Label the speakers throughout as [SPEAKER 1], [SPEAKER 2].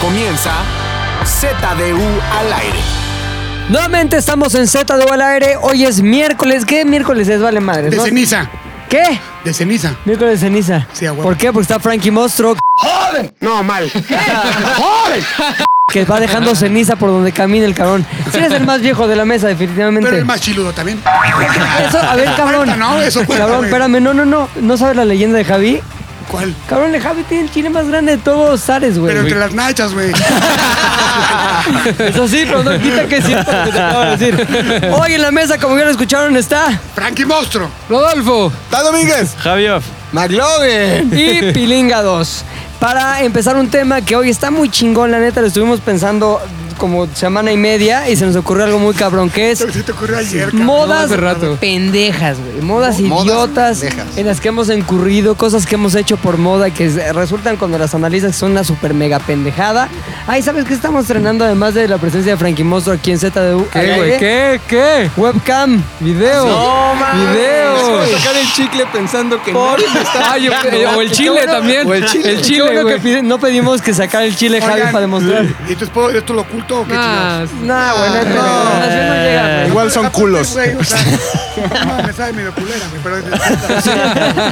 [SPEAKER 1] comienza ZDU al aire.
[SPEAKER 2] Nuevamente estamos en Z de al aire. Hoy es miércoles. ¿Qué miércoles es? Vale madre.
[SPEAKER 3] De
[SPEAKER 2] ¿no?
[SPEAKER 3] ceniza,
[SPEAKER 2] ¿Qué?
[SPEAKER 3] de ceniza.
[SPEAKER 2] Miércoles de ceniza.
[SPEAKER 3] Sí, a huevo.
[SPEAKER 2] ¿Por qué? Porque está Frankie Mostro
[SPEAKER 3] No, mal.
[SPEAKER 2] que va dejando ceniza por donde camina el cabrón. Si eres el más viejo de la mesa, definitivamente.
[SPEAKER 3] Pero el más chiludo también.
[SPEAKER 2] Eso, a ver, cabrón.
[SPEAKER 3] Cuenta, ¿no? Eso cuenta,
[SPEAKER 2] cabrón,
[SPEAKER 3] güey.
[SPEAKER 2] espérame. No, no, no. ¿No sabes la leyenda de Javi?
[SPEAKER 3] ¿Cuál?
[SPEAKER 2] Cabrón, el Javi tiene el chile más grande de todos Zares, güey.
[SPEAKER 3] Pero entre las nachas, güey.
[SPEAKER 2] Eso sí, pero no quita que es cierto lo que te acabo de decir. Hoy en la mesa, como ya lo escucharon, está...
[SPEAKER 3] Frankie Monstruo.
[SPEAKER 2] Rodolfo.
[SPEAKER 1] ¡Ta Domínguez!
[SPEAKER 4] Javier,
[SPEAKER 1] ¡McLovin!
[SPEAKER 2] y Pilinga 2. Para empezar un tema que hoy está muy chingón, la neta, lo estuvimos pensando como semana y media y se nos ocurrió algo muy cabrón, que es
[SPEAKER 3] Lo que se te ocurrió ayer, cabrón.
[SPEAKER 2] modas pendejas, güey. Modas
[SPEAKER 1] Mo- modas
[SPEAKER 2] idiotas
[SPEAKER 1] pendejas.
[SPEAKER 2] en las que hemos incurrido, cosas que hemos hecho por moda que s- resultan cuando las analizas que son una super mega pendejada. Ay, ¿sabes qué estamos estrenando además de la presencia de Frankie Monstro aquí en ZDU? al
[SPEAKER 5] ¿Qué,
[SPEAKER 2] aire?
[SPEAKER 5] Eh, güey? ¿Qué? ¿Qué?
[SPEAKER 2] Webcam.
[SPEAKER 1] Ah,
[SPEAKER 5] Video.
[SPEAKER 1] ¡No, mames!
[SPEAKER 5] Video.
[SPEAKER 1] Es como tocar el chicle pensando que nadie me está
[SPEAKER 5] Ah, yo-
[SPEAKER 1] picando.
[SPEAKER 5] eh, o el chile también.
[SPEAKER 1] o el chile.
[SPEAKER 5] El
[SPEAKER 2] Qué bueno
[SPEAKER 5] chile,
[SPEAKER 2] que
[SPEAKER 5] güey.
[SPEAKER 2] pide- no pedimos que sacar el chile, Javi,
[SPEAKER 3] Oigan,
[SPEAKER 2] para demostrar.
[SPEAKER 3] ¿Y entonces puedo esto lo oculto o qué
[SPEAKER 5] Ah,
[SPEAKER 3] chingados?
[SPEAKER 2] Nah, güey, no,
[SPEAKER 3] no.
[SPEAKER 2] no, así no llega, güey.
[SPEAKER 3] eh.
[SPEAKER 1] Igual son
[SPEAKER 3] Aparte,
[SPEAKER 1] culos.
[SPEAKER 3] güey, o sea, no, me sabe medio culera, güey, pero...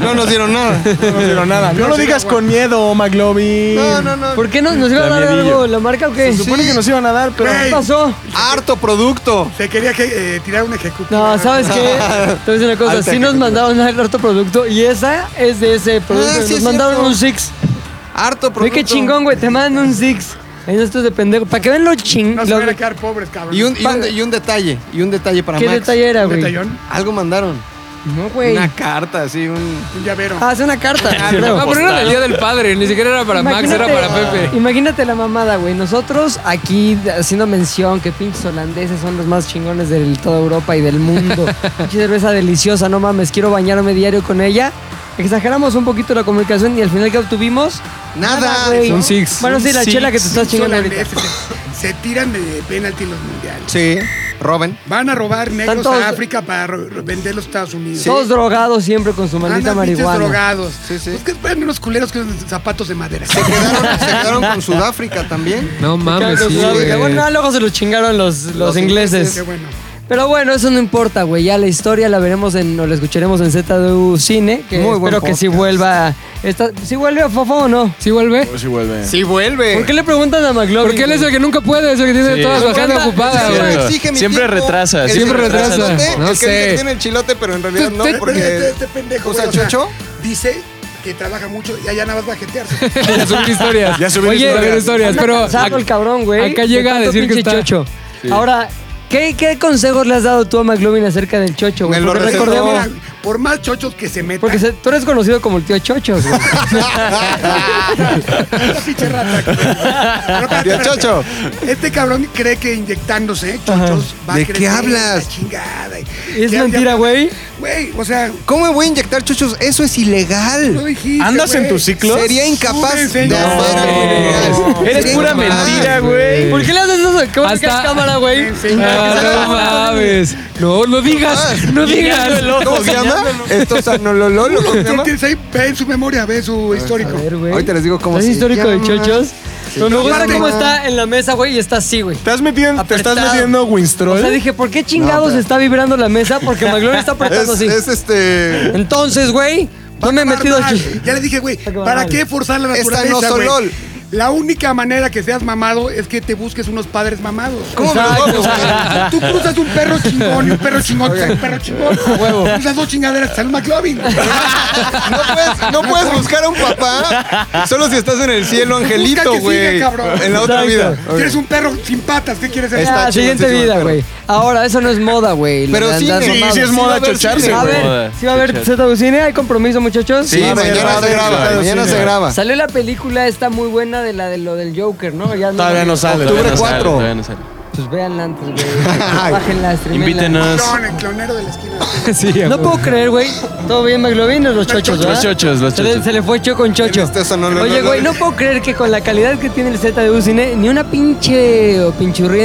[SPEAKER 1] No nos dieron nada. No nos dieron nada.
[SPEAKER 3] No lo digas con
[SPEAKER 1] miedo, McLovin.
[SPEAKER 3] No, no, no.
[SPEAKER 2] ¿Por qué no? ¿Nos iba a dar algo la marca o qué?
[SPEAKER 1] Se supone que nos iban a dar, pero.
[SPEAKER 2] ¿Qué pasó?
[SPEAKER 1] ¡Harto producto!
[SPEAKER 3] Se quería que, eh, tirar un ejecutivo.
[SPEAKER 2] No, ¿sabes qué? Te voy a decir una cosa.
[SPEAKER 1] Alta
[SPEAKER 2] Sí nos
[SPEAKER 1] ejecutiva.
[SPEAKER 2] mandaron el harto producto y esa es de ese producto.
[SPEAKER 1] Ah, sí
[SPEAKER 2] nos
[SPEAKER 1] es
[SPEAKER 2] mandaron
[SPEAKER 1] cierto.
[SPEAKER 2] un Six.
[SPEAKER 1] ¡Harto producto!
[SPEAKER 2] Oye, qué chingón, güey. Te mandan un Six. Ahí no estos de pendejo. Para que vean lo ching...
[SPEAKER 3] No se
[SPEAKER 2] lo-
[SPEAKER 3] van a quedar pobres, cabrón.
[SPEAKER 1] Y un, y, un, de- y un detalle, y un detalle para
[SPEAKER 2] ¿Qué
[SPEAKER 1] Max.
[SPEAKER 2] detalle era,
[SPEAKER 3] ¿Un
[SPEAKER 2] güey?
[SPEAKER 3] detallón?
[SPEAKER 1] Algo mandaron.
[SPEAKER 2] No, güey.
[SPEAKER 1] Una carta, así, un.
[SPEAKER 3] Un llavero.
[SPEAKER 2] Ah, hace una carta. creo.
[SPEAKER 5] Ah, pero era del día del padre, ni siquiera era para Max, era para Pepe.
[SPEAKER 2] Imagínate la mamada, güey. Nosotros aquí haciendo mención que pinches holandeses son los más chingones de toda Europa y del mundo. Pinche cerveza deliciosa, no mames, quiero bañarme diario con ella. Exageramos un poquito la comunicación y al final que obtuvimos.
[SPEAKER 1] Nada.
[SPEAKER 2] güey.
[SPEAKER 5] Son six.
[SPEAKER 2] Bueno, sí,
[SPEAKER 5] Son
[SPEAKER 2] la
[SPEAKER 5] six.
[SPEAKER 2] chela que te estás chingando ahorita.
[SPEAKER 3] Solamente se, se tiran de penalti los mundiales.
[SPEAKER 1] Sí, Robin.
[SPEAKER 3] Van a robar negros
[SPEAKER 2] todos-
[SPEAKER 3] a África para ro- ro- venderlos a Estados Unidos.
[SPEAKER 2] Todos drogados siempre con su
[SPEAKER 3] Andan
[SPEAKER 2] maldita
[SPEAKER 3] pinches
[SPEAKER 2] marihuana.
[SPEAKER 3] drogados.
[SPEAKER 1] Sí, sí.
[SPEAKER 3] Pues que fueran unos culeros con unos zapatos de madera.
[SPEAKER 1] Se quedaron, se quedaron con Sudáfrica también.
[SPEAKER 5] No mames,
[SPEAKER 2] Claro,
[SPEAKER 5] sí,
[SPEAKER 2] claro,
[SPEAKER 5] güey.
[SPEAKER 2] Bueno, ah, luego se los chingaron los, los,
[SPEAKER 1] Los
[SPEAKER 2] ingleses.
[SPEAKER 3] Qué bueno.
[SPEAKER 2] Pero bueno, eso no importa, güey. Ya la historia la veremos en, o la escucharemos en ZDU Cine. Que
[SPEAKER 1] Muy buen
[SPEAKER 2] espero que si
[SPEAKER 1] podcast.
[SPEAKER 2] vuelva. Esta, ¿Sí vuelve a Fofo o no?
[SPEAKER 5] ¿Sí vuelve?
[SPEAKER 4] Oh,
[SPEAKER 1] Sí, vuelve.
[SPEAKER 2] ¿Por qué le preguntan a McLovin?
[SPEAKER 5] Porque él es el que nunca puede, es el que tiene
[SPEAKER 4] Sí.
[SPEAKER 5] todas las
[SPEAKER 2] Nunca
[SPEAKER 5] agenda
[SPEAKER 2] anda-
[SPEAKER 5] ocupada,
[SPEAKER 2] Sí,
[SPEAKER 5] güey.
[SPEAKER 4] güey.
[SPEAKER 1] exige mi
[SPEAKER 4] Siempre
[SPEAKER 1] tiempo,
[SPEAKER 4] retrasa,
[SPEAKER 1] el
[SPEAKER 5] siempre
[SPEAKER 1] que
[SPEAKER 5] retrasa.
[SPEAKER 1] el chilote,
[SPEAKER 5] No
[SPEAKER 1] el que dice
[SPEAKER 5] sé.
[SPEAKER 1] que tiene el chilote, pero en realidad no,
[SPEAKER 3] Pero este,
[SPEAKER 1] porque...
[SPEAKER 3] este pendejo,
[SPEAKER 1] usa
[SPEAKER 3] güey, o sea,
[SPEAKER 1] chocho.
[SPEAKER 3] dice que trabaja mucho y allá nada más va a jetearse.
[SPEAKER 5] Ya subir historias. Ya subir Oye, subir historias, pero
[SPEAKER 2] Cansado el cabrón, güey.
[SPEAKER 5] acá
[SPEAKER 2] de
[SPEAKER 5] llega a
[SPEAKER 2] tanto
[SPEAKER 5] decir que
[SPEAKER 2] pinche
[SPEAKER 5] está-
[SPEAKER 2] chocho. Ahora, ¿qué, ¿qué consejos le has dado tú a McLovin acerca del chocho, güey?
[SPEAKER 1] Me lo
[SPEAKER 2] Porque
[SPEAKER 1] recetó.
[SPEAKER 2] recordemos.
[SPEAKER 3] Mira, por más chochos que se metan,
[SPEAKER 2] Porque se- tú eres conocido como el tío Chocho, güey.
[SPEAKER 3] la pinche rata. güey. Pero espérate,
[SPEAKER 1] Tío
[SPEAKER 3] espérate.
[SPEAKER 1] Chocho.
[SPEAKER 3] Este cabrón cree que inyectándose ¿eh? chochos va a
[SPEAKER 1] ¿De qué
[SPEAKER 3] crecer
[SPEAKER 1] hablas?
[SPEAKER 3] la chingada.
[SPEAKER 2] Es
[SPEAKER 3] Ya- ya-
[SPEAKER 2] mentira, güey.
[SPEAKER 3] Güey, o sea,
[SPEAKER 1] ¿Cómo me voy a inyectar chuchos? Eso es
[SPEAKER 3] lo
[SPEAKER 1] ilegal.
[SPEAKER 3] dijiste,
[SPEAKER 4] ¿Andas en
[SPEAKER 3] güey.
[SPEAKER 4] tu ciclo?
[SPEAKER 1] Sería incapaz de
[SPEAKER 3] Súbense,
[SPEAKER 1] hacer
[SPEAKER 3] no.
[SPEAKER 1] algo ilegal.
[SPEAKER 4] Eres
[SPEAKER 1] Sería
[SPEAKER 4] pura
[SPEAKER 1] incapaz.
[SPEAKER 4] mentira, güey.
[SPEAKER 2] ¿Por qué le haces eso? ¿Cómo
[SPEAKER 5] Hasta-
[SPEAKER 2] sacas cámara, güey?
[SPEAKER 5] Ah, no mames. No, no digas, no digas.
[SPEAKER 1] ¿Cómo se llama? Esto es anolololo. ¿Cómo se
[SPEAKER 3] Tú
[SPEAKER 1] llama?
[SPEAKER 3] tienes ahí, ve en su memoria, ve su
[SPEAKER 2] A
[SPEAKER 3] histórico.
[SPEAKER 2] ver, güey.
[SPEAKER 1] Ahorita les digo cómo
[SPEAKER 2] ¿Es
[SPEAKER 1] se
[SPEAKER 2] histórico de
[SPEAKER 1] llama.
[SPEAKER 2] chochos? Pero me gusta
[SPEAKER 3] Aparte-
[SPEAKER 2] cómo está en la mesa, güey, y está así, güey.
[SPEAKER 6] ¿Te, has metido, en- ¿Te estás
[SPEAKER 2] Apretado.
[SPEAKER 6] metiendo
[SPEAKER 2] O
[SPEAKER 6] Winstrol?
[SPEAKER 2] sea, dije, ¿por qué
[SPEAKER 1] No,
[SPEAKER 2] chingados
[SPEAKER 1] pero-
[SPEAKER 2] está vibrando la mesa? Porque McLovin está
[SPEAKER 1] Es,
[SPEAKER 2] apretando así.
[SPEAKER 1] es este...
[SPEAKER 2] Entonces, güey, no me he metido
[SPEAKER 3] Barbar,
[SPEAKER 2] aquí.
[SPEAKER 3] Ya le dije, güey,
[SPEAKER 2] Barbar.
[SPEAKER 3] ¿para qué forzar la
[SPEAKER 1] Esta
[SPEAKER 3] naturaleza,
[SPEAKER 1] no son
[SPEAKER 3] güey?
[SPEAKER 1] LOL.
[SPEAKER 3] La única manera que seas mamado es que te busques unos padres mamados.
[SPEAKER 1] ¿Cómo me lo
[SPEAKER 2] Exacto.
[SPEAKER 1] voy a buscar?
[SPEAKER 3] Tú cruzas un perro chingón y un perro chingón, y un perro chingón. Huevo. Cruzas dos chingaderas, te sale un McLovin.
[SPEAKER 1] No puedes, no puedes buscar a un papá solo si estás en el cielo,
[SPEAKER 3] Busca que
[SPEAKER 1] angelito,
[SPEAKER 3] sigue,
[SPEAKER 1] güey.
[SPEAKER 3] cabrón.
[SPEAKER 1] En la otra
[SPEAKER 2] Exacto.
[SPEAKER 1] vida.
[SPEAKER 3] Tienes un perro sin patas, ¿qué quieres hacer?
[SPEAKER 1] Está
[SPEAKER 2] La
[SPEAKER 1] chido,
[SPEAKER 2] siguiente
[SPEAKER 1] sí, sí,
[SPEAKER 2] vida,
[SPEAKER 1] pero-
[SPEAKER 2] güey. Ahora, eso no es moda, güey.
[SPEAKER 1] Pero
[SPEAKER 2] La-
[SPEAKER 1] sí,
[SPEAKER 2] las
[SPEAKER 1] sí,
[SPEAKER 2] mamadas.
[SPEAKER 6] sí es
[SPEAKER 1] va a
[SPEAKER 6] moda
[SPEAKER 1] haber
[SPEAKER 2] A
[SPEAKER 6] chocharse,
[SPEAKER 1] cine,
[SPEAKER 6] güey.
[SPEAKER 2] ver,
[SPEAKER 4] Moda,
[SPEAKER 2] ¿sí va a haber
[SPEAKER 4] chochas.
[SPEAKER 2] Z Cine? ¿Hay compromiso, muchachos?
[SPEAKER 1] Sí,
[SPEAKER 6] Sí,
[SPEAKER 1] mañana
[SPEAKER 6] mañana
[SPEAKER 1] se
[SPEAKER 6] sí,
[SPEAKER 1] graba,
[SPEAKER 6] claro,
[SPEAKER 1] mañana
[SPEAKER 6] sí,
[SPEAKER 1] se
[SPEAKER 6] güey.
[SPEAKER 1] graba.
[SPEAKER 2] Salió la película esta muy buena de la de lo del Joker, ¿no? Ya
[SPEAKER 6] Todavía no sale.
[SPEAKER 1] Octubre
[SPEAKER 4] Todavía no sale,
[SPEAKER 1] 4.
[SPEAKER 4] todavía no sale.
[SPEAKER 2] Pues véanla antes, güey. Bájenla, streamenla.
[SPEAKER 4] Invítenos.
[SPEAKER 3] Clon, el clonero de la esquina.
[SPEAKER 5] Sí,
[SPEAKER 2] No
[SPEAKER 5] güey.
[SPEAKER 2] puedo creer, güey. ¿Todo bien, McLovin? o Los chochos, ¿verdad?
[SPEAKER 4] Los chochos, los
[SPEAKER 2] Se le-
[SPEAKER 4] chochos.
[SPEAKER 2] Se le fue Cho con Chocho.
[SPEAKER 1] Este eso no, no,
[SPEAKER 2] Oye,
[SPEAKER 1] no,
[SPEAKER 2] güey,
[SPEAKER 1] no.
[SPEAKER 2] no puedo creer que con la calidad que tiene el ZDU Cine, ni una pinche o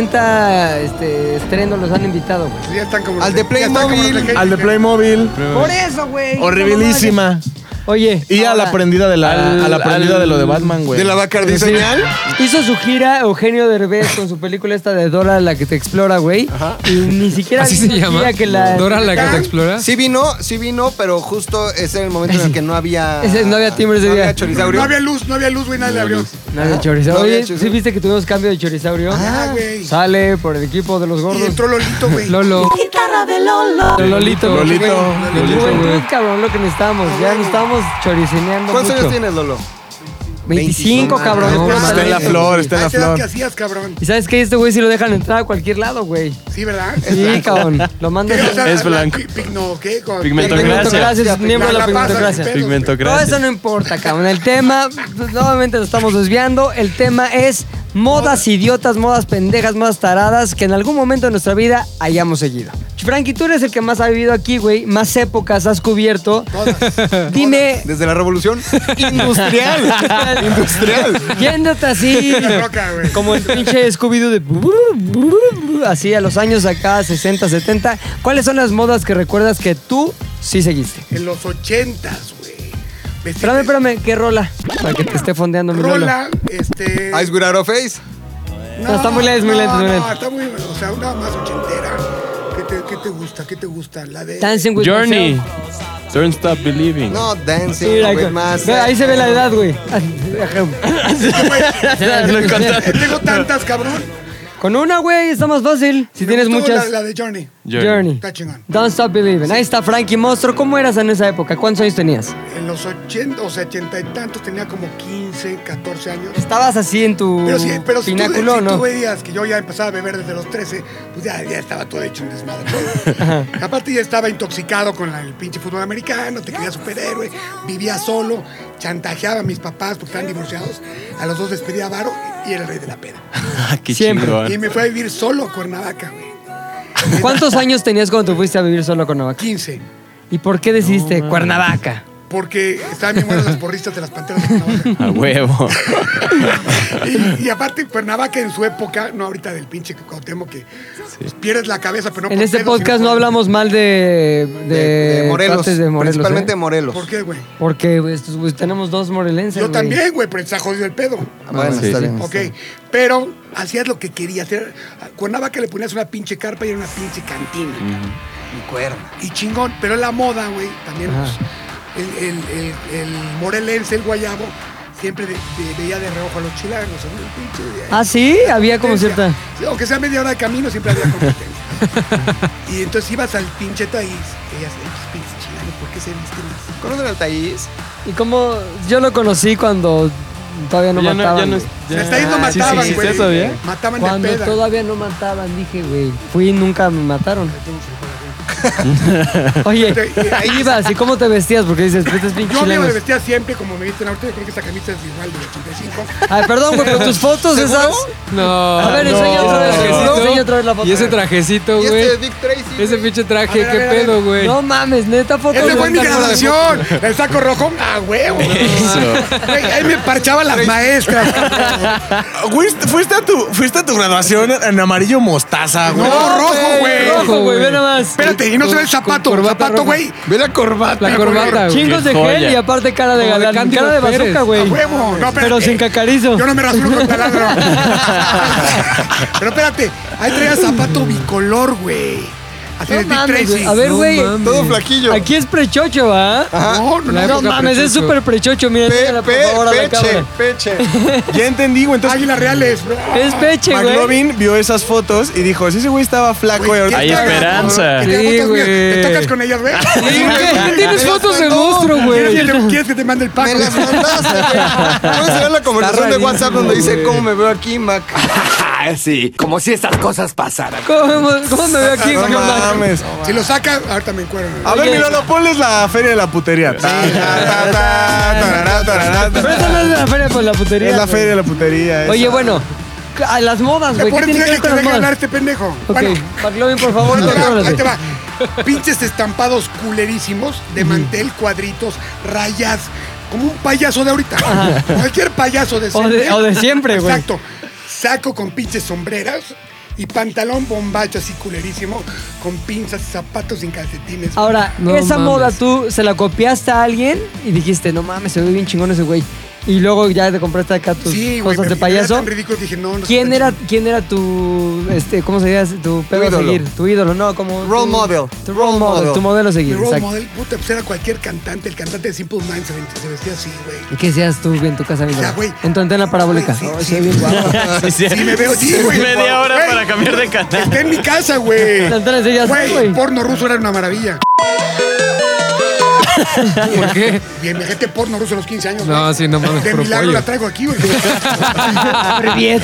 [SPEAKER 2] pinchurrienta este, estreno los han invitado, güey.
[SPEAKER 3] Ya están como
[SPEAKER 1] Al de
[SPEAKER 3] ya están como los
[SPEAKER 1] Playmobil,
[SPEAKER 3] Heidi,
[SPEAKER 6] Al de
[SPEAKER 3] güey.
[SPEAKER 6] Playmobil.
[SPEAKER 2] Por eso, güey.
[SPEAKER 6] Horribilísima.
[SPEAKER 2] Oye,
[SPEAKER 4] Y a la
[SPEAKER 2] ahora,
[SPEAKER 4] prendida de la,
[SPEAKER 5] Al-
[SPEAKER 4] a la prendida
[SPEAKER 5] al-
[SPEAKER 4] de lo de Batman, güey.
[SPEAKER 1] ¿De la Bacardi señal?
[SPEAKER 2] Hizo su gira Eugenio Derbez con su película esta de Dora la que te explora, güey. Y ni siquiera
[SPEAKER 5] Así
[SPEAKER 2] vi
[SPEAKER 5] se
[SPEAKER 2] una
[SPEAKER 5] llama.
[SPEAKER 2] gira que la
[SPEAKER 5] Dora la que te
[SPEAKER 1] Ah,
[SPEAKER 5] explora.
[SPEAKER 1] Sí vino, sí vino, pero justo ese era el momento en el que no había...
[SPEAKER 2] Ese- no había timbre ese
[SPEAKER 1] no
[SPEAKER 2] día.
[SPEAKER 1] Había chorizaurio.
[SPEAKER 3] No había luz, no había luz, güey, nadie le abrió.
[SPEAKER 2] No había chorizaurio.
[SPEAKER 1] No había
[SPEAKER 2] Oye, ¿sí
[SPEAKER 1] chorizaurio.
[SPEAKER 2] viste que tuvimos cambio de chorizaurio?
[SPEAKER 3] Ah, güey.
[SPEAKER 2] Sale por el equipo de los
[SPEAKER 3] Y
[SPEAKER 2] gordos.
[SPEAKER 3] entró Lolito, güey.
[SPEAKER 5] Lolo.
[SPEAKER 6] guitarra de Lolo.
[SPEAKER 4] Lolito.
[SPEAKER 5] Lolito. Lolito,
[SPEAKER 2] Lolito, Juventud,
[SPEAKER 5] güey.
[SPEAKER 2] cabrón, lo que necesitamos. Ya nos estábamos chorizineando
[SPEAKER 1] ¿Cuántos
[SPEAKER 2] mucho.
[SPEAKER 1] años tienes, Lolo?
[SPEAKER 2] 25,
[SPEAKER 1] 25,
[SPEAKER 2] cabrón.
[SPEAKER 3] no,
[SPEAKER 2] puro
[SPEAKER 3] está en
[SPEAKER 2] talento.
[SPEAKER 3] la flor.
[SPEAKER 4] está en
[SPEAKER 3] Ay,
[SPEAKER 4] la
[SPEAKER 3] ¿qué edad
[SPEAKER 4] flor.
[SPEAKER 3] que hacías, cabrón?
[SPEAKER 2] ¿Y sabes qué? Este güey sí lo dejan entrar a cualquier lado, güey.
[SPEAKER 3] Sí, ¿verdad?
[SPEAKER 2] Sí, cabrón. Lo mandas.
[SPEAKER 3] O sea,
[SPEAKER 4] Es blanco.
[SPEAKER 3] pi- Pigno, ¿qué? Con-
[SPEAKER 4] Pigmentocracia.
[SPEAKER 2] Pigmentocracia, es miembro de la
[SPEAKER 3] La- la pasas,
[SPEAKER 2] pigmentocracia. Todo
[SPEAKER 3] pe-
[SPEAKER 2] eso
[SPEAKER 4] Pigmentocracia.
[SPEAKER 2] no importa, cabrón. El tema, pues, nuevamente lo estamos desviando. El tema es modas idiotas, modas pendejas, modas taradas que en algún momento de nuestra vida hayamos seguido. Frankie, tú eres el que más ha vivido aquí, güey. Más épocas has cubierto. Dime,
[SPEAKER 1] Desde la revolución industrial. industrial.
[SPEAKER 2] yéndote así,
[SPEAKER 3] La roca, güey.
[SPEAKER 2] como el pinche Scooby-Doo de... brr, brr, brr, Así a los años acá, 60, 70. ¿Cuáles son las modas que recuerdas que tú sí seguiste?
[SPEAKER 3] En los ochentas, güey. Vestirte-
[SPEAKER 2] Espérame, espérame, ¿qué rola? Para que te esté fondeando mi rola.
[SPEAKER 3] Rola, este...
[SPEAKER 1] Ice Without a Face.
[SPEAKER 2] No, está muy lento, muy lento,
[SPEAKER 3] No,
[SPEAKER 2] muy lento.
[SPEAKER 3] no, está muy... O sea, una más ochentera. ¿Qué te, qué te gusta? ¿Qué te gusta? La de...
[SPEAKER 2] Dancing with
[SPEAKER 5] Journey.
[SPEAKER 2] myself.
[SPEAKER 4] Don't stop believing.
[SPEAKER 1] No, dancing.
[SPEAKER 2] Mira,
[SPEAKER 1] no
[SPEAKER 2] ahí,
[SPEAKER 1] ves más.
[SPEAKER 3] eh.
[SPEAKER 1] eh,
[SPEAKER 2] ve, ahí se ve la edad, güey.
[SPEAKER 3] Eh, Tengo tantas, cabrón.
[SPEAKER 2] Con una, güey, está más fácil. Si
[SPEAKER 3] Me
[SPEAKER 2] tienes
[SPEAKER 3] gustó
[SPEAKER 2] muchas.
[SPEAKER 3] La, la de Journey.
[SPEAKER 2] Journey.
[SPEAKER 3] Está chingón.
[SPEAKER 2] Don't Stop Believing. Ahí está Frankie Monstruo. ¿Cómo eras en esa época? ¿Cuántos años tenías?
[SPEAKER 3] En los 80, o sea, 80 y tantos, tenía como 15, 14 años.
[SPEAKER 2] Estabas así en tu
[SPEAKER 3] Pero si, pero si, tú,
[SPEAKER 2] pináculo,
[SPEAKER 3] si
[SPEAKER 2] ¿no?
[SPEAKER 3] tú veías que yo ya empezaba a beber desde los 13, pues ya, ya estaba todo hecho un desmadre. Aparte ya estaba intoxicado con la- el pinche fútbol americano, te creía superhéroe, vivía solo, chantajeaba a mis papás porque estaban divorciados, a los dos les pedía varo y era el rey de la peda.
[SPEAKER 4] Ah, qué
[SPEAKER 2] Siempre.
[SPEAKER 4] chingón.
[SPEAKER 3] Y me fue a vivir solo a Cuernavaca, güey.
[SPEAKER 2] ¿Cuántos años tenías cuando te fuiste a vivir solo con Cuernavaca?
[SPEAKER 3] 15.
[SPEAKER 2] ¿Y por qué decidiste Cuernavaca?
[SPEAKER 3] Porque estaban bien buenas las porristas de las panteras de Cuernavaca.
[SPEAKER 4] A huevo.
[SPEAKER 3] Y, y aparte, Cuernavaca en su época, no ahorita del pinche Cuauhtémoc, que pues, pierdes la cabeza, pero no
[SPEAKER 2] En
[SPEAKER 3] por
[SPEAKER 2] este
[SPEAKER 3] pedo, sino
[SPEAKER 2] podcast no
[SPEAKER 3] por-
[SPEAKER 2] hablamos mal de, de,
[SPEAKER 1] De, Eh, de Morelos.
[SPEAKER 2] partes de Morelos,
[SPEAKER 1] principalmente
[SPEAKER 2] ¿eh?
[SPEAKER 1] Morelos.
[SPEAKER 3] ¿Por qué, güey?
[SPEAKER 2] Porque güey, estos, güey, tenemos dos morelenses.
[SPEAKER 3] Yo
[SPEAKER 2] güey.
[SPEAKER 3] también, güey, pero está jodido el pedo.
[SPEAKER 1] Ah, Bueno,
[SPEAKER 4] Sí,
[SPEAKER 1] está
[SPEAKER 4] sí.
[SPEAKER 1] bien.
[SPEAKER 3] Ok, pero hacías lo que querías. Era- a Cuernavaca le ponías una pinche carpa y era una pinche cantina.
[SPEAKER 1] Mi cuerno.
[SPEAKER 3] Y chingón, pero la moda, güey, también.
[SPEAKER 2] Ajá.
[SPEAKER 3] pues, el, el, el- el morelense, el guayabo, siempre de- de- veía de reojo a los chilangos. ¿no? El pinche-
[SPEAKER 2] Ah, sí, había como
[SPEAKER 3] competencia.
[SPEAKER 2] cierta.
[SPEAKER 3] Sí, Aunque sea media hora de camino, siempre había competencia. y entonces ibas al pinche país. Y ellas, "Ay, pues, pinches chilangos, ¿por qué se visten así?
[SPEAKER 1] ¿Conocen al Taís?
[SPEAKER 2] Y como yo lo conocí cuando todavía no
[SPEAKER 4] Ya no-
[SPEAKER 2] mataban.
[SPEAKER 4] ya no
[SPEAKER 2] güey.
[SPEAKER 4] es-
[SPEAKER 3] Se está yendo,
[SPEAKER 4] sí, sí,
[SPEAKER 3] mataban,
[SPEAKER 4] sí,
[SPEAKER 3] güey.
[SPEAKER 4] sí, todavía.
[SPEAKER 3] Mataban
[SPEAKER 2] Cuando
[SPEAKER 3] de peda.
[SPEAKER 2] todavía no mataban, dije, güey, fui y nunca me mataron. Oye, ahí ibas, ¿y cómo te vestías? Porque dices, "Pues, estás bien
[SPEAKER 3] Yo me
[SPEAKER 2] chilenos.
[SPEAKER 3] vestía siempre como me visten ahorita. Yo creo que esta camisa es igual del 85.
[SPEAKER 2] Ay, perdón, güey, pero tus fotos esas.
[SPEAKER 5] No.
[SPEAKER 2] A ver,
[SPEAKER 5] no.
[SPEAKER 2] enseña otra vez,
[SPEAKER 5] Trajecito.
[SPEAKER 2] no, enseña otra vez la foto.
[SPEAKER 5] Y ese trajecito,
[SPEAKER 1] Y
[SPEAKER 5] güey.
[SPEAKER 1] este Dick Tracy.
[SPEAKER 5] Ese pinche traje,
[SPEAKER 3] A ver,
[SPEAKER 5] qué
[SPEAKER 3] a ver, a
[SPEAKER 5] pedo,
[SPEAKER 3] ver.
[SPEAKER 5] güey.
[SPEAKER 2] No mames, neta foto.
[SPEAKER 3] Ese fue mi
[SPEAKER 2] neta, no la vemos.
[SPEAKER 3] graduación. El saco rojo, a huevo. Güey, Ahí me parchaban las maestras.
[SPEAKER 4] Fuiste, fuiste a tu, fuiste a tu graduación en amarillo mostaza, güey.
[SPEAKER 3] No, rojo, güey.
[SPEAKER 2] Rojo, güey, ve nada más.
[SPEAKER 3] Espérate, y no se ve el zapato.
[SPEAKER 5] Con- con
[SPEAKER 3] zapato,
[SPEAKER 5] corbata
[SPEAKER 3] güey.
[SPEAKER 1] Ve la corbata.
[SPEAKER 5] La corbata, güey.
[SPEAKER 2] Chingos de
[SPEAKER 4] Qué
[SPEAKER 2] gel
[SPEAKER 4] joya.
[SPEAKER 2] y aparte cara de
[SPEAKER 5] Como de
[SPEAKER 2] galán.
[SPEAKER 5] Cándido
[SPEAKER 2] Cara de
[SPEAKER 5] Pérez.
[SPEAKER 2] bazooka,
[SPEAKER 3] A
[SPEAKER 2] güey.
[SPEAKER 3] huevo. No, espérate.
[SPEAKER 2] Pero sin cacarizo.
[SPEAKER 3] Yo no me rasuro con taladro. Pero espérate, ahí traía zapato bicolor, güey. Así
[SPEAKER 2] No
[SPEAKER 3] de Dick
[SPEAKER 2] mames,
[SPEAKER 3] Tracy.
[SPEAKER 2] güey. A ver,
[SPEAKER 5] No
[SPEAKER 2] güey.
[SPEAKER 5] mames.
[SPEAKER 1] Todo flaquillo.
[SPEAKER 2] Aquí es prechocho, ¿va?
[SPEAKER 3] No, no,
[SPEAKER 5] La
[SPEAKER 3] no.
[SPEAKER 2] No
[SPEAKER 5] época
[SPEAKER 2] mames, es
[SPEAKER 5] prechocho.
[SPEAKER 2] súper prechocho. Mira,
[SPEAKER 1] Pe-
[SPEAKER 2] enséñala, por
[SPEAKER 1] pe-
[SPEAKER 2] favor, a la
[SPEAKER 1] peche,
[SPEAKER 2] cámara.
[SPEAKER 1] peche.
[SPEAKER 4] Ya entendí, güey. Entonces,
[SPEAKER 3] Águilas reales, bro.
[SPEAKER 2] Es peche, güey.
[SPEAKER 4] McLovin vio esas fotos y dijo: Si ese güey estaba flaco, güey, ahorita
[SPEAKER 3] Hay
[SPEAKER 4] está
[SPEAKER 3] esperanza.
[SPEAKER 5] Sí, güey.
[SPEAKER 3] Te tocas con ellas, güey.
[SPEAKER 5] Sí, güey, Tienes
[SPEAKER 1] Pero
[SPEAKER 5] fotos de
[SPEAKER 1] no,
[SPEAKER 5] monstruo,
[SPEAKER 3] ¿Quieres que
[SPEAKER 5] güey.
[SPEAKER 3] te- ¿Quieres que te mande el pack?
[SPEAKER 1] Me las mandaste. güey. ¿Cómo será la conversación de
[SPEAKER 2] rarísimo,
[SPEAKER 1] WhatsApp donde dice cómo me veo aquí, Mac?
[SPEAKER 2] ¿Cómo, cómo me veo aquí?
[SPEAKER 4] No
[SPEAKER 2] ¿Qué onda?
[SPEAKER 4] mames.
[SPEAKER 3] Si lo saca, ahorita me encuentro.
[SPEAKER 4] A ver,
[SPEAKER 2] Oye.
[SPEAKER 4] mi Lolo, ponles la feria de la putería. Ta, ta, ta, tarará, tarará,
[SPEAKER 2] Pero
[SPEAKER 4] tarará.
[SPEAKER 2] esa no es la feria por la putería.
[SPEAKER 4] Es la
[SPEAKER 2] güey.
[SPEAKER 4] feria de la putería. esa.
[SPEAKER 2] Oye, bueno, a las modas,
[SPEAKER 3] Te
[SPEAKER 2] güey. ¿Qué
[SPEAKER 3] pones
[SPEAKER 2] tiene que ver
[SPEAKER 3] que
[SPEAKER 2] con las
[SPEAKER 3] te venga a hablar
[SPEAKER 2] modas?
[SPEAKER 3] este pendejo.
[SPEAKER 2] Ok,
[SPEAKER 3] Bueno,
[SPEAKER 2] McLovin, por favor,
[SPEAKER 3] ahí te va, ahí
[SPEAKER 2] contrólate.
[SPEAKER 3] te va. Pinches estampados culerísimos de mantel, cuadritos, rayas, como un payaso de ahorita. Cualquier payaso de
[SPEAKER 2] O de-
[SPEAKER 3] siempre.
[SPEAKER 2] o de siempre, güey.
[SPEAKER 3] Exacto. Saco con pinches sombreras. y pantalón bombacho así culerísimo, con pinzas, zapatos sin calcetines.
[SPEAKER 2] Ahora,
[SPEAKER 5] No
[SPEAKER 2] esa
[SPEAKER 5] mames.
[SPEAKER 2] moda tú se la copiaste a alguien y dijiste, no mames, se ve bien chingón ese güey. Y luego ya te compraste acá tus
[SPEAKER 3] sí, güey,
[SPEAKER 2] pues, cosas
[SPEAKER 3] pero
[SPEAKER 2] de
[SPEAKER 3] era
[SPEAKER 2] payaso.
[SPEAKER 3] tan ridículo que dije, no, no
[SPEAKER 2] ¿Quién
[SPEAKER 3] está
[SPEAKER 2] era,
[SPEAKER 3] chido.
[SPEAKER 2] ¿Quién era tu, este, cómo se diría, tu pedo a
[SPEAKER 1] ídolo.
[SPEAKER 2] seguir? Tu ídolo, no, como...
[SPEAKER 1] Role
[SPEAKER 2] tu-
[SPEAKER 1] model.
[SPEAKER 2] Tu role
[SPEAKER 1] Role
[SPEAKER 2] model,
[SPEAKER 1] model.
[SPEAKER 2] tu modelo a
[SPEAKER 3] Mi
[SPEAKER 2] seguir,
[SPEAKER 3] role
[SPEAKER 2] exacto.
[SPEAKER 3] model, puta, pues era cualquier cantante. El cantante de Simple Minds se vestía- se vestía así, güey.
[SPEAKER 2] ¿Y qué seas tú en tu casa, mi
[SPEAKER 3] O sea,
[SPEAKER 2] bro?
[SPEAKER 3] güey.
[SPEAKER 2] En tu antena parabólica.
[SPEAKER 3] Güey, sí,
[SPEAKER 2] Ay,
[SPEAKER 3] sí.
[SPEAKER 2] se ve bien guapo.
[SPEAKER 3] Sí, me veo, sí, güey.
[SPEAKER 6] Media hora
[SPEAKER 3] Güey,
[SPEAKER 6] para cambiar de canal.
[SPEAKER 3] Está en mi casa, güey.
[SPEAKER 2] La entrada de ellas, güey.
[SPEAKER 3] Güey, porno ruso era una maravilla.
[SPEAKER 5] ¿Por qué?
[SPEAKER 3] Bien, me gente porno ruso a los 15 años.
[SPEAKER 5] No,
[SPEAKER 3] güey.
[SPEAKER 5] sí, no mames,
[SPEAKER 3] De
[SPEAKER 5] puro
[SPEAKER 3] milagro
[SPEAKER 5] pollo.
[SPEAKER 3] la traigo aquí, güey.
[SPEAKER 2] Bien.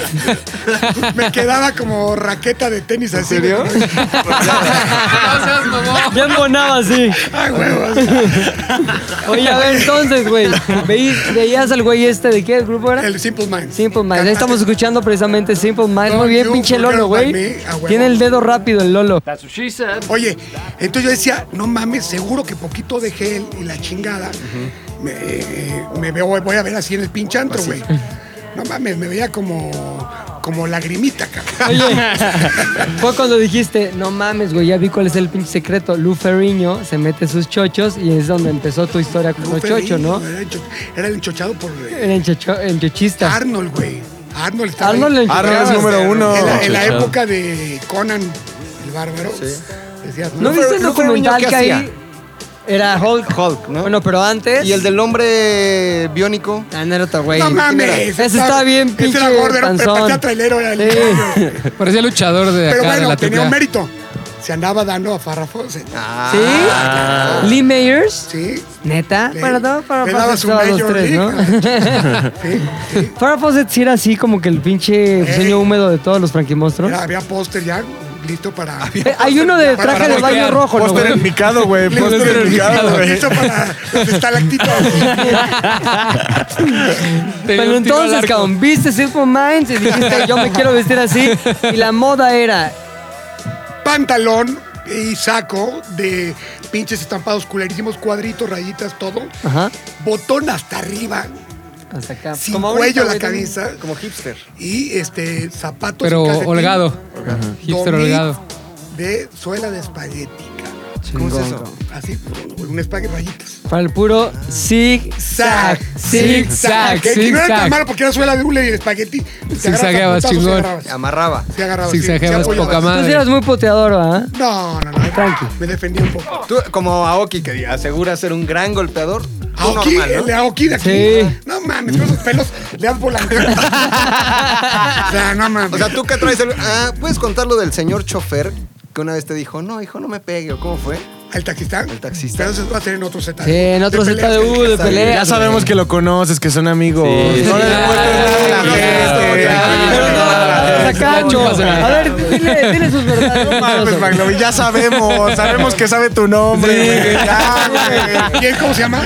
[SPEAKER 3] Me quedaba como raqueta de tenis así. güey.
[SPEAKER 2] Bien bonaba, sí.
[SPEAKER 3] Ay, huevos.
[SPEAKER 2] Oye, a ver, entonces, güey. ¿veí- ¿Veías al güey este de qué grupo era?
[SPEAKER 3] El Simple Minds.
[SPEAKER 2] Simple Minds. Ahí Estamos escuchando precisamente Simple Minds. Muy bien,
[SPEAKER 3] Don't you
[SPEAKER 2] pinche
[SPEAKER 3] forget
[SPEAKER 2] Lolo,
[SPEAKER 3] about
[SPEAKER 2] güey.
[SPEAKER 3] me. Ah, huevo.
[SPEAKER 2] Tiene el dedo rápido el Lolo.
[SPEAKER 3] Oye, entonces yo decía, no mames, seguro que poquito de gel y la chingada. me, eh, me veo, voy a ver así en el pinche antro, güey. No mames, me veía como, como lagrimita, cabrón.
[SPEAKER 2] Oye, fue cuando dijiste, no mames, güey, ya vi cuál es el pinche secreto. Lu Ferriño se mete sus chochos y es donde empezó tu historia con los chochos, ¿no?
[SPEAKER 3] Era, encho- era el enchochado por eh,
[SPEAKER 2] Era enchocho- enchochista.
[SPEAKER 3] Arnold, güey. Arnold estaba ahí.
[SPEAKER 2] Arnold le
[SPEAKER 4] Arnold Ah, es
[SPEAKER 2] enchocaba.
[SPEAKER 4] número uno.
[SPEAKER 3] En la, en la
[SPEAKER 6] Enchochado.
[SPEAKER 3] época de Conan el Bárbaro. decías,
[SPEAKER 2] ¿No viste el
[SPEAKER 1] Lu Ferrigno
[SPEAKER 2] documental
[SPEAKER 1] qué
[SPEAKER 2] que ahí
[SPEAKER 1] hacía?
[SPEAKER 2] era Hulk?
[SPEAKER 1] Hulk, ¿no?
[SPEAKER 2] Bueno, pero antes... Ah,
[SPEAKER 1] Y el del hombre biónico.
[SPEAKER 2] Anécdota, güey.
[SPEAKER 3] No mames.
[SPEAKER 2] Ese está bien pinche
[SPEAKER 3] Ese era gordo, era
[SPEAKER 2] panzón.
[SPEAKER 3] parecía trailero. Era el-
[SPEAKER 2] Sí.
[SPEAKER 5] Parecía luchador de acá,
[SPEAKER 3] Pero
[SPEAKER 5] de
[SPEAKER 3] bueno,
[SPEAKER 5] la
[SPEAKER 3] tenía
[SPEAKER 5] triple
[SPEAKER 3] un
[SPEAKER 5] A.
[SPEAKER 3] mérito. Se andaba dando a farrafos. eh.
[SPEAKER 2] ¿Sí? Lee Mayers.
[SPEAKER 3] Sí.
[SPEAKER 2] Neta.
[SPEAKER 3] Ah. Le-
[SPEAKER 2] Bueno, no, para
[SPEAKER 3] le
[SPEAKER 2] para
[SPEAKER 3] dabas un
[SPEAKER 2] para los
[SPEAKER 3] Major
[SPEAKER 2] tres, ¿no?
[SPEAKER 3] League. Sí, sí. Eh.
[SPEAKER 2] Farrah Fawcett sí era así como que el pinche sueño húmedo de todos los franquimonstruos.
[SPEAKER 3] Mira, había póster ya listo para.
[SPEAKER 2] Eh, hay uno de
[SPEAKER 3] Para-
[SPEAKER 2] traje de
[SPEAKER 3] para
[SPEAKER 2] baño
[SPEAKER 5] bloquear.
[SPEAKER 2] rojo, eh. ¿no?
[SPEAKER 4] Póster
[SPEAKER 2] güey?
[SPEAKER 4] en picado, güey.
[SPEAKER 3] Listo,
[SPEAKER 4] Póster en picado, güey.
[SPEAKER 3] listo para los estalactitos.
[SPEAKER 5] Tenía
[SPEAKER 2] Pero
[SPEAKER 5] un tiro al
[SPEAKER 2] entonces,
[SPEAKER 5] arco.
[SPEAKER 2] cabrón, viste Simple Minds y dijiste, yo me quiero vestir así. Y la moda era,
[SPEAKER 3] Pantalón y saco de pinches estampados culerísimos, cuadritos, rayitas, todo.
[SPEAKER 2] ajá,
[SPEAKER 3] Botón hasta arriba,
[SPEAKER 2] hasta acá.
[SPEAKER 3] sin
[SPEAKER 2] Como ahorita,
[SPEAKER 3] cuello la
[SPEAKER 2] güey, también.
[SPEAKER 3] camisa.
[SPEAKER 1] Como hipster.
[SPEAKER 3] Y este, zapatos.
[SPEAKER 5] Pero
[SPEAKER 3] y calcetín.
[SPEAKER 5] holgado. Hipster
[SPEAKER 3] Domit
[SPEAKER 5] holgado.
[SPEAKER 3] De suela de espagueti. cabrón.
[SPEAKER 1] ¿Cómo es eso?
[SPEAKER 3] Así, un espagueti rayitas.
[SPEAKER 2] Para el puro zig zag, zig zag.
[SPEAKER 3] Que, que no era tan
[SPEAKER 5] zig-zag.
[SPEAKER 3] malo porque era suela de hule y de espagueti. Te agarrabas a
[SPEAKER 5] Zigzagueabas,
[SPEAKER 3] putazos y
[SPEAKER 5] chingón.
[SPEAKER 3] agarrabas.
[SPEAKER 1] Amarraba.
[SPEAKER 3] Se agarraba. sí,
[SPEAKER 5] Zigzagueabas
[SPEAKER 3] se apoyaba.
[SPEAKER 5] poca madre.
[SPEAKER 2] Tú sí eras muy poteador, ¿verdad?
[SPEAKER 3] No, no, no.
[SPEAKER 2] Tranqui.
[SPEAKER 3] Me defendí un poco.
[SPEAKER 1] Tú, como Aoki, que asegura ser un gran golpeador. tú
[SPEAKER 3] Aoki,
[SPEAKER 1] normal,
[SPEAKER 3] el de
[SPEAKER 1] ¿no?
[SPEAKER 3] Aoki de aquí.
[SPEAKER 2] Sí.
[SPEAKER 3] No mames, con esos pelos le das volante. o sea, no mames.
[SPEAKER 1] O sea, tú que traes el... Ah, ¿puedes contar lo del señor chofer? Que una vez te dijo, no, hijo, no me pegue. ¿o ¿Cómo fue?
[SPEAKER 3] Al taxista.
[SPEAKER 1] Al taxista.
[SPEAKER 3] Pero eso va a ser en otro Z.
[SPEAKER 2] Sí, en otro
[SPEAKER 3] De peleas
[SPEAKER 2] ZDU de
[SPEAKER 3] que-
[SPEAKER 2] pelea.
[SPEAKER 4] Ya sabemos que lo conoces, que son amigos. No le demuestres nada a la
[SPEAKER 1] Sí.
[SPEAKER 4] gente.
[SPEAKER 1] Ah,
[SPEAKER 2] Pero no,
[SPEAKER 5] Ah,
[SPEAKER 2] la cacho.
[SPEAKER 5] chúpasela.
[SPEAKER 2] A ver, dile, dile sus
[SPEAKER 4] No mames,
[SPEAKER 2] verdades.
[SPEAKER 4] Maglovi, ya sabemos, sabemos que sabe tu nombre. güey. Ya, güey.
[SPEAKER 3] ¿Quién cómo se llama?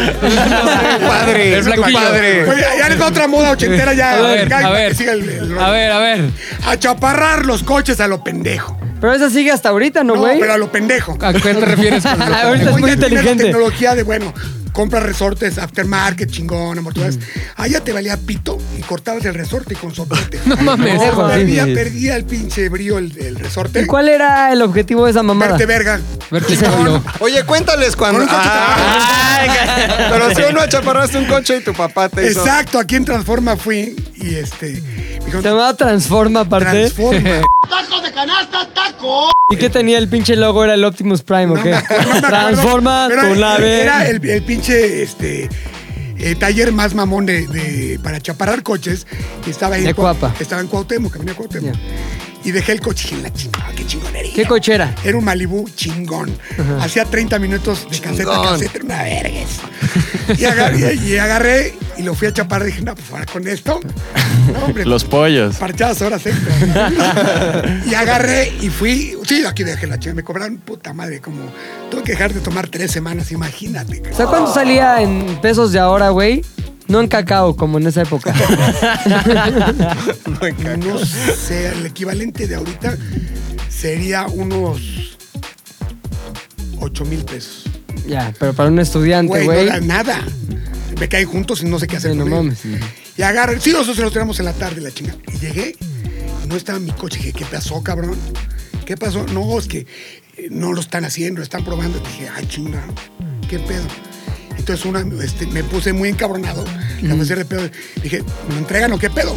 [SPEAKER 4] Padre,
[SPEAKER 5] El
[SPEAKER 4] es
[SPEAKER 5] blanquillo.
[SPEAKER 4] padre.
[SPEAKER 3] Oye, ya les va otra moda ochentera ya.
[SPEAKER 5] A ver,
[SPEAKER 3] Ay,
[SPEAKER 5] a ver.
[SPEAKER 3] siga el- el-
[SPEAKER 5] A ver, a ver.
[SPEAKER 3] Achaparrar los coches a lo pendejo.
[SPEAKER 2] Pero esa sigue hasta ahorita, ¿no,
[SPEAKER 3] No,
[SPEAKER 2] güey? Ah,
[SPEAKER 3] pero a lo pendejo.
[SPEAKER 5] ¿A qué te refieres? con-
[SPEAKER 2] Ahorita es
[SPEAKER 3] Hoy
[SPEAKER 2] muy
[SPEAKER 3] ya tiene la
[SPEAKER 2] inteligente.
[SPEAKER 3] tecnología de, bueno, compras resortes, aftermarket, chingón, amortiguadores.
[SPEAKER 2] Mm.
[SPEAKER 3] Allá te valía pito y cortabas el resorte con soplete.
[SPEAKER 5] No mames.
[SPEAKER 2] No, güey.
[SPEAKER 3] perdía, perdía el pinche brío el, el resorte.
[SPEAKER 2] ¿Y cuál era el objetivo de esa mamada?
[SPEAKER 3] Verte verga.
[SPEAKER 5] Verte solo.
[SPEAKER 1] Oye, cuéntales cuando...
[SPEAKER 3] Con un coche
[SPEAKER 1] Ah, pero si uno achaparraste un coche y tu papá te hizo...
[SPEAKER 3] Exacto, aquí en Transforma fui y este... me dijeron,
[SPEAKER 2] Se llamaba Transforma, aparte.
[SPEAKER 3] Transforma.
[SPEAKER 2] ¿Y qué tenía el pinche logo? ¿Era el Optimus Prime o qué? Transforma
[SPEAKER 3] Pero
[SPEAKER 2] tu
[SPEAKER 3] era-
[SPEAKER 2] nave.
[SPEAKER 3] Era el, el pinche este, eh, taller más mamón de, de- para chaparrar coches. que Estaba ahí
[SPEAKER 2] De
[SPEAKER 3] en Cua-
[SPEAKER 2] Cuapa.
[SPEAKER 3] Estaba en Cuauhtémoc, venía a Cuauhtémoc.
[SPEAKER 2] Ya.
[SPEAKER 3] Y dejé el coche y dije, la chingada, qué chingonería.
[SPEAKER 2] ¿Qué cochera?
[SPEAKER 3] Era un Malibu chingón. Hacía 30 minutos de caseta a
[SPEAKER 1] Chingón.
[SPEAKER 3] caseta, era una verga. eso. Y agarré, y agarré y lo fui a chapar. Dije, no, pues ahora con esto. No, hombre,
[SPEAKER 6] Los pollos.
[SPEAKER 3] parchadas horas extra. y agarré y fui. Sí, aquí dejé la chica. Me cobraron puta madre. Como tuve que dejar de tomar tres semanas, imagínate.
[SPEAKER 2] O sea, ¿cuánto salía en pesos de ahora, güey? No en cacao, como en esa época.
[SPEAKER 3] No sé, el equivalente de ahorita sería unos 8 mil pesos.
[SPEAKER 2] ya, pero para un estudiante,
[SPEAKER 3] Güey, no
[SPEAKER 2] güey.
[SPEAKER 3] da nada. Me caí juntos y no sé qué hacer.
[SPEAKER 2] Sí, no
[SPEAKER 3] con ellos.
[SPEAKER 2] mames.
[SPEAKER 3] Y agarro. Sí, nosotros se los tenemos en la tarde, la chinga. Y llegué. no estaba en mi coche. Dije, ¿qué pasó, cabrón? ¿Qué pasó? No, es que eh, no lo están haciendo, están probando. Dije, ah, chinga, ¿qué pedo? Entonces una, este, me puse muy encabronado. La puse de pedo. Dije, ¿me lo entregan o qué pedo?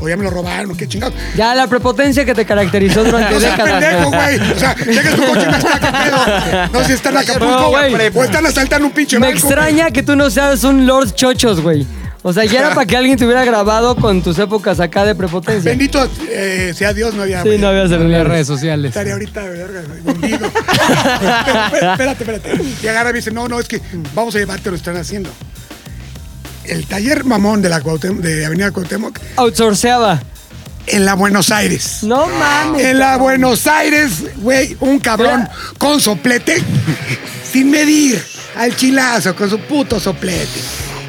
[SPEAKER 3] O ya me lo robaron, o qué chingados.
[SPEAKER 2] Ya la prepotencia que te caracterizó durante
[SPEAKER 3] No seas
[SPEAKER 2] décadas.
[SPEAKER 3] pendejo, güey. O sea, llegas tu coche y no está, ¿qué pedo? No sé si está en
[SPEAKER 2] No,
[SPEAKER 3] Acapulco,
[SPEAKER 2] güey.
[SPEAKER 3] güey. O están asaltando un pinche
[SPEAKER 2] Me
[SPEAKER 3] banco.
[SPEAKER 2] extraña que tú no seas un Lord Chochos, güey. O sea, ya era para que alguien te hubiera grabado con tus épocas acá de prepotencia.
[SPEAKER 3] Bendito eh, sea Dios, no había.
[SPEAKER 2] Sí, no había
[SPEAKER 5] en las
[SPEAKER 2] celular.
[SPEAKER 5] redes sociales.
[SPEAKER 3] Estaría ahorita, verga, hundido. Espera, espérate, espérate. Y agarra y me dice, no, no, es que vamos a llevarte, lo están haciendo. El taller mamón de la Cuauhtémoc- de Avenida Cuauhtémoc,
[SPEAKER 2] Outsourceaba.
[SPEAKER 3] en la Buenos Aires.
[SPEAKER 2] No mames.
[SPEAKER 3] En la Buenos Aires, güey, un cabrón con soplete, sin medir, al chilazo, con su puto soplete.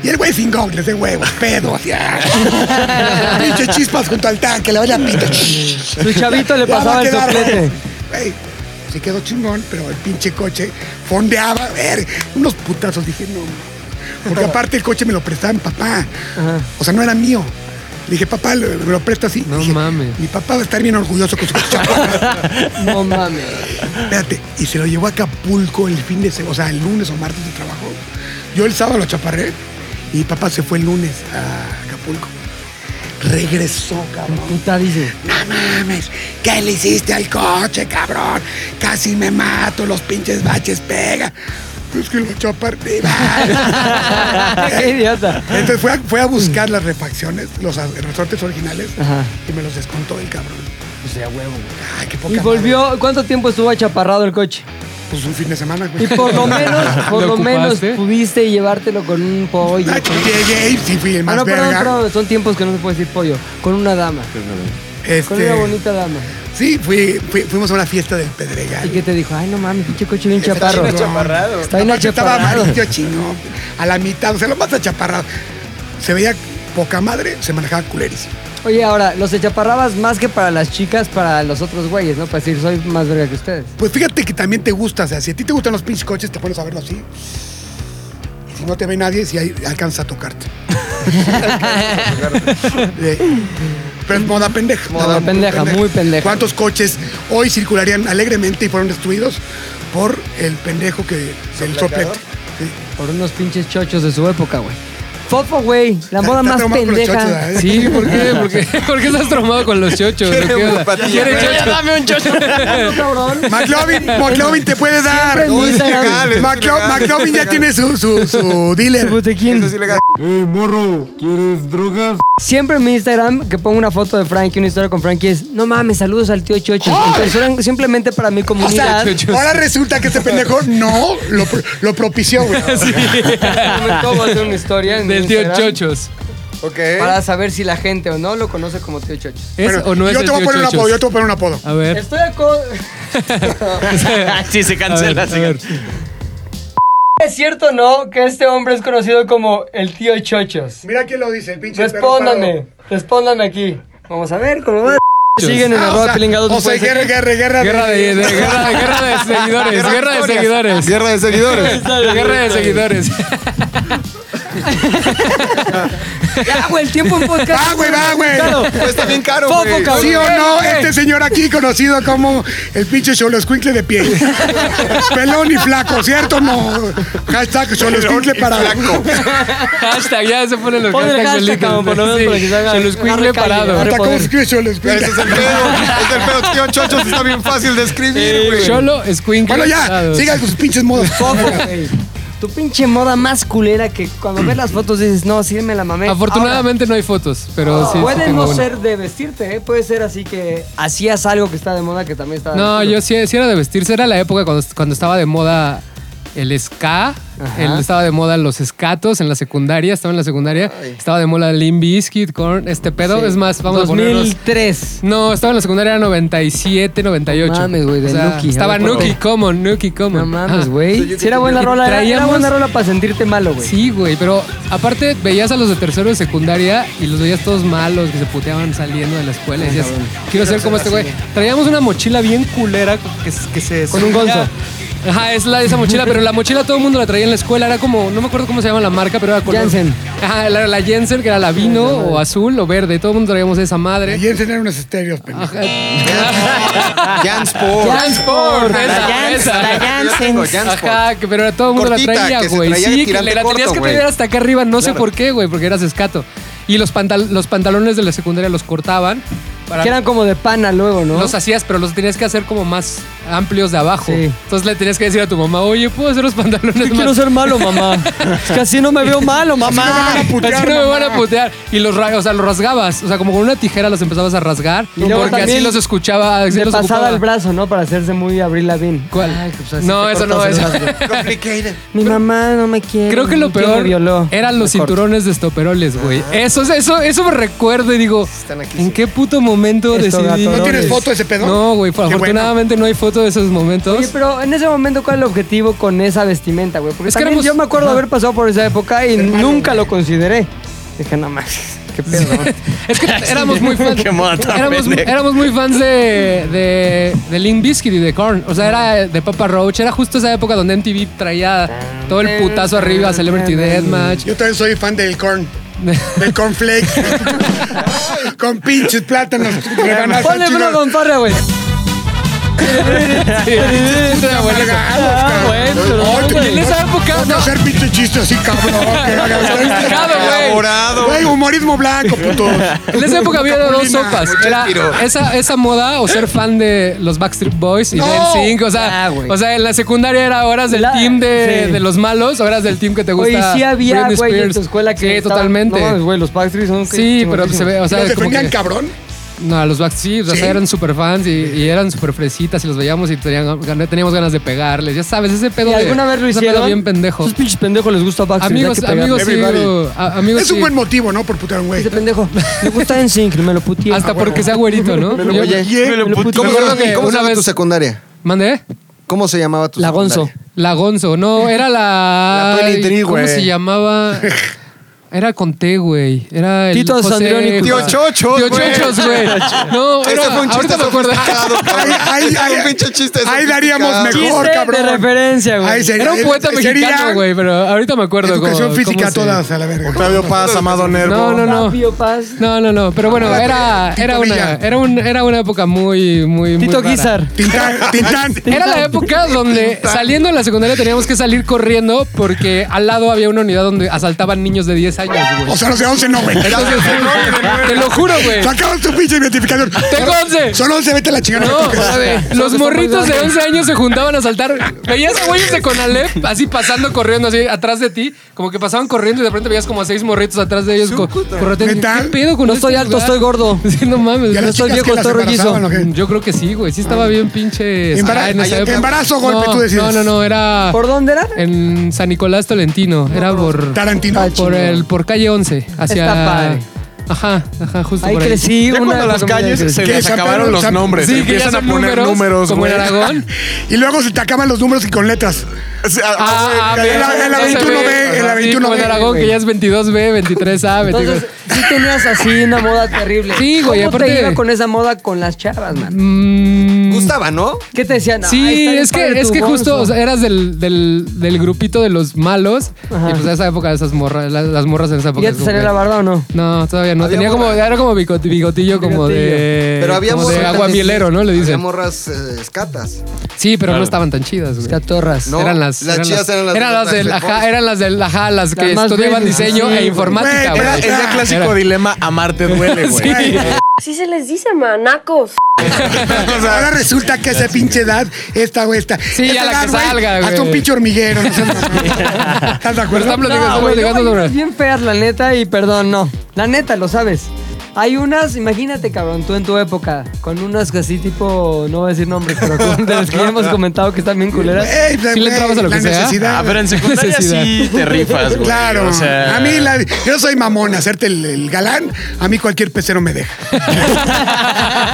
[SPEAKER 3] Y el güey sin gogles de huevos, pedo, así. ah. Pinche chispas junto al tanque, le vaya pito.
[SPEAKER 2] Tu chavito le
[SPEAKER 3] Ya va
[SPEAKER 2] pasaba
[SPEAKER 3] a
[SPEAKER 2] el
[SPEAKER 3] quedar,
[SPEAKER 2] soplete.
[SPEAKER 3] güey. Se quedó chingón, pero el pinche coche fondeaba, ver, unos putazos, dije, no. Porque aparte el coche me lo prestaba mi papá. O sea, no era mío. Le dije, papá, lo- me lo presta así.
[SPEAKER 5] No
[SPEAKER 3] Dije,
[SPEAKER 5] mames.
[SPEAKER 3] Mi papá va a estar bien orgulloso con su coche.
[SPEAKER 2] No mames.
[SPEAKER 3] Espérate, y se lo llevó a Acapulco el fin de semana, o sea, el lunes o martes de trabajo. Yo el sábado lo chaparré y papá se fue el lunes a Acapulco. Regresó, cabrón.
[SPEAKER 2] Puta dice.
[SPEAKER 3] No mames, ¿qué le hiciste al coche, cabrón? Casi me mato, los pinches baches pega. Es que lo chaparré.
[SPEAKER 2] Qué idiota.
[SPEAKER 3] Entonces fue a, fue a buscar las refacciones, los a- resortes originales,
[SPEAKER 2] Ajá.
[SPEAKER 3] y me los descontó el cabrón.
[SPEAKER 2] O sea, huevo.
[SPEAKER 3] Ay, qué poca
[SPEAKER 2] Y
[SPEAKER 3] madre.
[SPEAKER 2] volvió. ¿Cuánto tiempo estuvo achaparrado el coche?
[SPEAKER 3] Pues un fin de semana, güey.
[SPEAKER 2] Y por lo menos, por
[SPEAKER 5] ¿Lo
[SPEAKER 2] lo menos
[SPEAKER 5] ocupaste?
[SPEAKER 2] pudiste llevártelo con un pollo.
[SPEAKER 3] Ay, llegué y sí fui el
[SPEAKER 2] Ah,
[SPEAKER 3] más
[SPEAKER 2] no, perdón,
[SPEAKER 3] verga.
[SPEAKER 2] perdón, son tiempos que no se puede decir pollo. Con una dama. Con
[SPEAKER 3] Este,
[SPEAKER 2] una bonita dama.
[SPEAKER 3] Sí, fui, fui- fuimos a una fiesta del Pedregal.
[SPEAKER 2] Y que te dijo, ay, no mames, pinche coche bien chaparro.
[SPEAKER 3] Está chaparrado.
[SPEAKER 2] Está bien
[SPEAKER 3] Aparte Estaba
[SPEAKER 2] achaparrado.
[SPEAKER 3] amarillo chino, a la mitad, o sea, lo más achaparrado. Se veía poca madre, se manejaba culerísimo.
[SPEAKER 2] Oye, ahora, los echaparrabas más que para las chicas, para los otros güeyes, ¿no? Para decir, soy más verga que ustedes.
[SPEAKER 3] Pues fíjate que también te gusta, o sea, si a ti te gustan los pinches coches, te pones a verlo así. Y si no te ve nadie, si hay, alcanza a tocarte. Sí. Pero es moda pendeja.
[SPEAKER 2] Moda pendeja, muy pendeja.
[SPEAKER 3] ¿Cuántos coches hoy circularían alegremente y fueron destruidos por el pendejo que el soplete? Sí.
[SPEAKER 2] Por unos pinches chochos de su época, güey. Fofo, güey, la moda
[SPEAKER 3] Está
[SPEAKER 2] más
[SPEAKER 3] traumado con los chochos,
[SPEAKER 2] pendeja.
[SPEAKER 3] ¿eh?
[SPEAKER 5] Sí, ¿por qué? ¿Por qué, ¿Por qué estás traumado con los chochos?
[SPEAKER 1] Quiere
[SPEAKER 5] ¿No? ¿Qué onda?
[SPEAKER 1] empatía.
[SPEAKER 5] ¿Quieres
[SPEAKER 1] Ya,
[SPEAKER 5] chocho?
[SPEAKER 2] cabrón.
[SPEAKER 3] McLovin, McLovin te puede dar.
[SPEAKER 2] Siempre en
[SPEAKER 3] Uy,
[SPEAKER 2] Instagram.
[SPEAKER 1] legal, es
[SPEAKER 3] McLo-
[SPEAKER 1] ilegal.
[SPEAKER 3] McLovin ya tiene su, su, su dealer.
[SPEAKER 2] Botequín.
[SPEAKER 1] Eso es ilegal.
[SPEAKER 2] Siempre en mi Instagram que pongo una foto de Frankie, una historia con Frankie es, no mames, saludos al tío Chocho. Entonces, eran simplemente para mi
[SPEAKER 3] O sea,
[SPEAKER 2] comunidad.
[SPEAKER 3] ahora resulta que este pendejo no lo, pro- lo propició, güey.
[SPEAKER 2] Comentó, va a hacer una historia en mi
[SPEAKER 5] Del tío
[SPEAKER 2] Instagram
[SPEAKER 5] Chochos.
[SPEAKER 1] Ok.
[SPEAKER 2] Para saber si la gente o no lo conoce como tío Chocho.
[SPEAKER 5] ¿Es
[SPEAKER 3] Bueno,
[SPEAKER 5] o no es
[SPEAKER 3] yo
[SPEAKER 5] el
[SPEAKER 3] te voy a
[SPEAKER 5] tío
[SPEAKER 3] poner un
[SPEAKER 5] Chochos?
[SPEAKER 3] apodo, yo te voy a poner un apodo.
[SPEAKER 5] A ver.
[SPEAKER 2] Estoy aco-
[SPEAKER 6] Sí, se
[SPEAKER 5] A ver,
[SPEAKER 6] cancela.
[SPEAKER 5] a
[SPEAKER 6] se
[SPEAKER 5] ver.
[SPEAKER 2] ¿Es cierto o no que este hombre es conocido como el tío Chochos?
[SPEAKER 3] Mira quién lo dice, el pinche
[SPEAKER 2] Respóndame, respóndame aquí. Vamos a ver cómo va. Siguen en arroba pilingados.
[SPEAKER 3] Ah, O sea,
[SPEAKER 2] pueden
[SPEAKER 3] guerra,
[SPEAKER 2] seguir.
[SPEAKER 3] guerra, guerra.
[SPEAKER 5] pues, Guerra de, de- guerra, guerra de seguidores, guerra de seguidores.
[SPEAKER 1] Guerra de seguidores.
[SPEAKER 5] Guerra de seguidores.
[SPEAKER 2] Ya, güey, el tiempo en podcast.
[SPEAKER 3] Va, Ah, güey, va, güey.
[SPEAKER 2] Claro.
[SPEAKER 1] Cuesta bien caro,
[SPEAKER 2] Fofo,
[SPEAKER 1] güey.
[SPEAKER 2] cabrón.
[SPEAKER 3] ¿Sí o no?
[SPEAKER 5] Eh.
[SPEAKER 3] Este señor aquí conocido como el pinche Xoloscuincle de pie. Pelón y flaco, ¿cierto o no? Hashtag Xoloscuincle para...
[SPEAKER 5] Hashtag, ya se ponen los
[SPEAKER 2] Pon el hashtag, cabrón, por lo menos para que se haga-
[SPEAKER 5] Se los cuincle
[SPEAKER 2] agarre calle,
[SPEAKER 5] parado.
[SPEAKER 2] agarre- poder.
[SPEAKER 3] Hasta ¿Cómo se escribe Xoloscuincle?
[SPEAKER 1] Ese es el pedo. Es el pedo, tío Chochos. Está bien fácil de escribir, güey.
[SPEAKER 5] Solo escuincle
[SPEAKER 3] Bueno, ya,
[SPEAKER 5] parado.
[SPEAKER 3] sigan sus pinches modos.
[SPEAKER 2] Fofo, güey. Tu pinche moda más culera que cuando ves las fotos dices, no, sí me la mamé.
[SPEAKER 5] Afortunadamente no hay fotos, pero
[SPEAKER 2] Ahora,
[SPEAKER 5] sí. sí
[SPEAKER 2] puede
[SPEAKER 5] tengo
[SPEAKER 2] no
[SPEAKER 5] una.
[SPEAKER 2] ser de vestirte, ¿eh? puede ser así que hacías algo que está de moda que también está de
[SPEAKER 5] No,
[SPEAKER 2] moda.
[SPEAKER 5] yo sí, sí era de vestirse. Era la época cuando, cuando estaba de moda el ska. el- estaba de moda los escatos en la secundaria. Estaba en la secundaria. Estaba de moda Limp Bizkit, Korn, este pedo. Es más, vamos a ponernos...
[SPEAKER 2] 2003.
[SPEAKER 5] No, estaba en la secundaria, era 97, 98.
[SPEAKER 2] No mames, güey, de Nuki.
[SPEAKER 5] Estaba
[SPEAKER 2] A ver,
[SPEAKER 5] Nuki
[SPEAKER 2] ¿por
[SPEAKER 5] Common, Nuki Common.
[SPEAKER 2] No mames,
[SPEAKER 5] Ah.
[SPEAKER 1] Soy
[SPEAKER 2] güey.
[SPEAKER 1] yo
[SPEAKER 2] Si
[SPEAKER 1] que
[SPEAKER 2] era buena
[SPEAKER 5] tenía-
[SPEAKER 2] rola, era, era
[SPEAKER 5] Traíamos-
[SPEAKER 2] buena rola para sentirte malo, güey.
[SPEAKER 5] Sí, güey, pero aparte veías a los de tercero de secundaria y los veías todos malos que se puteaban saliendo de la escuela. Y decías, quiero ser como este güey. Traíamos una mochila bien culera que, que se.
[SPEAKER 2] Con un
[SPEAKER 5] subía-
[SPEAKER 2] gonzo.
[SPEAKER 5] Ajá, es la, esa mochila, pero la mochila todo el mundo la traía en la escuela. Era como, no me acuerdo cómo se llama la marca, pero era color.
[SPEAKER 2] Janssen.
[SPEAKER 5] Ajá, era la Jensen, que era la vino o azul o verde. Todo el mundo traíamos esa madre.
[SPEAKER 3] Y enseñaron unos estéreos, pendejo.
[SPEAKER 5] Ajá.
[SPEAKER 1] Jansport.
[SPEAKER 5] Jansport,
[SPEAKER 7] La
[SPEAKER 5] esa,
[SPEAKER 7] Jans-
[SPEAKER 5] esa.
[SPEAKER 7] la
[SPEAKER 1] Yo tengo
[SPEAKER 7] Janssens.
[SPEAKER 1] Jansport.
[SPEAKER 5] Ajá, que- pero todo el mundo
[SPEAKER 1] Cortita,
[SPEAKER 5] la traía,
[SPEAKER 1] que se
[SPEAKER 5] güey.
[SPEAKER 1] traía de
[SPEAKER 5] Sí, que
[SPEAKER 1] tirante
[SPEAKER 5] la tenías
[SPEAKER 1] corto,
[SPEAKER 5] que
[SPEAKER 1] güey.
[SPEAKER 5] tener hasta acá arriba, no sé
[SPEAKER 1] Claro.
[SPEAKER 5] por qué, güey, porque eras escato. Y los, pantal- los pantalones de la secundaria los cortaban. Para
[SPEAKER 2] Que eran como de pana luego, ¿no?
[SPEAKER 5] Los hacías, pero los tenías que hacer como más amplios de abajo.
[SPEAKER 2] Sí.
[SPEAKER 5] Entonces le tenías que decir a tu mamá, oye, ¿puedo hacer los pantalones
[SPEAKER 2] Yo
[SPEAKER 5] más?
[SPEAKER 2] quiero ser malo, mamá. Es que así no me veo malo, mamá.
[SPEAKER 5] Así no me van a putear. Y los, ra- o sea, los rasgabas. O sea, como con una tijera los empezabas a rasgar.
[SPEAKER 2] Y luego
[SPEAKER 5] porque así
[SPEAKER 2] también
[SPEAKER 5] los escuchaba. Así
[SPEAKER 2] Le
[SPEAKER 5] los
[SPEAKER 2] pasaba
[SPEAKER 5] ocupaba.
[SPEAKER 2] el brazo, ¿no? Para hacerse muy Abril Lavigne.
[SPEAKER 5] ¿Cuál?
[SPEAKER 2] Ay, pues así
[SPEAKER 5] no,
[SPEAKER 2] te
[SPEAKER 5] eso no.
[SPEAKER 2] cortas el
[SPEAKER 5] Eso.
[SPEAKER 2] brazo.
[SPEAKER 1] Complicated.
[SPEAKER 2] Mi mamá no me quiere.
[SPEAKER 5] Creo que
[SPEAKER 2] mi
[SPEAKER 5] lo
[SPEAKER 2] tío me
[SPEAKER 5] peor
[SPEAKER 2] violó.
[SPEAKER 5] eran los
[SPEAKER 2] Me corto.
[SPEAKER 5] cinturones de estoperoles, güey. Eso, eso, eso me recuerdo y digo,
[SPEAKER 1] Están aquí,
[SPEAKER 5] ¿en
[SPEAKER 1] sí.
[SPEAKER 5] qué puto momento
[SPEAKER 2] Esto,
[SPEAKER 5] decidí?
[SPEAKER 2] gato,
[SPEAKER 3] ¿No tienes
[SPEAKER 2] Colores.
[SPEAKER 3] foto de ese pedo?
[SPEAKER 5] No, güey,
[SPEAKER 3] bueno.
[SPEAKER 5] afortunadamente no hay foto de esos momentos.
[SPEAKER 2] Oye, pero en ese momento, ¿cuál es el objetivo con esa vestimenta, güey? Porque
[SPEAKER 5] Es que
[SPEAKER 2] también
[SPEAKER 5] éramos-
[SPEAKER 2] yo me acuerdo
[SPEAKER 5] Ajá.
[SPEAKER 2] haber pasado por esa época y nunca lo consideré. Dije, nada más. Qué pedo.
[SPEAKER 5] Es que éramos muy fans.
[SPEAKER 6] Qué moda tan
[SPEAKER 5] éramos,
[SPEAKER 6] pendeja.
[SPEAKER 5] éramos muy fans de, de, de Limp Bizkit y de Korn. O sea, era de Papa Roach. Era justo esa época donde MTV traía todo el putazo arriba, Celebrity Deathmatch.
[SPEAKER 3] Ah. Yo también soy fan del corn. Del cornflake. Con pinches plátanos. rebanadas
[SPEAKER 2] Ponle
[SPEAKER 3] chinas.
[SPEAKER 2] Bruno Gonfarra, güey.
[SPEAKER 5] Sí, de abuelita.
[SPEAKER 3] Ah,
[SPEAKER 2] bueno,
[SPEAKER 3] Ay,
[SPEAKER 2] güey.
[SPEAKER 3] te-
[SPEAKER 5] En esa época,
[SPEAKER 3] Vas a
[SPEAKER 5] no.
[SPEAKER 3] hacer pinche chiste así, cabrón. que hagas-
[SPEAKER 5] Complicado, güey.
[SPEAKER 1] Elaborado.
[SPEAKER 3] Güey, humorismo blanco, puto.
[SPEAKER 5] En esa época había dos
[SPEAKER 3] Capulina,
[SPEAKER 5] sopas.
[SPEAKER 3] mucho
[SPEAKER 5] Era
[SPEAKER 1] tiro.
[SPEAKER 5] esa, esa moda o ser fan de los Backstreet Boys y
[SPEAKER 3] No.
[SPEAKER 5] NSYNC. O sea,
[SPEAKER 2] Ah, güey.
[SPEAKER 5] o sea, en la secundaria era horas del
[SPEAKER 2] La-
[SPEAKER 5] team de,
[SPEAKER 2] sí.
[SPEAKER 5] de los malos, horas del team que te gusta.
[SPEAKER 2] Oye, sí había,
[SPEAKER 5] Britney
[SPEAKER 2] güey, en
[SPEAKER 5] Spears.
[SPEAKER 2] tu escuela que.
[SPEAKER 5] Sí,
[SPEAKER 2] estaban-
[SPEAKER 5] totalmente.
[SPEAKER 2] No, mames, güey, los Backstreet son.
[SPEAKER 5] Sí, pero se ve, o sea,
[SPEAKER 3] ¿Los
[SPEAKER 5] como
[SPEAKER 3] defendían
[SPEAKER 5] que-
[SPEAKER 3] cabrón?
[SPEAKER 5] No, a los Backstreet, o sea,
[SPEAKER 3] Sí.
[SPEAKER 5] eran súper fans y, y eran súper fresitas y los veíamos y tenían- gan- teníamos ganas de pegarles. Ya sabes, ese pedo
[SPEAKER 2] ¿Y
[SPEAKER 5] de-
[SPEAKER 2] alguna vez lo
[SPEAKER 5] ese pedo
[SPEAKER 2] hicieron?
[SPEAKER 5] bien pendejo.
[SPEAKER 2] Esos pinches pendejos les gusta Backstreet.
[SPEAKER 5] Amigos,
[SPEAKER 2] hay que pegarles.
[SPEAKER 5] amigos, sí,
[SPEAKER 3] Everybody.
[SPEAKER 5] a- amigos
[SPEAKER 3] Es un
[SPEAKER 5] sí.
[SPEAKER 3] buen motivo, ¿no? Por putear a un güey.
[SPEAKER 2] Ese pendejo. Me gusta en sync, me lo puteé. Ah,
[SPEAKER 5] Hasta porque sea güerito, ¿no? Yo-
[SPEAKER 1] Oye,
[SPEAKER 2] lo puteé.
[SPEAKER 1] ¿cómo
[SPEAKER 5] Me
[SPEAKER 1] se
[SPEAKER 5] acuerdo
[SPEAKER 1] llama-
[SPEAKER 5] que
[SPEAKER 1] cómo se
[SPEAKER 5] una
[SPEAKER 1] llama tu
[SPEAKER 5] vez-
[SPEAKER 1] secundaria?
[SPEAKER 5] ¿Mandé?
[SPEAKER 1] ¿Cómo se llamaba tu
[SPEAKER 2] La
[SPEAKER 1] secundaria?
[SPEAKER 2] Gonzo.
[SPEAKER 5] La Gonzo, no, era la.
[SPEAKER 4] La Twenty Three,
[SPEAKER 5] ¿Cómo
[SPEAKER 4] güey.
[SPEAKER 5] se llamaba? Era con T, güey. Era el
[SPEAKER 2] Tito
[SPEAKER 5] José-
[SPEAKER 2] Sandrioni.
[SPEAKER 1] Tío Chochos,
[SPEAKER 5] Tío
[SPEAKER 1] güey.
[SPEAKER 5] Chochos, güey. No,
[SPEAKER 1] Este
[SPEAKER 5] era,
[SPEAKER 1] fue un chiste
[SPEAKER 5] ahorita me acuerdo.
[SPEAKER 1] sofisticado, cabrón.
[SPEAKER 3] Ahí- ahí-
[SPEAKER 1] Este fue
[SPEAKER 3] ahí-
[SPEAKER 1] un pinche chiste
[SPEAKER 3] ahí
[SPEAKER 1] sofisticado.
[SPEAKER 3] daríamos mejor.
[SPEAKER 2] Chiste
[SPEAKER 3] cabrón.
[SPEAKER 2] de referencia, güey.
[SPEAKER 3] Ay, sería-
[SPEAKER 5] Era un poeta
[SPEAKER 3] sería
[SPEAKER 5] mexicano, güey, pero ahorita me acuerdo.
[SPEAKER 3] Educación
[SPEAKER 5] cómo-
[SPEAKER 3] física
[SPEAKER 5] cómo
[SPEAKER 3] a
[SPEAKER 5] se-
[SPEAKER 3] todas, a la verga.
[SPEAKER 4] Octavio Paz, Amado Nervo.
[SPEAKER 5] No, no, no.
[SPEAKER 2] Fabio Paz.
[SPEAKER 5] No, no, no. Pero bueno, era, era, una, era, un- era una época muy, muy, muy
[SPEAKER 2] Tito
[SPEAKER 5] rara.
[SPEAKER 2] Guizar.
[SPEAKER 3] Tintán, Tintán.
[SPEAKER 5] Era la época donde saliendo de la secundaria teníamos que salir corriendo porque al lado había una unidad donde asaltaban niños de 10 años, güey.
[SPEAKER 3] O sea, los de 11 no, güey.
[SPEAKER 5] Te lo juro, güey.
[SPEAKER 3] Sacaban tu pinche identificación.
[SPEAKER 5] Tengo 11.
[SPEAKER 3] Son 11, vete a la chingada.
[SPEAKER 5] No, a ver, los
[SPEAKER 2] Son- son
[SPEAKER 5] morritos
[SPEAKER 2] muy
[SPEAKER 5] de
[SPEAKER 2] grandes.
[SPEAKER 5] 11 años se juntaban a saltar. Veías a güeyes de Conalep así pasando corriendo así atrás de ti, como que pasaban corriendo y de repente veías como a seis morritos atrás de ellos co- correteando.
[SPEAKER 3] ¿Qué tal?
[SPEAKER 5] ¿Qué pedo con
[SPEAKER 2] No
[SPEAKER 5] este
[SPEAKER 2] estoy alto,
[SPEAKER 5] lugar?
[SPEAKER 2] estoy gordo.
[SPEAKER 5] Sí, no mames.
[SPEAKER 3] Y a
[SPEAKER 5] no
[SPEAKER 3] las
[SPEAKER 5] estoy
[SPEAKER 3] chicas
[SPEAKER 5] viejo,
[SPEAKER 3] que las
[SPEAKER 5] estoy rollizo.
[SPEAKER 3] embarazaban, ¿o qué?
[SPEAKER 5] Yo creo que sí, güey. Sí estaba bien pinche.
[SPEAKER 3] Embara-
[SPEAKER 5] ah, en esa
[SPEAKER 3] ay,
[SPEAKER 5] época.
[SPEAKER 3] embarazo, golpe,
[SPEAKER 5] no,
[SPEAKER 3] tú decides.
[SPEAKER 5] No, no, no, era
[SPEAKER 2] ¿Por dónde era?
[SPEAKER 5] en San Nicolás Tolentino. Era por,
[SPEAKER 3] Tarantino.
[SPEAKER 2] Ay,
[SPEAKER 5] por, el, por calle 11. Hacia...
[SPEAKER 2] Está padre.
[SPEAKER 5] Ajá, ajá, justo
[SPEAKER 2] Ahí
[SPEAKER 5] por ahí.
[SPEAKER 2] crecí.
[SPEAKER 4] Ya
[SPEAKER 2] una
[SPEAKER 4] cuando las
[SPEAKER 2] época muy
[SPEAKER 4] calles
[SPEAKER 2] agresiva.
[SPEAKER 4] se
[SPEAKER 3] ¿Qué?
[SPEAKER 4] les
[SPEAKER 3] San Pedro,
[SPEAKER 4] acabaron los
[SPEAKER 3] San-
[SPEAKER 4] nombres,
[SPEAKER 5] Sí, que ya
[SPEAKER 4] empiezan a
[SPEAKER 5] son
[SPEAKER 4] poner
[SPEAKER 5] números,
[SPEAKER 4] números,
[SPEAKER 5] como
[SPEAKER 4] güey.
[SPEAKER 5] en Aragón.
[SPEAKER 3] Y luego se te acaban los números y con letras.
[SPEAKER 4] Sí, a-
[SPEAKER 5] Ah,
[SPEAKER 4] a-
[SPEAKER 5] ah,
[SPEAKER 3] en
[SPEAKER 5] bien,
[SPEAKER 3] la- en la
[SPEAKER 5] ese
[SPEAKER 3] 21B,
[SPEAKER 5] ve,
[SPEAKER 3] en la
[SPEAKER 5] ajá, sí,
[SPEAKER 3] 21B,
[SPEAKER 5] como en Aragón, que ya es 22B, 23A, 22.
[SPEAKER 2] Entonces, sí tenías así una moda terrible.
[SPEAKER 5] Sí, güey,
[SPEAKER 2] ¿Cómo
[SPEAKER 5] aparte-
[SPEAKER 2] te iba con esa moda con las chavas, man?
[SPEAKER 5] Mm,
[SPEAKER 1] Gustaba, ¿no?
[SPEAKER 2] ¿Qué te decían? Ay,
[SPEAKER 5] Sí,
[SPEAKER 2] está bien
[SPEAKER 5] es que,
[SPEAKER 2] padre
[SPEAKER 5] es
[SPEAKER 2] tu
[SPEAKER 5] que justo
[SPEAKER 2] bonzo.
[SPEAKER 5] o sea, eras del, del, del grupito de los malos. Y pues a esa época, esas morras, las, las morras en esa
[SPEAKER 2] ¿Y
[SPEAKER 5] época.
[SPEAKER 2] ¿Ya
[SPEAKER 5] es
[SPEAKER 2] te
[SPEAKER 5] como
[SPEAKER 2] salió
[SPEAKER 5] que-
[SPEAKER 2] la barda o no?
[SPEAKER 5] No, todavía no.
[SPEAKER 1] Había
[SPEAKER 5] Tenía como,
[SPEAKER 1] morra.
[SPEAKER 5] era como bigot- bigotillo, como de.
[SPEAKER 1] Pero había
[SPEAKER 5] como de
[SPEAKER 1] morras
[SPEAKER 5] aguamielero, ¿no? Le
[SPEAKER 1] Había
[SPEAKER 5] dicen.
[SPEAKER 1] morras eh, escatas.
[SPEAKER 5] Sí, pero no estaban tan chidas, güey.
[SPEAKER 2] Catorras.
[SPEAKER 1] No,
[SPEAKER 5] eran las,
[SPEAKER 1] las chidas eran las de
[SPEAKER 5] eran
[SPEAKER 1] los
[SPEAKER 5] las del
[SPEAKER 1] Backstreet
[SPEAKER 5] ajá,
[SPEAKER 1] Boys.
[SPEAKER 5] eran las del ajá, las que
[SPEAKER 2] más
[SPEAKER 5] estudiaban
[SPEAKER 2] babies.
[SPEAKER 5] diseño
[SPEAKER 2] Sí,
[SPEAKER 5] e
[SPEAKER 2] güey.
[SPEAKER 5] informática,
[SPEAKER 3] Güey,
[SPEAKER 5] güey.
[SPEAKER 4] Es el clásico
[SPEAKER 5] Era-
[SPEAKER 4] dilema, amarte duele, güey.
[SPEAKER 5] Sí.
[SPEAKER 8] Así se les dice, manacos.
[SPEAKER 3] Ahora resulta que esa pinche edad, esta o esta.
[SPEAKER 5] Sí,
[SPEAKER 3] Esa
[SPEAKER 5] ya la
[SPEAKER 3] edad,
[SPEAKER 5] que salga, güey.
[SPEAKER 3] Hasta un pinche hormiguero. no seas mamón. ¿Estás de acuerdo?
[SPEAKER 5] Pero estamos-
[SPEAKER 2] No, Ah, güey,
[SPEAKER 5] llegando
[SPEAKER 2] no,
[SPEAKER 5] sobre-
[SPEAKER 2] hay unas bien feas, la neta, y perdón, no. La neta, lo sabes. Hay unas, imagínate, cabrón, tú en tu época, con unas que así tipo, no voy a decir nombres, pero con de las que ya hemos comentado que están bien culeras.
[SPEAKER 3] Ey, pues,
[SPEAKER 5] Sí le entrabas a lo
[SPEAKER 3] la
[SPEAKER 5] que sea.
[SPEAKER 3] necesidad.
[SPEAKER 6] Ah, pero en secundaria
[SPEAKER 5] Necesidad.
[SPEAKER 6] sí te rifas, güey.
[SPEAKER 3] Claro.
[SPEAKER 6] O sea,
[SPEAKER 3] a mí, la- yo soy mamón, hacerte el, el galán, a mí cualquier pecero me deja.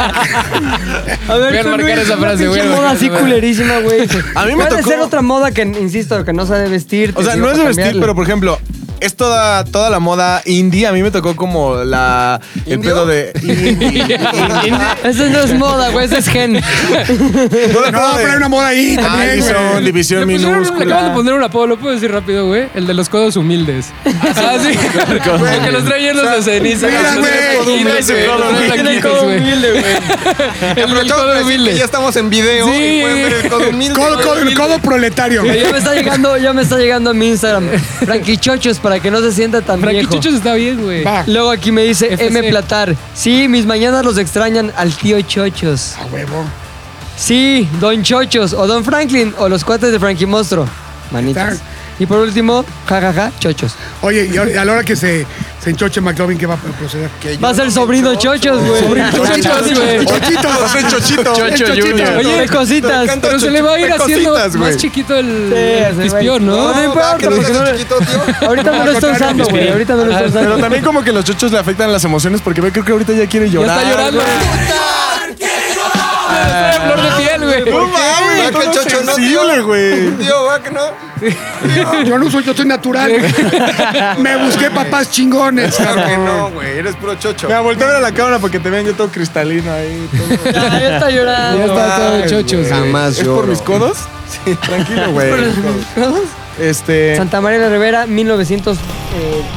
[SPEAKER 2] A ver,
[SPEAKER 5] Voy a
[SPEAKER 2] con
[SPEAKER 5] marcar
[SPEAKER 2] Luis,
[SPEAKER 5] esa
[SPEAKER 2] una
[SPEAKER 5] frase,
[SPEAKER 2] pinche
[SPEAKER 5] voy a
[SPEAKER 2] moda
[SPEAKER 5] marcar
[SPEAKER 2] así
[SPEAKER 5] esa frase.
[SPEAKER 2] culerísima, güey.
[SPEAKER 4] A mí me
[SPEAKER 2] Puede
[SPEAKER 4] tocó-
[SPEAKER 2] ser otra moda que, insisto, que no sabe vestir.
[SPEAKER 4] O sea, no es de vestir, pero por ejemplo,
[SPEAKER 6] es toda, toda la moda indie. A mí me tocó como la. El
[SPEAKER 1] ¿Indio?
[SPEAKER 6] pedo de.
[SPEAKER 2] Eso no es moda, güey, eso es gen.
[SPEAKER 6] Toda la
[SPEAKER 3] No,
[SPEAKER 6] moda de-
[SPEAKER 3] pero hay una moda ahí también,
[SPEAKER 6] Dyson,
[SPEAKER 3] güey.
[SPEAKER 6] división
[SPEAKER 5] Le pusieron- le acaban de
[SPEAKER 6] minúscula.
[SPEAKER 5] poner un apodo, lo puedo decir rápido, güey. El de los codos humildes. Ah, sí. Porque los traen llenos de ceniza.
[SPEAKER 3] mira,
[SPEAKER 5] Los
[SPEAKER 3] güey.
[SPEAKER 5] traen
[SPEAKER 3] Codo
[SPEAKER 5] blanquitos,
[SPEAKER 6] humilde, codo
[SPEAKER 5] güey. Los traen
[SPEAKER 6] humilde,
[SPEAKER 5] blanquitos, güey. El del
[SPEAKER 1] Aprovechamos para
[SPEAKER 5] codo
[SPEAKER 1] decir que
[SPEAKER 5] humilde.
[SPEAKER 1] Ya estamos en video
[SPEAKER 5] Sí.
[SPEAKER 1] y pueden ver el codo humilde.
[SPEAKER 3] Codo,
[SPEAKER 1] güey.
[SPEAKER 3] codo, el codo proletario.
[SPEAKER 2] Ya me está llegando, ya me está llegando a mi Instagram. Frankie Chochos para que no se sienta tan
[SPEAKER 5] Frankie
[SPEAKER 2] viejo.
[SPEAKER 5] Chuchos está bien, güey.
[SPEAKER 3] Va.
[SPEAKER 2] Luego aquí me dice
[SPEAKER 5] FC.
[SPEAKER 2] M Platar. Sí, mis mañanas los extrañan al tío Chochos.
[SPEAKER 3] A Ah, huevo.
[SPEAKER 2] Sí, Don Chochos o Don Franklin o los cuates de Frankie Monstro.
[SPEAKER 3] Ahí
[SPEAKER 2] Manitas.
[SPEAKER 3] está.
[SPEAKER 2] Y por último, jajaja, Chochos.
[SPEAKER 3] Oye, y a a la hora que se, se enchoche McLovin, ¿qué va a proceder?
[SPEAKER 1] Que yo
[SPEAKER 2] Va a ser
[SPEAKER 1] no
[SPEAKER 2] el
[SPEAKER 1] me
[SPEAKER 2] sobrino
[SPEAKER 1] chocho.
[SPEAKER 2] Chochos, güey.
[SPEAKER 5] Chochos, güey.
[SPEAKER 3] Chochito.
[SPEAKER 6] José Chochito.
[SPEAKER 3] El
[SPEAKER 9] Chocho
[SPEAKER 3] Chochito.
[SPEAKER 9] Junior.
[SPEAKER 2] Oye,
[SPEAKER 5] Oye,
[SPEAKER 2] de cositas.
[SPEAKER 1] encanta.
[SPEAKER 5] Pero se le va a ir
[SPEAKER 6] Cositas,
[SPEAKER 5] haciendo
[SPEAKER 6] güey.
[SPEAKER 5] más chiquito el
[SPEAKER 2] se va.
[SPEAKER 5] pispión, ¿no?
[SPEAKER 2] No,
[SPEAKER 1] No, va,
[SPEAKER 2] importa,
[SPEAKER 1] que no
[SPEAKER 2] porque
[SPEAKER 1] seas
[SPEAKER 2] no-
[SPEAKER 1] chiquito, tío.
[SPEAKER 2] Ahorita no lo está usando, güey. Ahorita no lo está
[SPEAKER 6] Pero
[SPEAKER 2] usando.
[SPEAKER 6] también como que los chochos le afectan las emociones porque ve, creo que ahorita ya quiere
[SPEAKER 5] Ya
[SPEAKER 6] llorar.
[SPEAKER 5] está llorando.
[SPEAKER 6] güey.
[SPEAKER 5] Está de flor de piel, güey.
[SPEAKER 6] No mames,
[SPEAKER 1] Va que el
[SPEAKER 6] todo
[SPEAKER 1] chocho no,
[SPEAKER 6] sensible,
[SPEAKER 1] tío.
[SPEAKER 6] güey.
[SPEAKER 1] Tío, va que no.
[SPEAKER 3] Yo no soy, yo soy natural. Me busqué papás chingones.
[SPEAKER 1] Claro que no, güey. Eres puro chocho.
[SPEAKER 6] Me volteé a ver a la cámara porque te vean yo todo cristalino ahí. todo.
[SPEAKER 2] Ya está
[SPEAKER 5] Ya
[SPEAKER 2] llorando.
[SPEAKER 5] está todo chochos, güey.
[SPEAKER 1] Jamás
[SPEAKER 6] ¿Es
[SPEAKER 1] lloro.
[SPEAKER 6] por mis codos? Sí, tranquilo, güey. Este.
[SPEAKER 2] Santa María de Rivera, 1900. eh,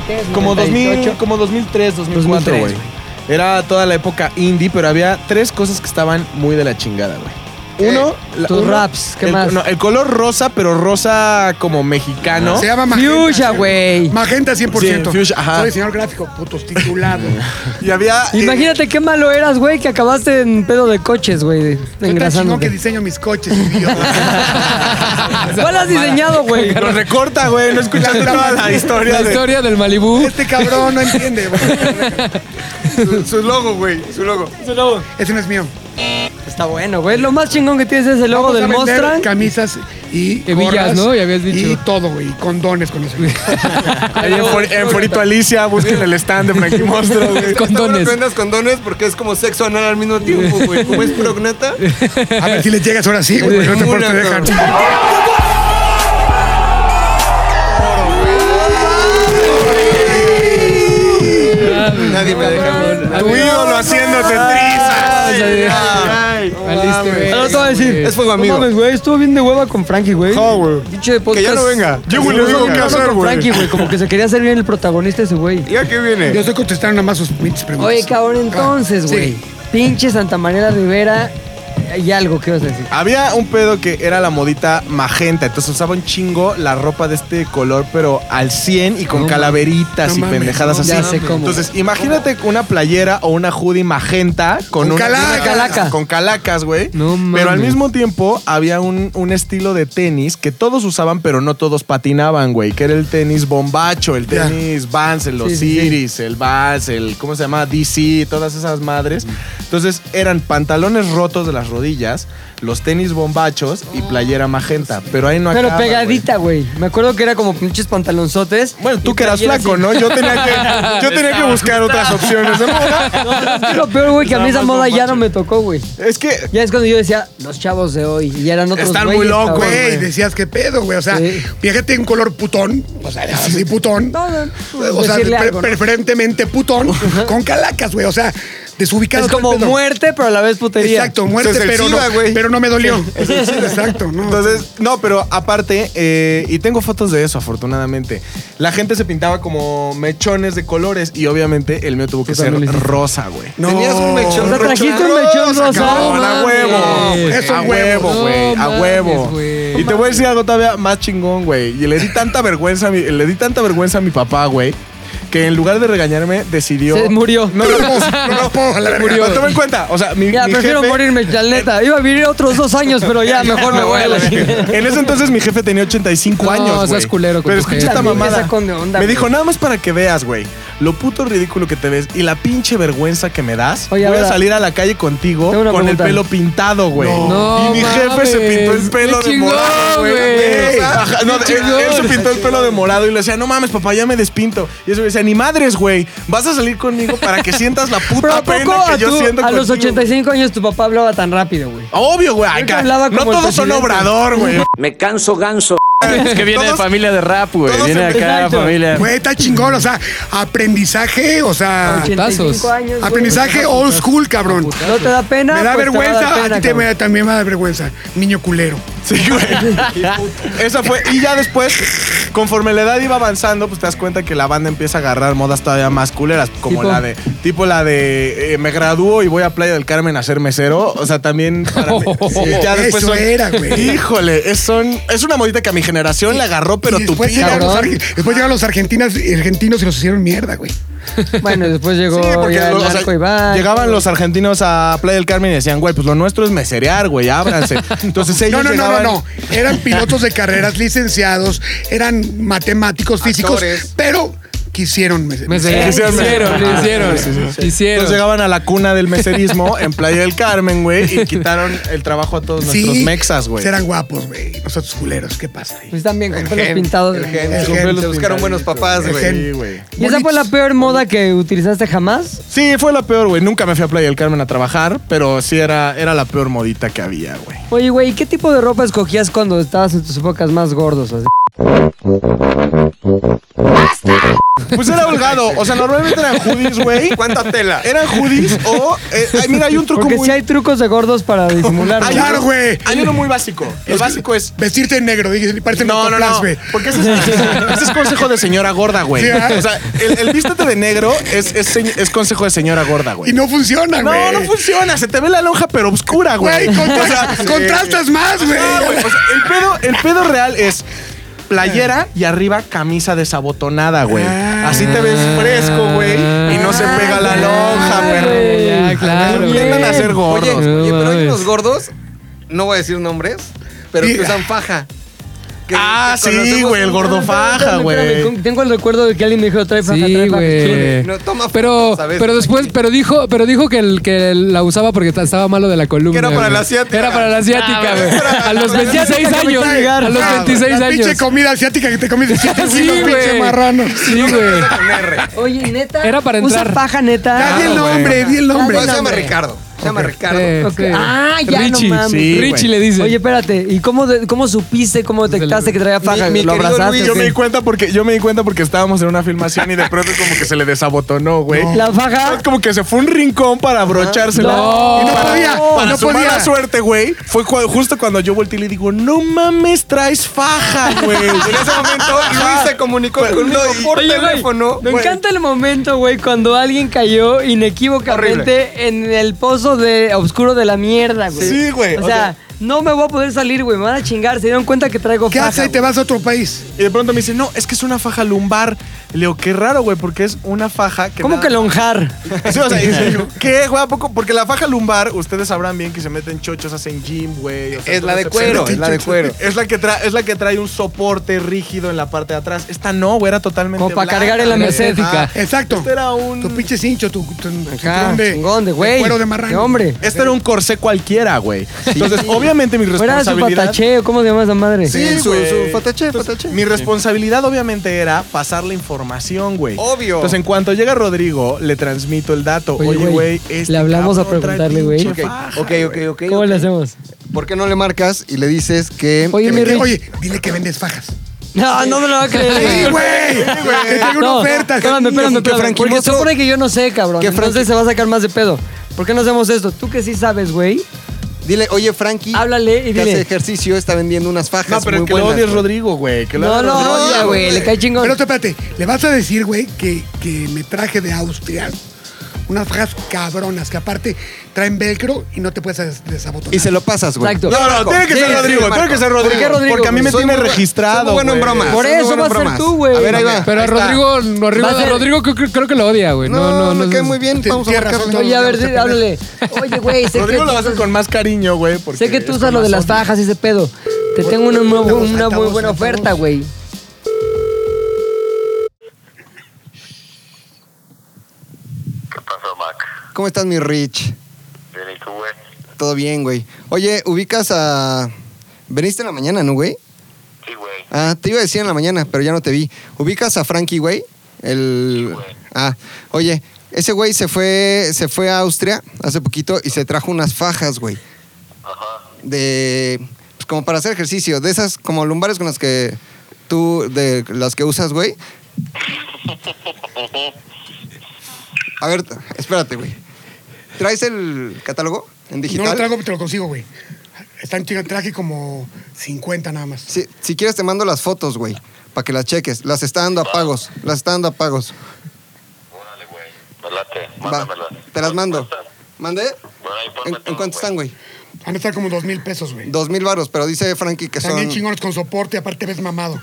[SPEAKER 2] ¿qué es?
[SPEAKER 6] Como, 2000,
[SPEAKER 2] 98.
[SPEAKER 6] como 2003, 2004,
[SPEAKER 2] 2003,
[SPEAKER 6] güey. Era toda la época indie, pero había tres cosas que estaban muy de la chingada, güey. Uno, la-
[SPEAKER 2] Eh, Tus
[SPEAKER 6] uno,
[SPEAKER 2] raps, ¿qué
[SPEAKER 6] el,
[SPEAKER 2] más?
[SPEAKER 6] no, el color rosa, pero rosa como mexicano.
[SPEAKER 3] Se llama Magenta.
[SPEAKER 2] Fuchsia, güey.
[SPEAKER 3] Magenta 100%.
[SPEAKER 6] Sí, Fuchsia, ajá.
[SPEAKER 3] Soy diseñador gráfico, putos titulado.
[SPEAKER 6] Y había. eh,
[SPEAKER 2] Imagínate qué malo eras, güey, que acabaste en pedo de coches, güey,
[SPEAKER 3] Soy tan chingón
[SPEAKER 2] engrasando.
[SPEAKER 3] que diseño mis coches, idiota.
[SPEAKER 2] ¿Cuál has diseñado, güey?
[SPEAKER 6] Lo recorta, güey. No escuchaste toda la historia.
[SPEAKER 5] La
[SPEAKER 6] de-
[SPEAKER 5] historia del Malibú.
[SPEAKER 3] Este cabrón no entiende. güey.
[SPEAKER 1] Su- Su logo, güey. Su logo.
[SPEAKER 3] Ese no es mío.
[SPEAKER 2] Está bueno, güey. Lo más chingón que tienes es el logo
[SPEAKER 3] Vamos
[SPEAKER 2] del
[SPEAKER 3] a vender
[SPEAKER 2] Mostran.
[SPEAKER 3] Camisas y
[SPEAKER 5] Hebillas,
[SPEAKER 3] gorras
[SPEAKER 5] ¿no? Ya habías dicho.
[SPEAKER 3] Y todo, güey. y Condones con eso.
[SPEAKER 6] Ahí en, For- en Forito Alicia, busquen el stand de Frankie Monstruo, güey.
[SPEAKER 5] Condones.
[SPEAKER 1] No vendas condones porque es como sexo anal al mismo tiempo, güey. Como es prognata.
[SPEAKER 3] A ver si les llegas ahora sí, güey. No te por
[SPEAKER 1] Una,
[SPEAKER 3] te dejan.
[SPEAKER 1] Nadie me deja.
[SPEAKER 5] Ah,
[SPEAKER 6] Tu ídolo haciéndote trizas.
[SPEAKER 5] Valiste, güey.
[SPEAKER 2] Pero te voy a decir,
[SPEAKER 1] Es fuego
[SPEAKER 2] no
[SPEAKER 1] amigo.
[SPEAKER 2] mames, güey, estuvo bien de hueva con Frankie, güey.
[SPEAKER 6] No, güey.
[SPEAKER 2] Pinche podcast.
[SPEAKER 6] Que ya no venga. Yo, güey, le
[SPEAKER 2] Sí,
[SPEAKER 6] digo qué
[SPEAKER 2] cabrón
[SPEAKER 6] hacer,
[SPEAKER 2] con
[SPEAKER 6] güey.
[SPEAKER 2] Frankie, güey, como que se quería hacer bien el protagonista ese güey.
[SPEAKER 1] ¿Y a qué viene?
[SPEAKER 3] Yo estoy contestando nada más sus pinches preguntas.
[SPEAKER 2] Oye, cabrón, entonces,
[SPEAKER 3] Ah,
[SPEAKER 2] güey.
[SPEAKER 3] sí.
[SPEAKER 2] Pinche Santa María Rivera. Hay algo que vas a decir.
[SPEAKER 6] Había un pedo que era la modita magenta, entonces usaba un chingo la ropa de este color, pero al 100 y con calaveritas
[SPEAKER 3] No
[SPEAKER 6] y
[SPEAKER 3] mames,
[SPEAKER 6] pendejadas
[SPEAKER 3] no
[SPEAKER 6] así.
[SPEAKER 2] Ya sé cómo.
[SPEAKER 6] Entonces, imagínate una playera o una hoodie magenta con,
[SPEAKER 3] Con
[SPEAKER 6] una,
[SPEAKER 3] calacas.
[SPEAKER 6] una calaca. Con calacas, güey.
[SPEAKER 5] No mames.
[SPEAKER 6] pero al mismo tiempo había un, un estilo de tenis que todos usaban, pero no todos patinaban, güey. Que era el tenis bombacho, el
[SPEAKER 3] Ya.
[SPEAKER 6] tenis Vans, el
[SPEAKER 2] Sí, sí, sí.
[SPEAKER 6] Osiris, el Vans, el. ¿Cómo se llama? DC, todas esas madres. Entonces eran pantalones rotos de las rodillas, los tenis bombachos y playera magenta. Pero ahí no
[SPEAKER 2] Pero
[SPEAKER 6] acaba,
[SPEAKER 2] pegadita, güey. Me acuerdo que era como pinches pantalonzotes.
[SPEAKER 6] güey. Bueno, tú
[SPEAKER 2] Y
[SPEAKER 6] que eras
[SPEAKER 2] playeras
[SPEAKER 6] flaco,
[SPEAKER 2] así.
[SPEAKER 6] ¿no? Yo tenía que, yo tenía que buscar otras opciones de moda.
[SPEAKER 2] Es que lo peor, güey, que a mí esa moda ya no me tocó, güey.
[SPEAKER 6] Es que
[SPEAKER 2] Ya es cuando yo decía, los chavos de hoy. Y eran otros
[SPEAKER 6] Están muy
[SPEAKER 2] güeyes,
[SPEAKER 6] locos,
[SPEAKER 2] cabrón.
[SPEAKER 3] Güey, decías qué pedo, güey. O sea,
[SPEAKER 2] Sí.
[SPEAKER 3] fíjate en color putón. O sea, así putón.
[SPEAKER 2] No, no, pues,
[SPEAKER 3] o sea,
[SPEAKER 2] decirle
[SPEAKER 3] pre-
[SPEAKER 2] algo, ¿no?
[SPEAKER 3] preferentemente putón con calacas, güey. O sea, desubicado.
[SPEAKER 2] Es
[SPEAKER 3] todo el
[SPEAKER 2] como
[SPEAKER 3] pedo.
[SPEAKER 2] muerte, pero a la vez putería.
[SPEAKER 3] Exacto, muerte,
[SPEAKER 1] Eso es el
[SPEAKER 3] pero,
[SPEAKER 1] SIDA,
[SPEAKER 3] no,
[SPEAKER 1] güey.
[SPEAKER 3] pero no me dolió. Exacto, ¿no?
[SPEAKER 6] Entonces, no, pero aparte, eh, y tengo fotos de eso, afortunadamente. La gente se pintaba como mechones de colores y obviamente el mío tuvo que ser
[SPEAKER 5] también lo hiciste.
[SPEAKER 6] rosa, güey.
[SPEAKER 3] no.
[SPEAKER 1] Tenías un
[SPEAKER 2] O
[SPEAKER 1] mechón
[SPEAKER 2] sea,
[SPEAKER 1] rocho.
[SPEAKER 2] trajiste un mechón
[SPEAKER 6] Rosa,
[SPEAKER 2] rosa.
[SPEAKER 6] cabrón, a
[SPEAKER 5] mames.
[SPEAKER 6] huevo.
[SPEAKER 3] Eso,
[SPEAKER 6] a
[SPEAKER 3] huevo.
[SPEAKER 6] huevo, güey.
[SPEAKER 5] No
[SPEAKER 6] a
[SPEAKER 5] mames,
[SPEAKER 6] huevo.
[SPEAKER 5] güey.
[SPEAKER 6] Y te voy a decir algo todavía más chingón, güey. Y le di tanta vergüenza a mi, le di tanta vergüenza a mi papá, güey. Que en lugar de regañarme, decidió.
[SPEAKER 2] Se murió.
[SPEAKER 6] No, no, no,
[SPEAKER 3] No, no, puedo, la verga.
[SPEAKER 6] Pero toma en cuenta. O sea, mi,
[SPEAKER 2] Ya,
[SPEAKER 6] mi
[SPEAKER 2] prefiero
[SPEAKER 6] jefe-
[SPEAKER 2] morirme, la neta. Iba a vivir otros dos años, pero ya, mejor me voy a la chingada.
[SPEAKER 6] En ese entonces mi jefe tenía 85
[SPEAKER 5] No,
[SPEAKER 6] años. güey.
[SPEAKER 5] seas culero con
[SPEAKER 6] Pero
[SPEAKER 5] tu
[SPEAKER 6] escucha
[SPEAKER 5] jefe.
[SPEAKER 6] esta
[SPEAKER 2] También
[SPEAKER 6] mamada.
[SPEAKER 2] te sacan de onda,
[SPEAKER 6] me
[SPEAKER 2] güey.
[SPEAKER 6] dijo, nada más para que veas, güey, lo puto ridículo que te ves y la pinche vergüenza que me das.
[SPEAKER 2] Oye,
[SPEAKER 6] voy a
[SPEAKER 2] ahora,
[SPEAKER 6] salir a la calle contigo
[SPEAKER 2] tengo
[SPEAKER 6] con
[SPEAKER 2] una
[SPEAKER 6] el
[SPEAKER 2] pregunta.
[SPEAKER 6] pelo pintado, güey.
[SPEAKER 5] No
[SPEAKER 6] y mi jefe
[SPEAKER 5] mames,
[SPEAKER 6] se pintó el
[SPEAKER 5] qué
[SPEAKER 6] pelo de
[SPEAKER 5] chingón,
[SPEAKER 6] morado, güey.
[SPEAKER 5] güey.
[SPEAKER 6] Ajá, no,
[SPEAKER 5] Qué
[SPEAKER 6] él, él se
[SPEAKER 5] chingón.
[SPEAKER 6] pintó el pelo de morado y le decía, no mames, papá, ya me despinto. Y eso me decía, ni madres, güey. Vas a salir conmigo para que sientas la
[SPEAKER 2] Pero ¿a
[SPEAKER 6] puta pena
[SPEAKER 2] poco a,
[SPEAKER 6] que yo
[SPEAKER 2] tu-
[SPEAKER 6] siento
[SPEAKER 2] a los
[SPEAKER 6] contigo".
[SPEAKER 2] 85 años tu papá hablaba tan rápido, güey?
[SPEAKER 6] Obvio, güey.
[SPEAKER 2] Creo que
[SPEAKER 6] acá.
[SPEAKER 2] hablaba
[SPEAKER 6] No
[SPEAKER 2] como el
[SPEAKER 6] todos son
[SPEAKER 2] presidente.
[SPEAKER 6] obrador, güey.
[SPEAKER 10] Me canso ganso.
[SPEAKER 11] Es que viene de
[SPEAKER 1] Todos-
[SPEAKER 11] familia de rap, güey.
[SPEAKER 1] todos
[SPEAKER 11] Viene
[SPEAKER 1] en-
[SPEAKER 11] acá,
[SPEAKER 2] Exacto.
[SPEAKER 11] familia.
[SPEAKER 3] Güey, está chingón, o sea, aprendizaje, o
[SPEAKER 6] Ah,
[SPEAKER 3] sea,
[SPEAKER 2] 85
[SPEAKER 5] Putazos.
[SPEAKER 2] años. güey.
[SPEAKER 3] aprendizaje
[SPEAKER 6] oh.
[SPEAKER 3] old school, cabrón.
[SPEAKER 2] No te da pena.
[SPEAKER 3] Me da
[SPEAKER 2] pues te va a dar
[SPEAKER 3] vergüenza,
[SPEAKER 2] pena,
[SPEAKER 3] a ti te
[SPEAKER 2] cabrón.
[SPEAKER 3] me- también me da vergüenza, niño culero.
[SPEAKER 6] Sí, güey. Esa fue. Y ya después, conforme la edad iba avanzando, pues te das cuenta que la banda empieza a agarrar modas todavía más culeras. Como
[SPEAKER 5] Tipo.
[SPEAKER 6] la de. Tipo la de. eh, me gradúo y voy a Playa del Carmen a ser mesero. O sea, también. Para mí-
[SPEAKER 5] Sí,
[SPEAKER 6] ya después
[SPEAKER 3] eso era, güey.
[SPEAKER 6] Híjole, es, son- es una modita que a mi generación la agarró, pero
[SPEAKER 3] Y
[SPEAKER 6] tu
[SPEAKER 3] después llegaron, los,
[SPEAKER 5] cabrón.
[SPEAKER 3] arge- después llegaron los argentinas, argentinos y los hicieron mierda, güey.
[SPEAKER 2] Bueno, después llegó
[SPEAKER 6] Sí, porque
[SPEAKER 2] ya
[SPEAKER 6] lo-
[SPEAKER 2] el
[SPEAKER 6] o sea,
[SPEAKER 2] narco Iván.
[SPEAKER 6] llegaban los argentinos a Playa del Carmen y decían, güey, pues lo nuestro es meserear, güey, ábranse. Entonces ellos
[SPEAKER 3] No, no, no, no,
[SPEAKER 6] llegaban-
[SPEAKER 3] no. Eran pilotos de carreras, licenciados, eran matemáticos, físicos,
[SPEAKER 1] Actores.
[SPEAKER 3] pero quisieron. me-
[SPEAKER 5] Me
[SPEAKER 3] me-
[SPEAKER 5] sé-
[SPEAKER 6] Hicieron-
[SPEAKER 5] hicieron,
[SPEAKER 6] Ah,
[SPEAKER 5] hicieron,
[SPEAKER 6] sí, sí, sí.
[SPEAKER 5] hicieron.
[SPEAKER 6] Entonces llegaban a la cuna del meserismo en Playa del Carmen, güey, y quitaron el trabajo a todos nuestros mexas, güey.
[SPEAKER 3] Serán guapos, güey. Nosotros culeros, ¿qué pasa ahí?
[SPEAKER 2] Pues también con
[SPEAKER 3] El
[SPEAKER 2] pelos
[SPEAKER 3] gen,
[SPEAKER 2] pintados.
[SPEAKER 1] El gen,
[SPEAKER 3] El
[SPEAKER 1] se
[SPEAKER 3] gen.
[SPEAKER 1] se buscaron buenos papás,
[SPEAKER 3] El
[SPEAKER 1] güey.
[SPEAKER 3] gen.
[SPEAKER 6] Sí, güey.
[SPEAKER 2] ¿Y esa fue la peor moda que utilizaste jamás?
[SPEAKER 6] Sí, fue la peor, güey. Nunca me fui a Playa del Carmen a trabajar, pero sí era, era la peor modita que había, güey.
[SPEAKER 2] Oye, güey, ¿qué tipo de ropa escogías cuando estabas en tus épocas más gordos? así?
[SPEAKER 6] Pues era holgado. O sea, normalmente eran hoodies, güey.
[SPEAKER 1] ¿Cuánta tela?
[SPEAKER 6] Eran hoodies o... eh, ay, mira, hay un truco
[SPEAKER 2] Porque
[SPEAKER 6] muy...
[SPEAKER 2] si hay trucos de gordos para disimular.
[SPEAKER 6] Hay
[SPEAKER 2] ¿no?
[SPEAKER 3] Claro,
[SPEAKER 6] uno-
[SPEAKER 3] güey.
[SPEAKER 6] Hay uno muy básico. El básico es...
[SPEAKER 3] Vestirte de negro, dije, parece
[SPEAKER 6] No, no, no.
[SPEAKER 3] Este güey.
[SPEAKER 6] Porque ese es, ese es consejo de señora gorda, güey.
[SPEAKER 3] Sí, ah. ¿verdad?
[SPEAKER 6] o sea, el, el vístete de negro es, es, señ- es consejo de señora gorda, güey.
[SPEAKER 3] Y no funciona,
[SPEAKER 6] No,
[SPEAKER 3] güey.
[SPEAKER 6] no funciona. Se te ve la lonja, pero oscura, güey.
[SPEAKER 3] Güey, contra- contrastas más, güey.
[SPEAKER 6] Ah, güey, o sea, el, pedo, el pedo real es playera y arriba camisa desabotonada, güey.
[SPEAKER 3] Ah.
[SPEAKER 6] Así te ves fresco, güey. Y no se pega la lonja,
[SPEAKER 2] güey.
[SPEAKER 6] perro.
[SPEAKER 5] Ya, ya, claro.
[SPEAKER 6] Aprendan a ser
[SPEAKER 1] Oye,
[SPEAKER 6] gordos.
[SPEAKER 5] No
[SPEAKER 1] oye, pero hay
[SPEAKER 5] mames.
[SPEAKER 1] unos gordos, no voy a decir nombres, pero
[SPEAKER 3] Sí.
[SPEAKER 1] que usan faja. Que-
[SPEAKER 6] Ah,
[SPEAKER 1] que
[SPEAKER 6] sí,
[SPEAKER 1] conocemos
[SPEAKER 6] güey, el
[SPEAKER 1] un-
[SPEAKER 6] gordofaja, güey.
[SPEAKER 2] Espérame, Tengo el recuerdo de que alguien me dijo, trae faja,
[SPEAKER 5] Sí,
[SPEAKER 2] trae faja".
[SPEAKER 5] güey.
[SPEAKER 1] No, toma
[SPEAKER 5] Pero,
[SPEAKER 1] fotos, a ver,
[SPEAKER 5] pero después,
[SPEAKER 1] aquí.
[SPEAKER 5] pero dijo, pero dijo que, el, que la usaba porque ta- estaba malo de la columna.
[SPEAKER 1] Que era para
[SPEAKER 5] güey.
[SPEAKER 1] la asiática.
[SPEAKER 5] Era para la asiática,
[SPEAKER 1] Ah,
[SPEAKER 5] güey.
[SPEAKER 1] era-
[SPEAKER 5] A los
[SPEAKER 1] era-
[SPEAKER 5] 26
[SPEAKER 2] era-
[SPEAKER 5] años.
[SPEAKER 2] era-
[SPEAKER 5] A
[SPEAKER 3] Ah,
[SPEAKER 5] los 26
[SPEAKER 3] La pinche
[SPEAKER 5] años.
[SPEAKER 3] comida asiática que te comiste siete
[SPEAKER 5] Sí,
[SPEAKER 3] kilos, pinche
[SPEAKER 5] güey.
[SPEAKER 3] marrano.
[SPEAKER 5] Sí, güey.
[SPEAKER 1] Con R.
[SPEAKER 2] Oye, neta.
[SPEAKER 5] Era para entrar.
[SPEAKER 2] Usa faja, neta.
[SPEAKER 3] Ya, Ah, di el
[SPEAKER 6] Claro, güey.
[SPEAKER 3] nombre, di el nombre.
[SPEAKER 1] No, se llama
[SPEAKER 2] hombre.
[SPEAKER 1] Ricardo. Se llama Ricardo.
[SPEAKER 5] Sí,
[SPEAKER 2] Ok.
[SPEAKER 5] Eh, sí.
[SPEAKER 2] Ah, ya, no
[SPEAKER 5] Richie.
[SPEAKER 2] mames.
[SPEAKER 6] Sí, güey.
[SPEAKER 5] Richie le dice.
[SPEAKER 2] Oye, espérate, ¿y cómo, de- cómo supiste, cómo detectaste que traía faja?
[SPEAKER 1] mi
[SPEAKER 2] ¿Lo
[SPEAKER 1] querido
[SPEAKER 2] abrazaste?
[SPEAKER 1] Luis,
[SPEAKER 6] Yo
[SPEAKER 2] o qué?
[SPEAKER 6] me di cuenta porque yo me di cuenta porque estábamos en una filmación y de pronto como que se le desabotonó, güey.
[SPEAKER 2] La faja.
[SPEAKER 6] Como que se fue a un rincón para abrochársela.
[SPEAKER 5] No.
[SPEAKER 6] Y
[SPEAKER 3] No
[SPEAKER 6] para-
[SPEAKER 3] podía,
[SPEAKER 6] Para
[SPEAKER 3] no
[SPEAKER 6] Ah, su mala
[SPEAKER 3] podía.
[SPEAKER 6] suerte, güey, fue cua- justo cuando yo volteé y le digo, no mames, traes faja, güey.
[SPEAKER 1] En ese momento, Luis se comunicó conmigo por
[SPEAKER 2] Oye, güey,
[SPEAKER 1] teléfono.
[SPEAKER 2] me
[SPEAKER 1] Güey,
[SPEAKER 2] encanta el momento, güey, cuando alguien cayó inequívocamente en el pozo de oscuro de la mierda, güey.
[SPEAKER 6] Sí, güey,
[SPEAKER 2] O
[SPEAKER 6] o
[SPEAKER 2] sea, no me voy a poder salir, güey. Me van a chingar. Se dieron cuenta que traigo
[SPEAKER 3] ¿Qué
[SPEAKER 2] faja.
[SPEAKER 3] haces y te
[SPEAKER 2] güey.
[SPEAKER 3] vas a otro país?
[SPEAKER 6] Y de pronto me dice, no, es que es una faja lumbar. Le digo, qué raro, güey, porque es una faja que.
[SPEAKER 2] ¿Cómo
[SPEAKER 6] nada-
[SPEAKER 2] que lonjar?
[SPEAKER 6] Sí, o sea, y le digo, ¿qué, güey? ¿A poco? Porque la faja lumbar, ustedes sabrán bien que se meten chochos, hacen gym, güey. o sea,
[SPEAKER 1] Es la
[SPEAKER 6] todo
[SPEAKER 1] de
[SPEAKER 6] ese
[SPEAKER 1] cuero,
[SPEAKER 6] pedo.
[SPEAKER 1] es la de cuero.
[SPEAKER 6] Es la, que tra- es la que trae un soporte rígido en la parte de atrás. Esta no, güey, era totalmente.
[SPEAKER 2] Como para
[SPEAKER 6] blanca,
[SPEAKER 2] cargar en la
[SPEAKER 6] güey.
[SPEAKER 5] Mercética.
[SPEAKER 6] Ajá.
[SPEAKER 3] Exacto.
[SPEAKER 6] Este era un.
[SPEAKER 3] Tu pinche cincho, tu, tu, tu
[SPEAKER 2] Ajá,
[SPEAKER 3] cinturón de-
[SPEAKER 2] chingón de güey.
[SPEAKER 3] cuero de marrano.
[SPEAKER 2] De hombre.
[SPEAKER 6] Este era un corsé cualquiera, güey. Entonces, obviamente, mi
[SPEAKER 2] Fuera su
[SPEAKER 6] responsabilidad.
[SPEAKER 2] patacheo, ¿cómo se llama esa madre?
[SPEAKER 1] Sí, su,
[SPEAKER 6] güey.
[SPEAKER 1] su fatache,
[SPEAKER 6] Entonces,
[SPEAKER 1] fatache.
[SPEAKER 6] Mi responsabilidad obviamente era pasar la información, güey.
[SPEAKER 1] Obvio.
[SPEAKER 6] Entonces, en cuanto llega Rodrigo, le transmito el dato.
[SPEAKER 2] Oye,
[SPEAKER 6] Oye,
[SPEAKER 2] güey,
[SPEAKER 6] güey, este
[SPEAKER 2] le hablamos a
[SPEAKER 6] cabrón trae
[SPEAKER 2] preguntarle, güey.
[SPEAKER 6] pinche
[SPEAKER 1] Ok,
[SPEAKER 6] faja,
[SPEAKER 1] ok, ok, ok.
[SPEAKER 2] ¿Cómo
[SPEAKER 1] ok.
[SPEAKER 2] le hacemos?
[SPEAKER 1] ¿Por qué no le marcas y le dices que.
[SPEAKER 2] Oye,
[SPEAKER 1] que
[SPEAKER 2] mi
[SPEAKER 1] me-
[SPEAKER 2] Rich.
[SPEAKER 3] Oye, dile que vendes fajas.
[SPEAKER 2] No, no me lo va a
[SPEAKER 3] Sí,
[SPEAKER 2] creer.
[SPEAKER 3] güey. Que tengo una
[SPEAKER 2] No,
[SPEAKER 3] oferta.
[SPEAKER 2] Espérame, espérame,
[SPEAKER 1] Que
[SPEAKER 2] espérame.
[SPEAKER 1] Frankie
[SPEAKER 2] porque se
[SPEAKER 1] Mostro-
[SPEAKER 2] supone que yo no sé, cabrón.
[SPEAKER 1] Que Frankie-
[SPEAKER 2] Entonces se va a sacar más de pedo. ¿Por qué no hacemos esto? Tú que sí sabes, güey.
[SPEAKER 1] Dile, oye, Frankie.
[SPEAKER 2] Háblale y
[SPEAKER 1] Que hace
[SPEAKER 2] dile.
[SPEAKER 1] ejercicio, está vendiendo unas fajas.
[SPEAKER 6] No, pero
[SPEAKER 1] muy
[SPEAKER 6] que lo
[SPEAKER 1] buenas,
[SPEAKER 6] odies
[SPEAKER 1] güey.
[SPEAKER 6] Rodrigo, güey. que lo
[SPEAKER 2] No,
[SPEAKER 6] odie
[SPEAKER 2] no,
[SPEAKER 6] Rodrigo.
[SPEAKER 2] odia, güey. Le cae chingón.
[SPEAKER 3] Pero espérate, le vas a decir, güey, que, que me traje de Austria unas fajas cabronas que aparte traen velcro y no te puedes des- desabotonar.
[SPEAKER 1] Y se lo pasas, güey.
[SPEAKER 2] Exacto.
[SPEAKER 6] No, no, tiene que
[SPEAKER 1] Sí,
[SPEAKER 6] ser
[SPEAKER 1] sí,
[SPEAKER 6] Rodrigo,
[SPEAKER 1] sí,
[SPEAKER 6] tiene que ser
[SPEAKER 1] Marco.
[SPEAKER 6] Rodrigo.
[SPEAKER 2] ¿Por qué Rodrigo,
[SPEAKER 6] Porque a mí me
[SPEAKER 1] Soy
[SPEAKER 6] tiene
[SPEAKER 1] muy bu- soy
[SPEAKER 6] registrado.
[SPEAKER 1] muy bueno en
[SPEAKER 6] güey.
[SPEAKER 1] bromas.
[SPEAKER 2] Por
[SPEAKER 1] soy muy
[SPEAKER 2] eso
[SPEAKER 1] bueno en
[SPEAKER 2] va a ser
[SPEAKER 1] bromas.
[SPEAKER 2] tú, güey.
[SPEAKER 1] A ver, ahí va.
[SPEAKER 5] Pero a
[SPEAKER 1] ahí está.
[SPEAKER 5] Rodrigo, Rodrigo,
[SPEAKER 2] Va a ser-
[SPEAKER 5] Rodrigo creo, creo- creo que lo odia, güey. No, no, no.
[SPEAKER 1] cae
[SPEAKER 5] sé.
[SPEAKER 1] muy bien.
[SPEAKER 3] Te
[SPEAKER 1] Vamos a
[SPEAKER 3] entierras
[SPEAKER 1] marcarle.
[SPEAKER 3] todo.
[SPEAKER 2] Oye, a ver,
[SPEAKER 3] Vamos a
[SPEAKER 2] di- háblale. Oye, güey, sé que
[SPEAKER 6] Rodrigo lo
[SPEAKER 2] tú
[SPEAKER 6] vas a hacer
[SPEAKER 2] usas-
[SPEAKER 6] con más cariño, güey. porque
[SPEAKER 2] sé que tú
[SPEAKER 6] es
[SPEAKER 2] usas
[SPEAKER 6] con
[SPEAKER 2] lo de
[SPEAKER 6] más
[SPEAKER 2] las
[SPEAKER 6] odio.
[SPEAKER 2] fajas y ese pedo. Te tengo una, muy-
[SPEAKER 3] altavoz,
[SPEAKER 2] una muy
[SPEAKER 3] altavoz,
[SPEAKER 2] buena
[SPEAKER 3] altavoz.
[SPEAKER 2] oferta, güey.
[SPEAKER 12] ¿Qué pasó, Mac?
[SPEAKER 1] ¿Cómo estás, mi Rich?
[SPEAKER 12] Bien, ¿y tú, güey?
[SPEAKER 1] Todo bien, güey. Oye, ubicas a. Veniste en la mañana, ¿no, güey?
[SPEAKER 12] Sí, güey.
[SPEAKER 1] Ah, te iba a decir en la mañana, pero ya no te vi. ¿Ubicas a Frankie, güey? El.
[SPEAKER 12] güey.
[SPEAKER 1] Ah, oye, ese güey se fue, se fue a Austria hace poquito y se trajo unas fajas, güey.
[SPEAKER 12] Ajá.
[SPEAKER 1] De. pues, pues, como para hacer ejercicio, de esas como lumbares con las que tú, de las que usas, güey. A ver, t- espérate, güey. ¿Traes el catálogo en digital?
[SPEAKER 3] No lo traigo, pero te lo consigo, güey. Están chingando, traje como 50 nada más.
[SPEAKER 1] Sí, si quieres te mando las fotos, güey, para que las cheques. Las está dando a pagos, las está dando a pagos.
[SPEAKER 7] Órale, güey. Me late.
[SPEAKER 1] Va,
[SPEAKER 7] Mándamelas.
[SPEAKER 1] te las mando.
[SPEAKER 7] ¿Cuánto están?
[SPEAKER 1] ¿Mandé?
[SPEAKER 7] Bueno, ahí ponme
[SPEAKER 1] ¿En, en
[SPEAKER 7] todo,
[SPEAKER 1] cuánto están, güey?
[SPEAKER 3] Han estar como 2 mil pesos, güey.
[SPEAKER 1] Dos mil varos, pero dice Frankie que
[SPEAKER 3] Están
[SPEAKER 1] son...
[SPEAKER 3] bien chingones con soporte, aparte te ves mamado.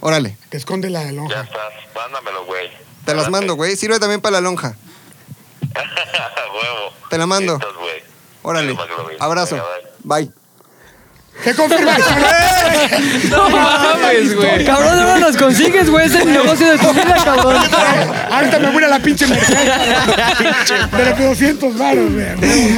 [SPEAKER 1] Órale,
[SPEAKER 3] Te esconde la
[SPEAKER 7] Ya
[SPEAKER 3] lonja.
[SPEAKER 7] estás. Mándamelo, güey.
[SPEAKER 1] te las
[SPEAKER 7] Me late.
[SPEAKER 1] mando, güey. Sirve también para la lonja.
[SPEAKER 7] Huevo.
[SPEAKER 1] Te la mando.
[SPEAKER 7] Listos, güey.
[SPEAKER 1] Órale,
[SPEAKER 7] Venga, güey.
[SPEAKER 1] abrazo.
[SPEAKER 7] Venga, bye.
[SPEAKER 1] Bye.
[SPEAKER 3] ¿Qué confirmas?
[SPEAKER 5] No mames, güey.
[SPEAKER 2] Cabrón, no nos consigues, güey. Es el negocio de tu vida, cabrón.
[SPEAKER 3] Ahorita me voy a la pinche merced. De los 200 varos, güey.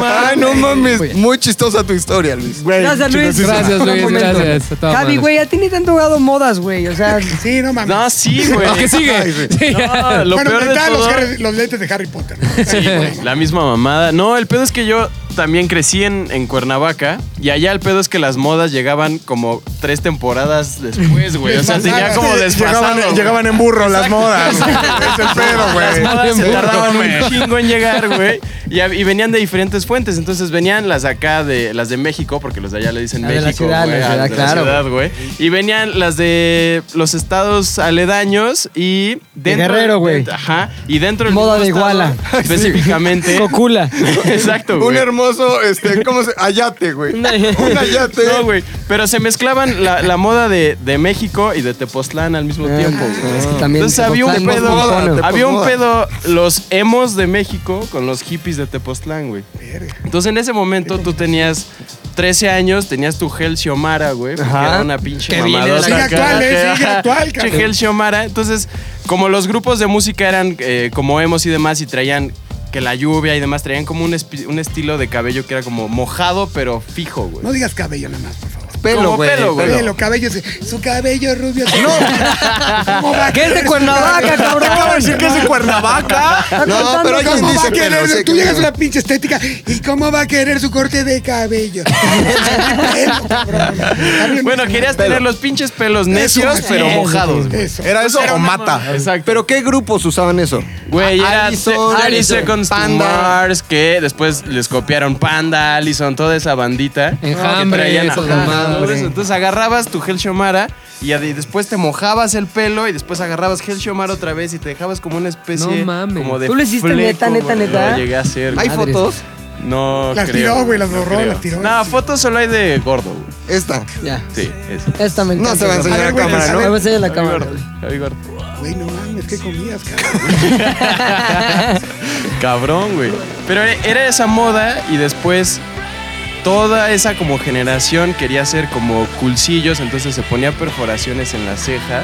[SPEAKER 1] Ay, no mames. Muy chistosa tu historia, Luis.
[SPEAKER 2] Gracias, Luis.
[SPEAKER 5] Gracias,
[SPEAKER 2] Buen
[SPEAKER 5] Luis,
[SPEAKER 2] momento.
[SPEAKER 5] gracias, a toda
[SPEAKER 2] Javi,
[SPEAKER 5] madre.
[SPEAKER 2] güey, a ti ni te han tocado modas, güey. O sea,
[SPEAKER 3] Sí, no mames.
[SPEAKER 6] No, sí, güey.
[SPEAKER 1] Ah,
[SPEAKER 5] ¿Qué sigue? Sí.
[SPEAKER 6] No, lo
[SPEAKER 3] bueno,
[SPEAKER 6] peor de
[SPEAKER 3] inventaban los,
[SPEAKER 6] todo...
[SPEAKER 3] Harry- los lentes de Harry Potter. ¿no?
[SPEAKER 6] Sí, güey, la misma mamada. No, el pedo es que yo también crecí en, en Cuernavaca y allá el pedo es que las modas llegaban como tres temporadas después, güey. O sea, tenía como desfasado.
[SPEAKER 4] Llegaban,
[SPEAKER 6] güey.
[SPEAKER 4] llegaban en burro las modas. es el pedo,
[SPEAKER 6] Las
[SPEAKER 4] güey.
[SPEAKER 6] modas
[SPEAKER 5] En
[SPEAKER 6] se
[SPEAKER 5] burro,
[SPEAKER 6] tardaban
[SPEAKER 4] güey.
[SPEAKER 6] un chingo en llegar, güey. Y, hab- y venían de diferentes fuentes. Entonces venían las acá de las de México, porque los de allá le dicen
[SPEAKER 2] Ah, de la
[SPEAKER 6] México.
[SPEAKER 2] ciudad,
[SPEAKER 6] güey,
[SPEAKER 2] la
[SPEAKER 6] ah,
[SPEAKER 2] ciudad,
[SPEAKER 6] de
[SPEAKER 2] claro,
[SPEAKER 6] ciudad, güey. Y venían las de los estados aledaños y dentro.
[SPEAKER 2] Guerrero, güey.
[SPEAKER 6] Ajá. Y dentro del
[SPEAKER 2] Moda
[SPEAKER 6] mismo
[SPEAKER 2] de
[SPEAKER 6] estado,
[SPEAKER 2] Iguala.
[SPEAKER 6] Específicamente.
[SPEAKER 2] cocula.
[SPEAKER 6] Exacto,
[SPEAKER 1] Un
[SPEAKER 6] güey.
[SPEAKER 1] hermoso, este, ¿cómo se...? Ayate, güey. Un ayate.
[SPEAKER 6] No, güey. Pero se mezclaban la, la moda de, de México y de Tepoztlán al
[SPEAKER 2] Ah,
[SPEAKER 6] mismo tiempo, güey.
[SPEAKER 2] Es que también
[SPEAKER 6] Entonces había un
[SPEAKER 2] Tepoztlán es
[SPEAKER 6] pedo.
[SPEAKER 2] cosmopolita.
[SPEAKER 6] había un
[SPEAKER 1] moda.
[SPEAKER 6] pedo los emos de México con los hippies de Tepoztlán, güey. Entonces en ese momento tú tenías 13 años, tenías tu Gel Xiomara, güey. porque
[SPEAKER 2] Ajá.
[SPEAKER 6] Era una pinche
[SPEAKER 2] Que viene de la-
[SPEAKER 6] mamadota
[SPEAKER 3] Sigue
[SPEAKER 6] acá,
[SPEAKER 3] actual, eh,
[SPEAKER 6] que-
[SPEAKER 3] sigue actual,
[SPEAKER 6] Pinche
[SPEAKER 3] cabrón.
[SPEAKER 6] Gel Xiomara. Entonces, como los grupos de música eran eh, como emos y demás y traían que la lluvia y demás, traían como un, espi- un estilo de cabello que era como mojado pero fijo, güey.
[SPEAKER 3] No digas cabello nada más, por favor.
[SPEAKER 6] Como pelo, güey.
[SPEAKER 3] Cabello, cabello, se- su cabello rubio. No. ¿Cómo va a
[SPEAKER 2] ¿Qué es de
[SPEAKER 3] creer su
[SPEAKER 2] Cuernavaca,
[SPEAKER 3] cabello?
[SPEAKER 2] cabrón?
[SPEAKER 4] Acaba de decir que es de Cuernavaca.
[SPEAKER 2] Está
[SPEAKER 1] No,
[SPEAKER 2] contando
[SPEAKER 1] pero hay
[SPEAKER 2] cosas.
[SPEAKER 1] quien
[SPEAKER 3] ¿Cómo va
[SPEAKER 1] dice
[SPEAKER 3] a querer?
[SPEAKER 1] pelo, sí,
[SPEAKER 3] tú
[SPEAKER 1] que
[SPEAKER 3] llegas a
[SPEAKER 1] pelo.
[SPEAKER 3] una pinche estética y cómo va a querer su corte de cabello. Pelo, cabrón.
[SPEAKER 6] Bueno, querías tener los pinches pelos necios
[SPEAKER 3] Eso,
[SPEAKER 6] pero
[SPEAKER 3] eso,
[SPEAKER 6] mojados, güey.
[SPEAKER 3] Eso.
[SPEAKER 4] Era eso o mata.
[SPEAKER 6] Exacto.
[SPEAKER 1] ¿Pero qué grupos usaban eso?
[SPEAKER 6] Güey,
[SPEAKER 1] A-
[SPEAKER 6] era
[SPEAKER 1] Allison,
[SPEAKER 6] Allison,
[SPEAKER 1] Allison,
[SPEAKER 6] Seconds
[SPEAKER 1] Panda.
[SPEAKER 6] to Mars, que después les copiaron Panda, Allison, toda esa bandita.
[SPEAKER 5] Enjambre,
[SPEAKER 6] que traían,
[SPEAKER 5] esas
[SPEAKER 6] ajá,
[SPEAKER 5] mamadas.
[SPEAKER 6] todo eso. Entonces agarrabas tu Gel Xiomara y ade- después te mojabas el pelo y después agarrabas Gel Xiomara otra vez y te dejabas como una especie
[SPEAKER 5] No mames.
[SPEAKER 6] como de
[SPEAKER 2] ¿Tú lo hiciste
[SPEAKER 6] fleco,
[SPEAKER 2] neta, neta,
[SPEAKER 6] güey.
[SPEAKER 2] neta?
[SPEAKER 6] No llegué a hacer.
[SPEAKER 1] ¿Hay
[SPEAKER 6] güey.
[SPEAKER 5] Madres.
[SPEAKER 1] fotos?
[SPEAKER 6] No
[SPEAKER 3] Las
[SPEAKER 6] creo,
[SPEAKER 3] tiró, güey, las
[SPEAKER 6] no
[SPEAKER 3] borró,
[SPEAKER 6] creo.
[SPEAKER 3] las tiró.
[SPEAKER 6] No, fotos solo hay de gordo, güey.
[SPEAKER 1] Esta.
[SPEAKER 2] Ya.
[SPEAKER 6] Sí, eso.
[SPEAKER 2] Esta me
[SPEAKER 1] No
[SPEAKER 2] encanta,
[SPEAKER 1] se va
[SPEAKER 2] güey.
[SPEAKER 1] a enseñar
[SPEAKER 3] A
[SPEAKER 1] a
[SPEAKER 3] ver, güey,
[SPEAKER 1] cámara,
[SPEAKER 3] a
[SPEAKER 1] ¿no?
[SPEAKER 2] ver, enseña la
[SPEAKER 6] Javi
[SPEAKER 2] cámara.
[SPEAKER 6] Gordo, Javi Gordo.
[SPEAKER 3] Güey, no mames, ¿qué comías, cabrón?
[SPEAKER 6] Cabrón, güey. Pero era- era esa moda y después toda esa como generación quería hacer como culsillos, entonces se ponía perforaciones en las cejas.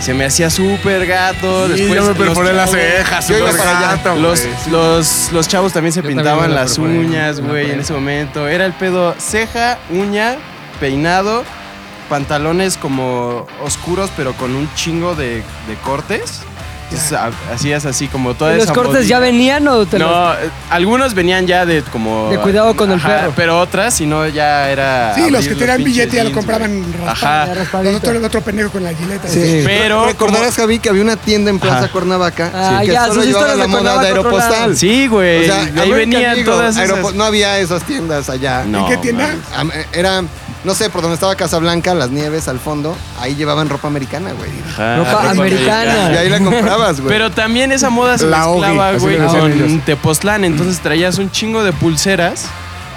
[SPEAKER 6] Se me hacía súper gato.
[SPEAKER 4] Y
[SPEAKER 6] después
[SPEAKER 4] yo me
[SPEAKER 6] los
[SPEAKER 4] perforé las
[SPEAKER 6] chavos-
[SPEAKER 4] cejas,
[SPEAKER 1] Yo iba
[SPEAKER 4] súper
[SPEAKER 1] para allá.
[SPEAKER 4] gato, güey.
[SPEAKER 6] Los, los, los chavos también se
[SPEAKER 5] Yo también
[SPEAKER 6] pintaban
[SPEAKER 5] me la
[SPEAKER 6] las
[SPEAKER 5] perforé,
[SPEAKER 6] uñas,
[SPEAKER 5] me la
[SPEAKER 6] güey, en
[SPEAKER 5] perforé.
[SPEAKER 6] ese momento. Era el pedo ceja, uña, peinado, pantalones como oscuros, pero con un chingo de, de cortes. Entonces, ha- hacías así como toda
[SPEAKER 2] ¿Y ¿Los
[SPEAKER 6] esa
[SPEAKER 2] cortes
[SPEAKER 6] modita.
[SPEAKER 2] ya venían o te los-
[SPEAKER 6] No, eh, algunos venían ya de como.
[SPEAKER 2] De cuidado con el perro.
[SPEAKER 6] Pero otras, si no, ya era.
[SPEAKER 3] Sí, los
[SPEAKER 6] abrir
[SPEAKER 3] que tenían
[SPEAKER 6] Ah, pinches
[SPEAKER 3] billete ya lo
[SPEAKER 6] jeans,
[SPEAKER 3] compraban
[SPEAKER 6] güey.
[SPEAKER 3] raspado.
[SPEAKER 6] Ajá.
[SPEAKER 2] Raspadito.
[SPEAKER 3] Nosotros el otro pendejo con la gileta.
[SPEAKER 1] Sí.
[SPEAKER 6] Pero,
[SPEAKER 1] Recordarás, Javi, que había una tienda en Plaza
[SPEAKER 6] Ajá.
[SPEAKER 1] Cuernavaca
[SPEAKER 2] Ah,
[SPEAKER 1] que
[SPEAKER 2] ya,
[SPEAKER 1] solo
[SPEAKER 2] sus
[SPEAKER 1] llevaba
[SPEAKER 2] historias
[SPEAKER 1] la
[SPEAKER 2] de
[SPEAKER 1] moda de
[SPEAKER 2] Cuernavaca, otro lado.
[SPEAKER 1] Aeropostal.
[SPEAKER 6] Sí, güey.
[SPEAKER 1] O sea,
[SPEAKER 6] ahí
[SPEAKER 1] American
[SPEAKER 6] venían
[SPEAKER 1] Eagle,
[SPEAKER 6] todas esas.
[SPEAKER 1] Aeropo- No había esas tiendas allá.
[SPEAKER 6] No,
[SPEAKER 3] ¿Y qué tienda?
[SPEAKER 6] mames.
[SPEAKER 1] Am- eh, Era, no sé, por donde estaba Casablanca, las nieves al fondo, ahí llevaban ropa americana, güey.
[SPEAKER 6] Ajá,
[SPEAKER 2] Ropa americana.
[SPEAKER 1] Y ahí la comprabas, güey.
[SPEAKER 6] Pero también esa moda se
[SPEAKER 4] La
[SPEAKER 6] mezclaba,
[SPEAKER 4] Ogi, así
[SPEAKER 6] güey,
[SPEAKER 4] le decían ellos.
[SPEAKER 6] con Tepoztlán. Entonces traías un chingo de pulseras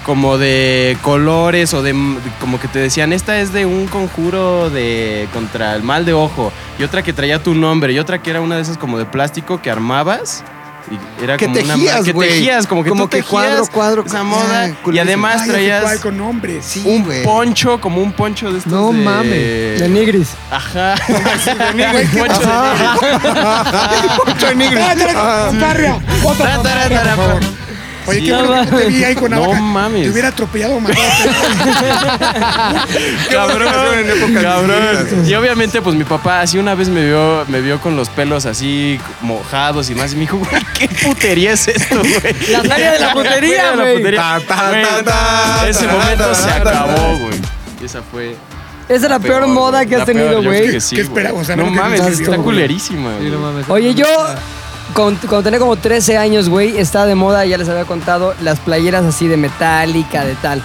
[SPEAKER 6] como de colores o de como que te decían esta es de un conjuro de contra el mal de ojo y otra que traía tu nombre y otra que era una de esas como de plástico que armabas y era
[SPEAKER 1] Que
[SPEAKER 6] como una
[SPEAKER 1] tejías,
[SPEAKER 6] que
[SPEAKER 1] güey.
[SPEAKER 6] tejías como que
[SPEAKER 1] Como
[SPEAKER 6] tú
[SPEAKER 1] que
[SPEAKER 6] tejías
[SPEAKER 1] cuadro, cuadro,
[SPEAKER 6] esa
[SPEAKER 1] cu-
[SPEAKER 6] moda
[SPEAKER 1] ah,
[SPEAKER 6] y
[SPEAKER 1] culísimo.
[SPEAKER 6] además
[SPEAKER 3] Ay,
[SPEAKER 6] traías
[SPEAKER 3] ese con hombres. Sí.
[SPEAKER 1] un güey.
[SPEAKER 6] poncho como un poncho de estos
[SPEAKER 2] No
[SPEAKER 6] de-
[SPEAKER 2] mames. De nigris.
[SPEAKER 6] ajá Poncho de negro.
[SPEAKER 1] Poncho de Nigris.
[SPEAKER 3] ¡Ah, trae- compadre, foto,
[SPEAKER 6] Tará, tará,
[SPEAKER 3] compadre,
[SPEAKER 6] tará,
[SPEAKER 3] por favor.
[SPEAKER 6] tará.
[SPEAKER 3] Oye,
[SPEAKER 6] Sí.
[SPEAKER 3] qué bueno que no te vi ahí con
[SPEAKER 6] No
[SPEAKER 3] navaja.
[SPEAKER 6] mames.
[SPEAKER 3] Te hubiera atropellado, man.
[SPEAKER 6] Cabrón, cabrón. Y obviamente, pues mi papá así una vez me vio, me vio con los pelos así mojados y más. Y me dijo, güey, ¿qué putería es esto, güey?
[SPEAKER 2] La feria de la putería,
[SPEAKER 6] feria de la
[SPEAKER 2] güey.
[SPEAKER 6] putería.
[SPEAKER 4] Ta, ta,
[SPEAKER 6] Güey,
[SPEAKER 4] ta, ta,
[SPEAKER 6] Ese
[SPEAKER 4] ta,
[SPEAKER 6] momento
[SPEAKER 4] ta,
[SPEAKER 6] se
[SPEAKER 4] ta, ta.
[SPEAKER 6] acabó, güey. esa fue.
[SPEAKER 2] Esa es la peor moda que
[SPEAKER 6] la
[SPEAKER 2] has tenido,
[SPEAKER 6] peor, yo creo
[SPEAKER 2] güey.
[SPEAKER 6] que sí,
[SPEAKER 3] ¿Qué
[SPEAKER 6] güey.
[SPEAKER 3] esperamos? A ver
[SPEAKER 6] No
[SPEAKER 3] qué
[SPEAKER 6] mames,
[SPEAKER 3] sucedió,
[SPEAKER 6] está
[SPEAKER 2] güey.
[SPEAKER 6] culerísima,
[SPEAKER 5] Sí,
[SPEAKER 6] güey.
[SPEAKER 5] no mames.
[SPEAKER 2] Oye, yo con- cuando tenía como 13 años, güey, estaba de moda, ya les había contado, las playeras así de metálica, de tal.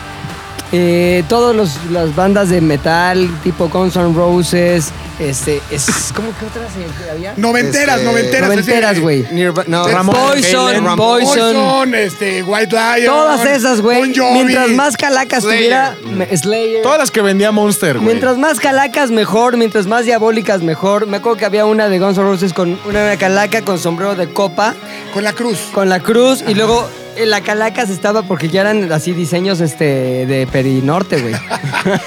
[SPEAKER 2] Eh, todas las bandas de metal, tipo Guns N' Roses, este, es, ¿cómo que otras eh, había?
[SPEAKER 3] Noventeras,
[SPEAKER 1] Este,
[SPEAKER 3] noventeras. así,
[SPEAKER 2] Noventeras, güey.
[SPEAKER 1] Nirva- no,
[SPEAKER 3] Dead
[SPEAKER 1] Ramón.
[SPEAKER 2] Poison,
[SPEAKER 1] Halen,
[SPEAKER 2] Poison.
[SPEAKER 3] Poison, este, White Lion.
[SPEAKER 2] Todas esas, güey.
[SPEAKER 3] Bon Jovi.
[SPEAKER 2] Mientras más calacas
[SPEAKER 4] Slayer.
[SPEAKER 2] tuviera, me- Slayer.
[SPEAKER 4] Todas las que vendía Monster, güey.
[SPEAKER 2] Mientras más calacas, mejor. Mientras más diabólicas, mejor. Me acuerdo que había una de Guns N' Roses con una calaca con sombrero de copa.
[SPEAKER 3] Con la cruz.
[SPEAKER 2] con la cruz y luego en la calaca se estaba porque ya eran así diseños este de Perinorte, güey.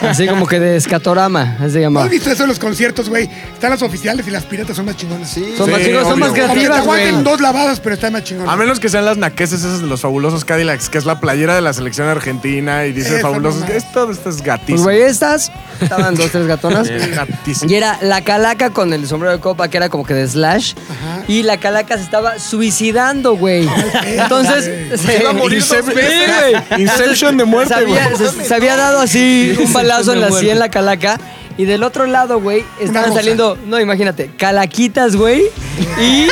[SPEAKER 2] así como que de escatorama, así se
[SPEAKER 3] ¿No
[SPEAKER 2] llamaba.
[SPEAKER 3] has visto eso en los conciertos, güey? Están las oficiales y las piratas son más chingonas.
[SPEAKER 1] Sí,
[SPEAKER 2] Son, más,
[SPEAKER 4] Sí,
[SPEAKER 2] digo, son
[SPEAKER 4] obvio.
[SPEAKER 2] más
[SPEAKER 3] Aunque te
[SPEAKER 2] creativas, güey.
[SPEAKER 3] aguanten dos lavadas, pero están más
[SPEAKER 4] A
[SPEAKER 3] chingonas.
[SPEAKER 4] menos que sean las naqueses esas de los fabulosos Cadillacs, que es la playera de la selección argentina y dice
[SPEAKER 3] Esa
[SPEAKER 4] fabulosos.
[SPEAKER 3] mamá.
[SPEAKER 4] Esto, esto es
[SPEAKER 2] Pues,
[SPEAKER 4] gatísimo.
[SPEAKER 2] güey, estas estaban dos, tres gatonas.
[SPEAKER 4] Es gatísimo.
[SPEAKER 2] Y era la calaca con el sombrero de copa, que era como que de slash. Y la calaca se estaba suicidando, güey. Entonces, se
[SPEAKER 4] iba a morir dos
[SPEAKER 2] Sí,
[SPEAKER 4] veces.
[SPEAKER 2] güey.
[SPEAKER 4] Inception de muerte,
[SPEAKER 2] Se había-
[SPEAKER 4] güey.
[SPEAKER 2] Se, se había dado así un balazo en la sien, en la calaca. Y del otro lado, güey, estaban
[SPEAKER 3] rosa.
[SPEAKER 2] saliendo, no, imagínate, calaquitas, güey. Y,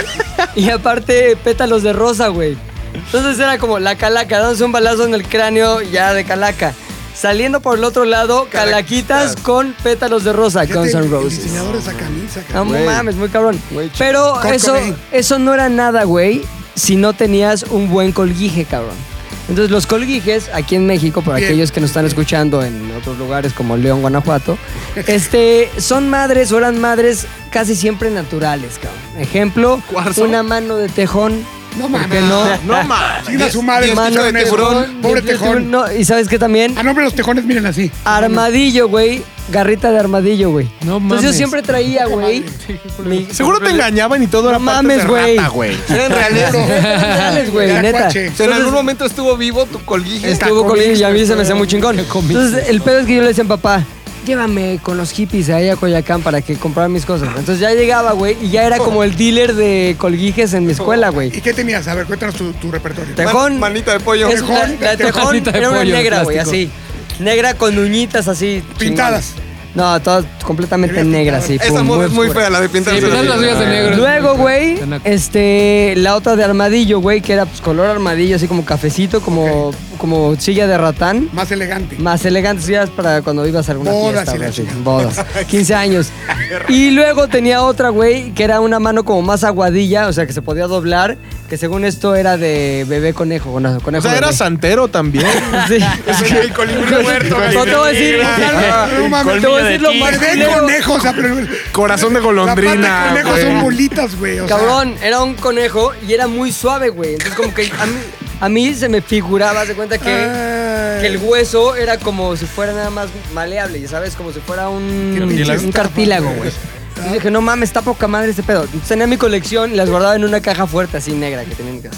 [SPEAKER 2] y aparte, pétalos de rosa, güey. Entonces era como la calaca, dándose un balazo en el cráneo ya de calaca. Saliendo por el otro lado, calaquitas, con pétalos de rosa,
[SPEAKER 3] Fíjate,
[SPEAKER 2] Guns N'
[SPEAKER 3] el- El
[SPEAKER 2] Roses.
[SPEAKER 3] diseñador de esa camisa,
[SPEAKER 2] No
[SPEAKER 3] cabrón.
[SPEAKER 2] mames, muy cabrón.
[SPEAKER 1] Güey, ch-
[SPEAKER 2] Pero
[SPEAKER 3] Kurt
[SPEAKER 2] eso,
[SPEAKER 3] Cobain.
[SPEAKER 2] eso no era nada, güey, si no tenías un buen colguije, cabrón. Entonces, los colguijes aquí en México, para
[SPEAKER 3] Bien.
[SPEAKER 2] aquellos que nos están escuchando en otros lugares como León, Guanajuato, este, son madres o eran madres casi siempre naturales, cabrón. Ejemplo,
[SPEAKER 4] ¿Cuarzo?
[SPEAKER 2] una mano de tejón.
[SPEAKER 3] No
[SPEAKER 2] ¿por
[SPEAKER 3] mames.
[SPEAKER 2] qué no?
[SPEAKER 4] No mames.
[SPEAKER 3] Chinga su madre,
[SPEAKER 2] Mano
[SPEAKER 3] escucharon
[SPEAKER 2] de
[SPEAKER 3] eso.
[SPEAKER 2] tejón.
[SPEAKER 3] Pobre
[SPEAKER 2] Yo- yo-
[SPEAKER 3] tejón.
[SPEAKER 2] no, y sabes qué también,
[SPEAKER 3] A nombre de Ah, los tejones, miren así.
[SPEAKER 2] armadillo, güey. Garrita de armadillo, güey.
[SPEAKER 5] No
[SPEAKER 2] Entonces yo
[SPEAKER 5] mames.
[SPEAKER 2] siempre traía, güey. mi-
[SPEAKER 4] Seguro te engañaban y todo era
[SPEAKER 2] No
[SPEAKER 4] parte de
[SPEAKER 2] mames, güey.
[SPEAKER 4] rata, güey.
[SPEAKER 1] Eran reales.
[SPEAKER 2] Dale, güey,
[SPEAKER 3] Era
[SPEAKER 2] neta.
[SPEAKER 3] cuache.
[SPEAKER 1] O sea, en algún momento estuvo vivo tu colguije.
[SPEAKER 2] Estuvo conmigo y a mí se me hacía muy chingón. Entonces, el pedo es que yo le decía a papá, llévame con los hippies ahí a Coyacán para que comprar mis cosas. Entonces ya llegaba, güey, y ya era como el dealer de colguijes en mi escuela,
[SPEAKER 3] ¿Y
[SPEAKER 2] güey.
[SPEAKER 3] qué tenías? A ver, cuéntanos tu, tu repertorio.
[SPEAKER 2] Te- Tejón.
[SPEAKER 1] manita de pollo.
[SPEAKER 2] Es una-
[SPEAKER 3] tejón,
[SPEAKER 2] la
[SPEAKER 3] tejón,
[SPEAKER 2] tejón
[SPEAKER 5] manita de
[SPEAKER 2] era una
[SPEAKER 5] pollo,
[SPEAKER 2] negra, güey, así.
[SPEAKER 5] plástico.
[SPEAKER 2] Negra con uñitas así.
[SPEAKER 3] Pintadas.
[SPEAKER 2] chingonas. No, todas completamente
[SPEAKER 3] Tenía
[SPEAKER 2] negras, sí.
[SPEAKER 1] Esa
[SPEAKER 2] pum,
[SPEAKER 1] moda es muy
[SPEAKER 2] oscura.
[SPEAKER 1] fea, la de pintarse
[SPEAKER 5] Sí,
[SPEAKER 1] la
[SPEAKER 5] pintar las
[SPEAKER 1] vida.
[SPEAKER 5] uñas de negro.
[SPEAKER 2] Luego, güey,
[SPEAKER 5] De naco.
[SPEAKER 2] este, la otra de armadillo, güey, que era pues, color armadillo, así como cafecito, como, como silla de ratán.
[SPEAKER 3] Más elegante.
[SPEAKER 2] Más elegantes días para cuando ibas a alguna
[SPEAKER 3] Bodas
[SPEAKER 2] fiesta.
[SPEAKER 3] y la
[SPEAKER 2] güey, sí,
[SPEAKER 3] chingada.
[SPEAKER 2] bodas. 15 años. Y luego tenía otra, güey, que era una mano como más aguadilla, o sea, que se podía doblar, que según esto era de bebé conejo. conejo
[SPEAKER 4] O sea, era santero también.
[SPEAKER 2] Sí.
[SPEAKER 4] Es que el colibrí muerto.
[SPEAKER 2] Pues, No te voy a decir,
[SPEAKER 3] Ah, no mames,
[SPEAKER 2] te voy a decir lo más
[SPEAKER 3] Bebé
[SPEAKER 2] culero.
[SPEAKER 3] conejos, o sea, pero.
[SPEAKER 4] Corazón de golondrina.
[SPEAKER 3] La pata de conejos
[SPEAKER 4] güey.
[SPEAKER 3] son bolitas, güey. o sea,
[SPEAKER 2] Cabrón, era un conejo y era muy suave, güey. Entonces, como que a mí, a mí se me figuraba, se cuenta que,
[SPEAKER 3] ay.
[SPEAKER 2] que el hueso era como si fuera nada más maleable, ya sabes, como si fuera un,
[SPEAKER 3] Qué pinche
[SPEAKER 2] un
[SPEAKER 3] estafa,
[SPEAKER 2] cartílago,
[SPEAKER 3] güey.
[SPEAKER 2] güey. Y dije, no mames, está poca madre este pedo. Entonces, tenía mi colección y las guardaba en una caja fuerte así negra que tenían en casa.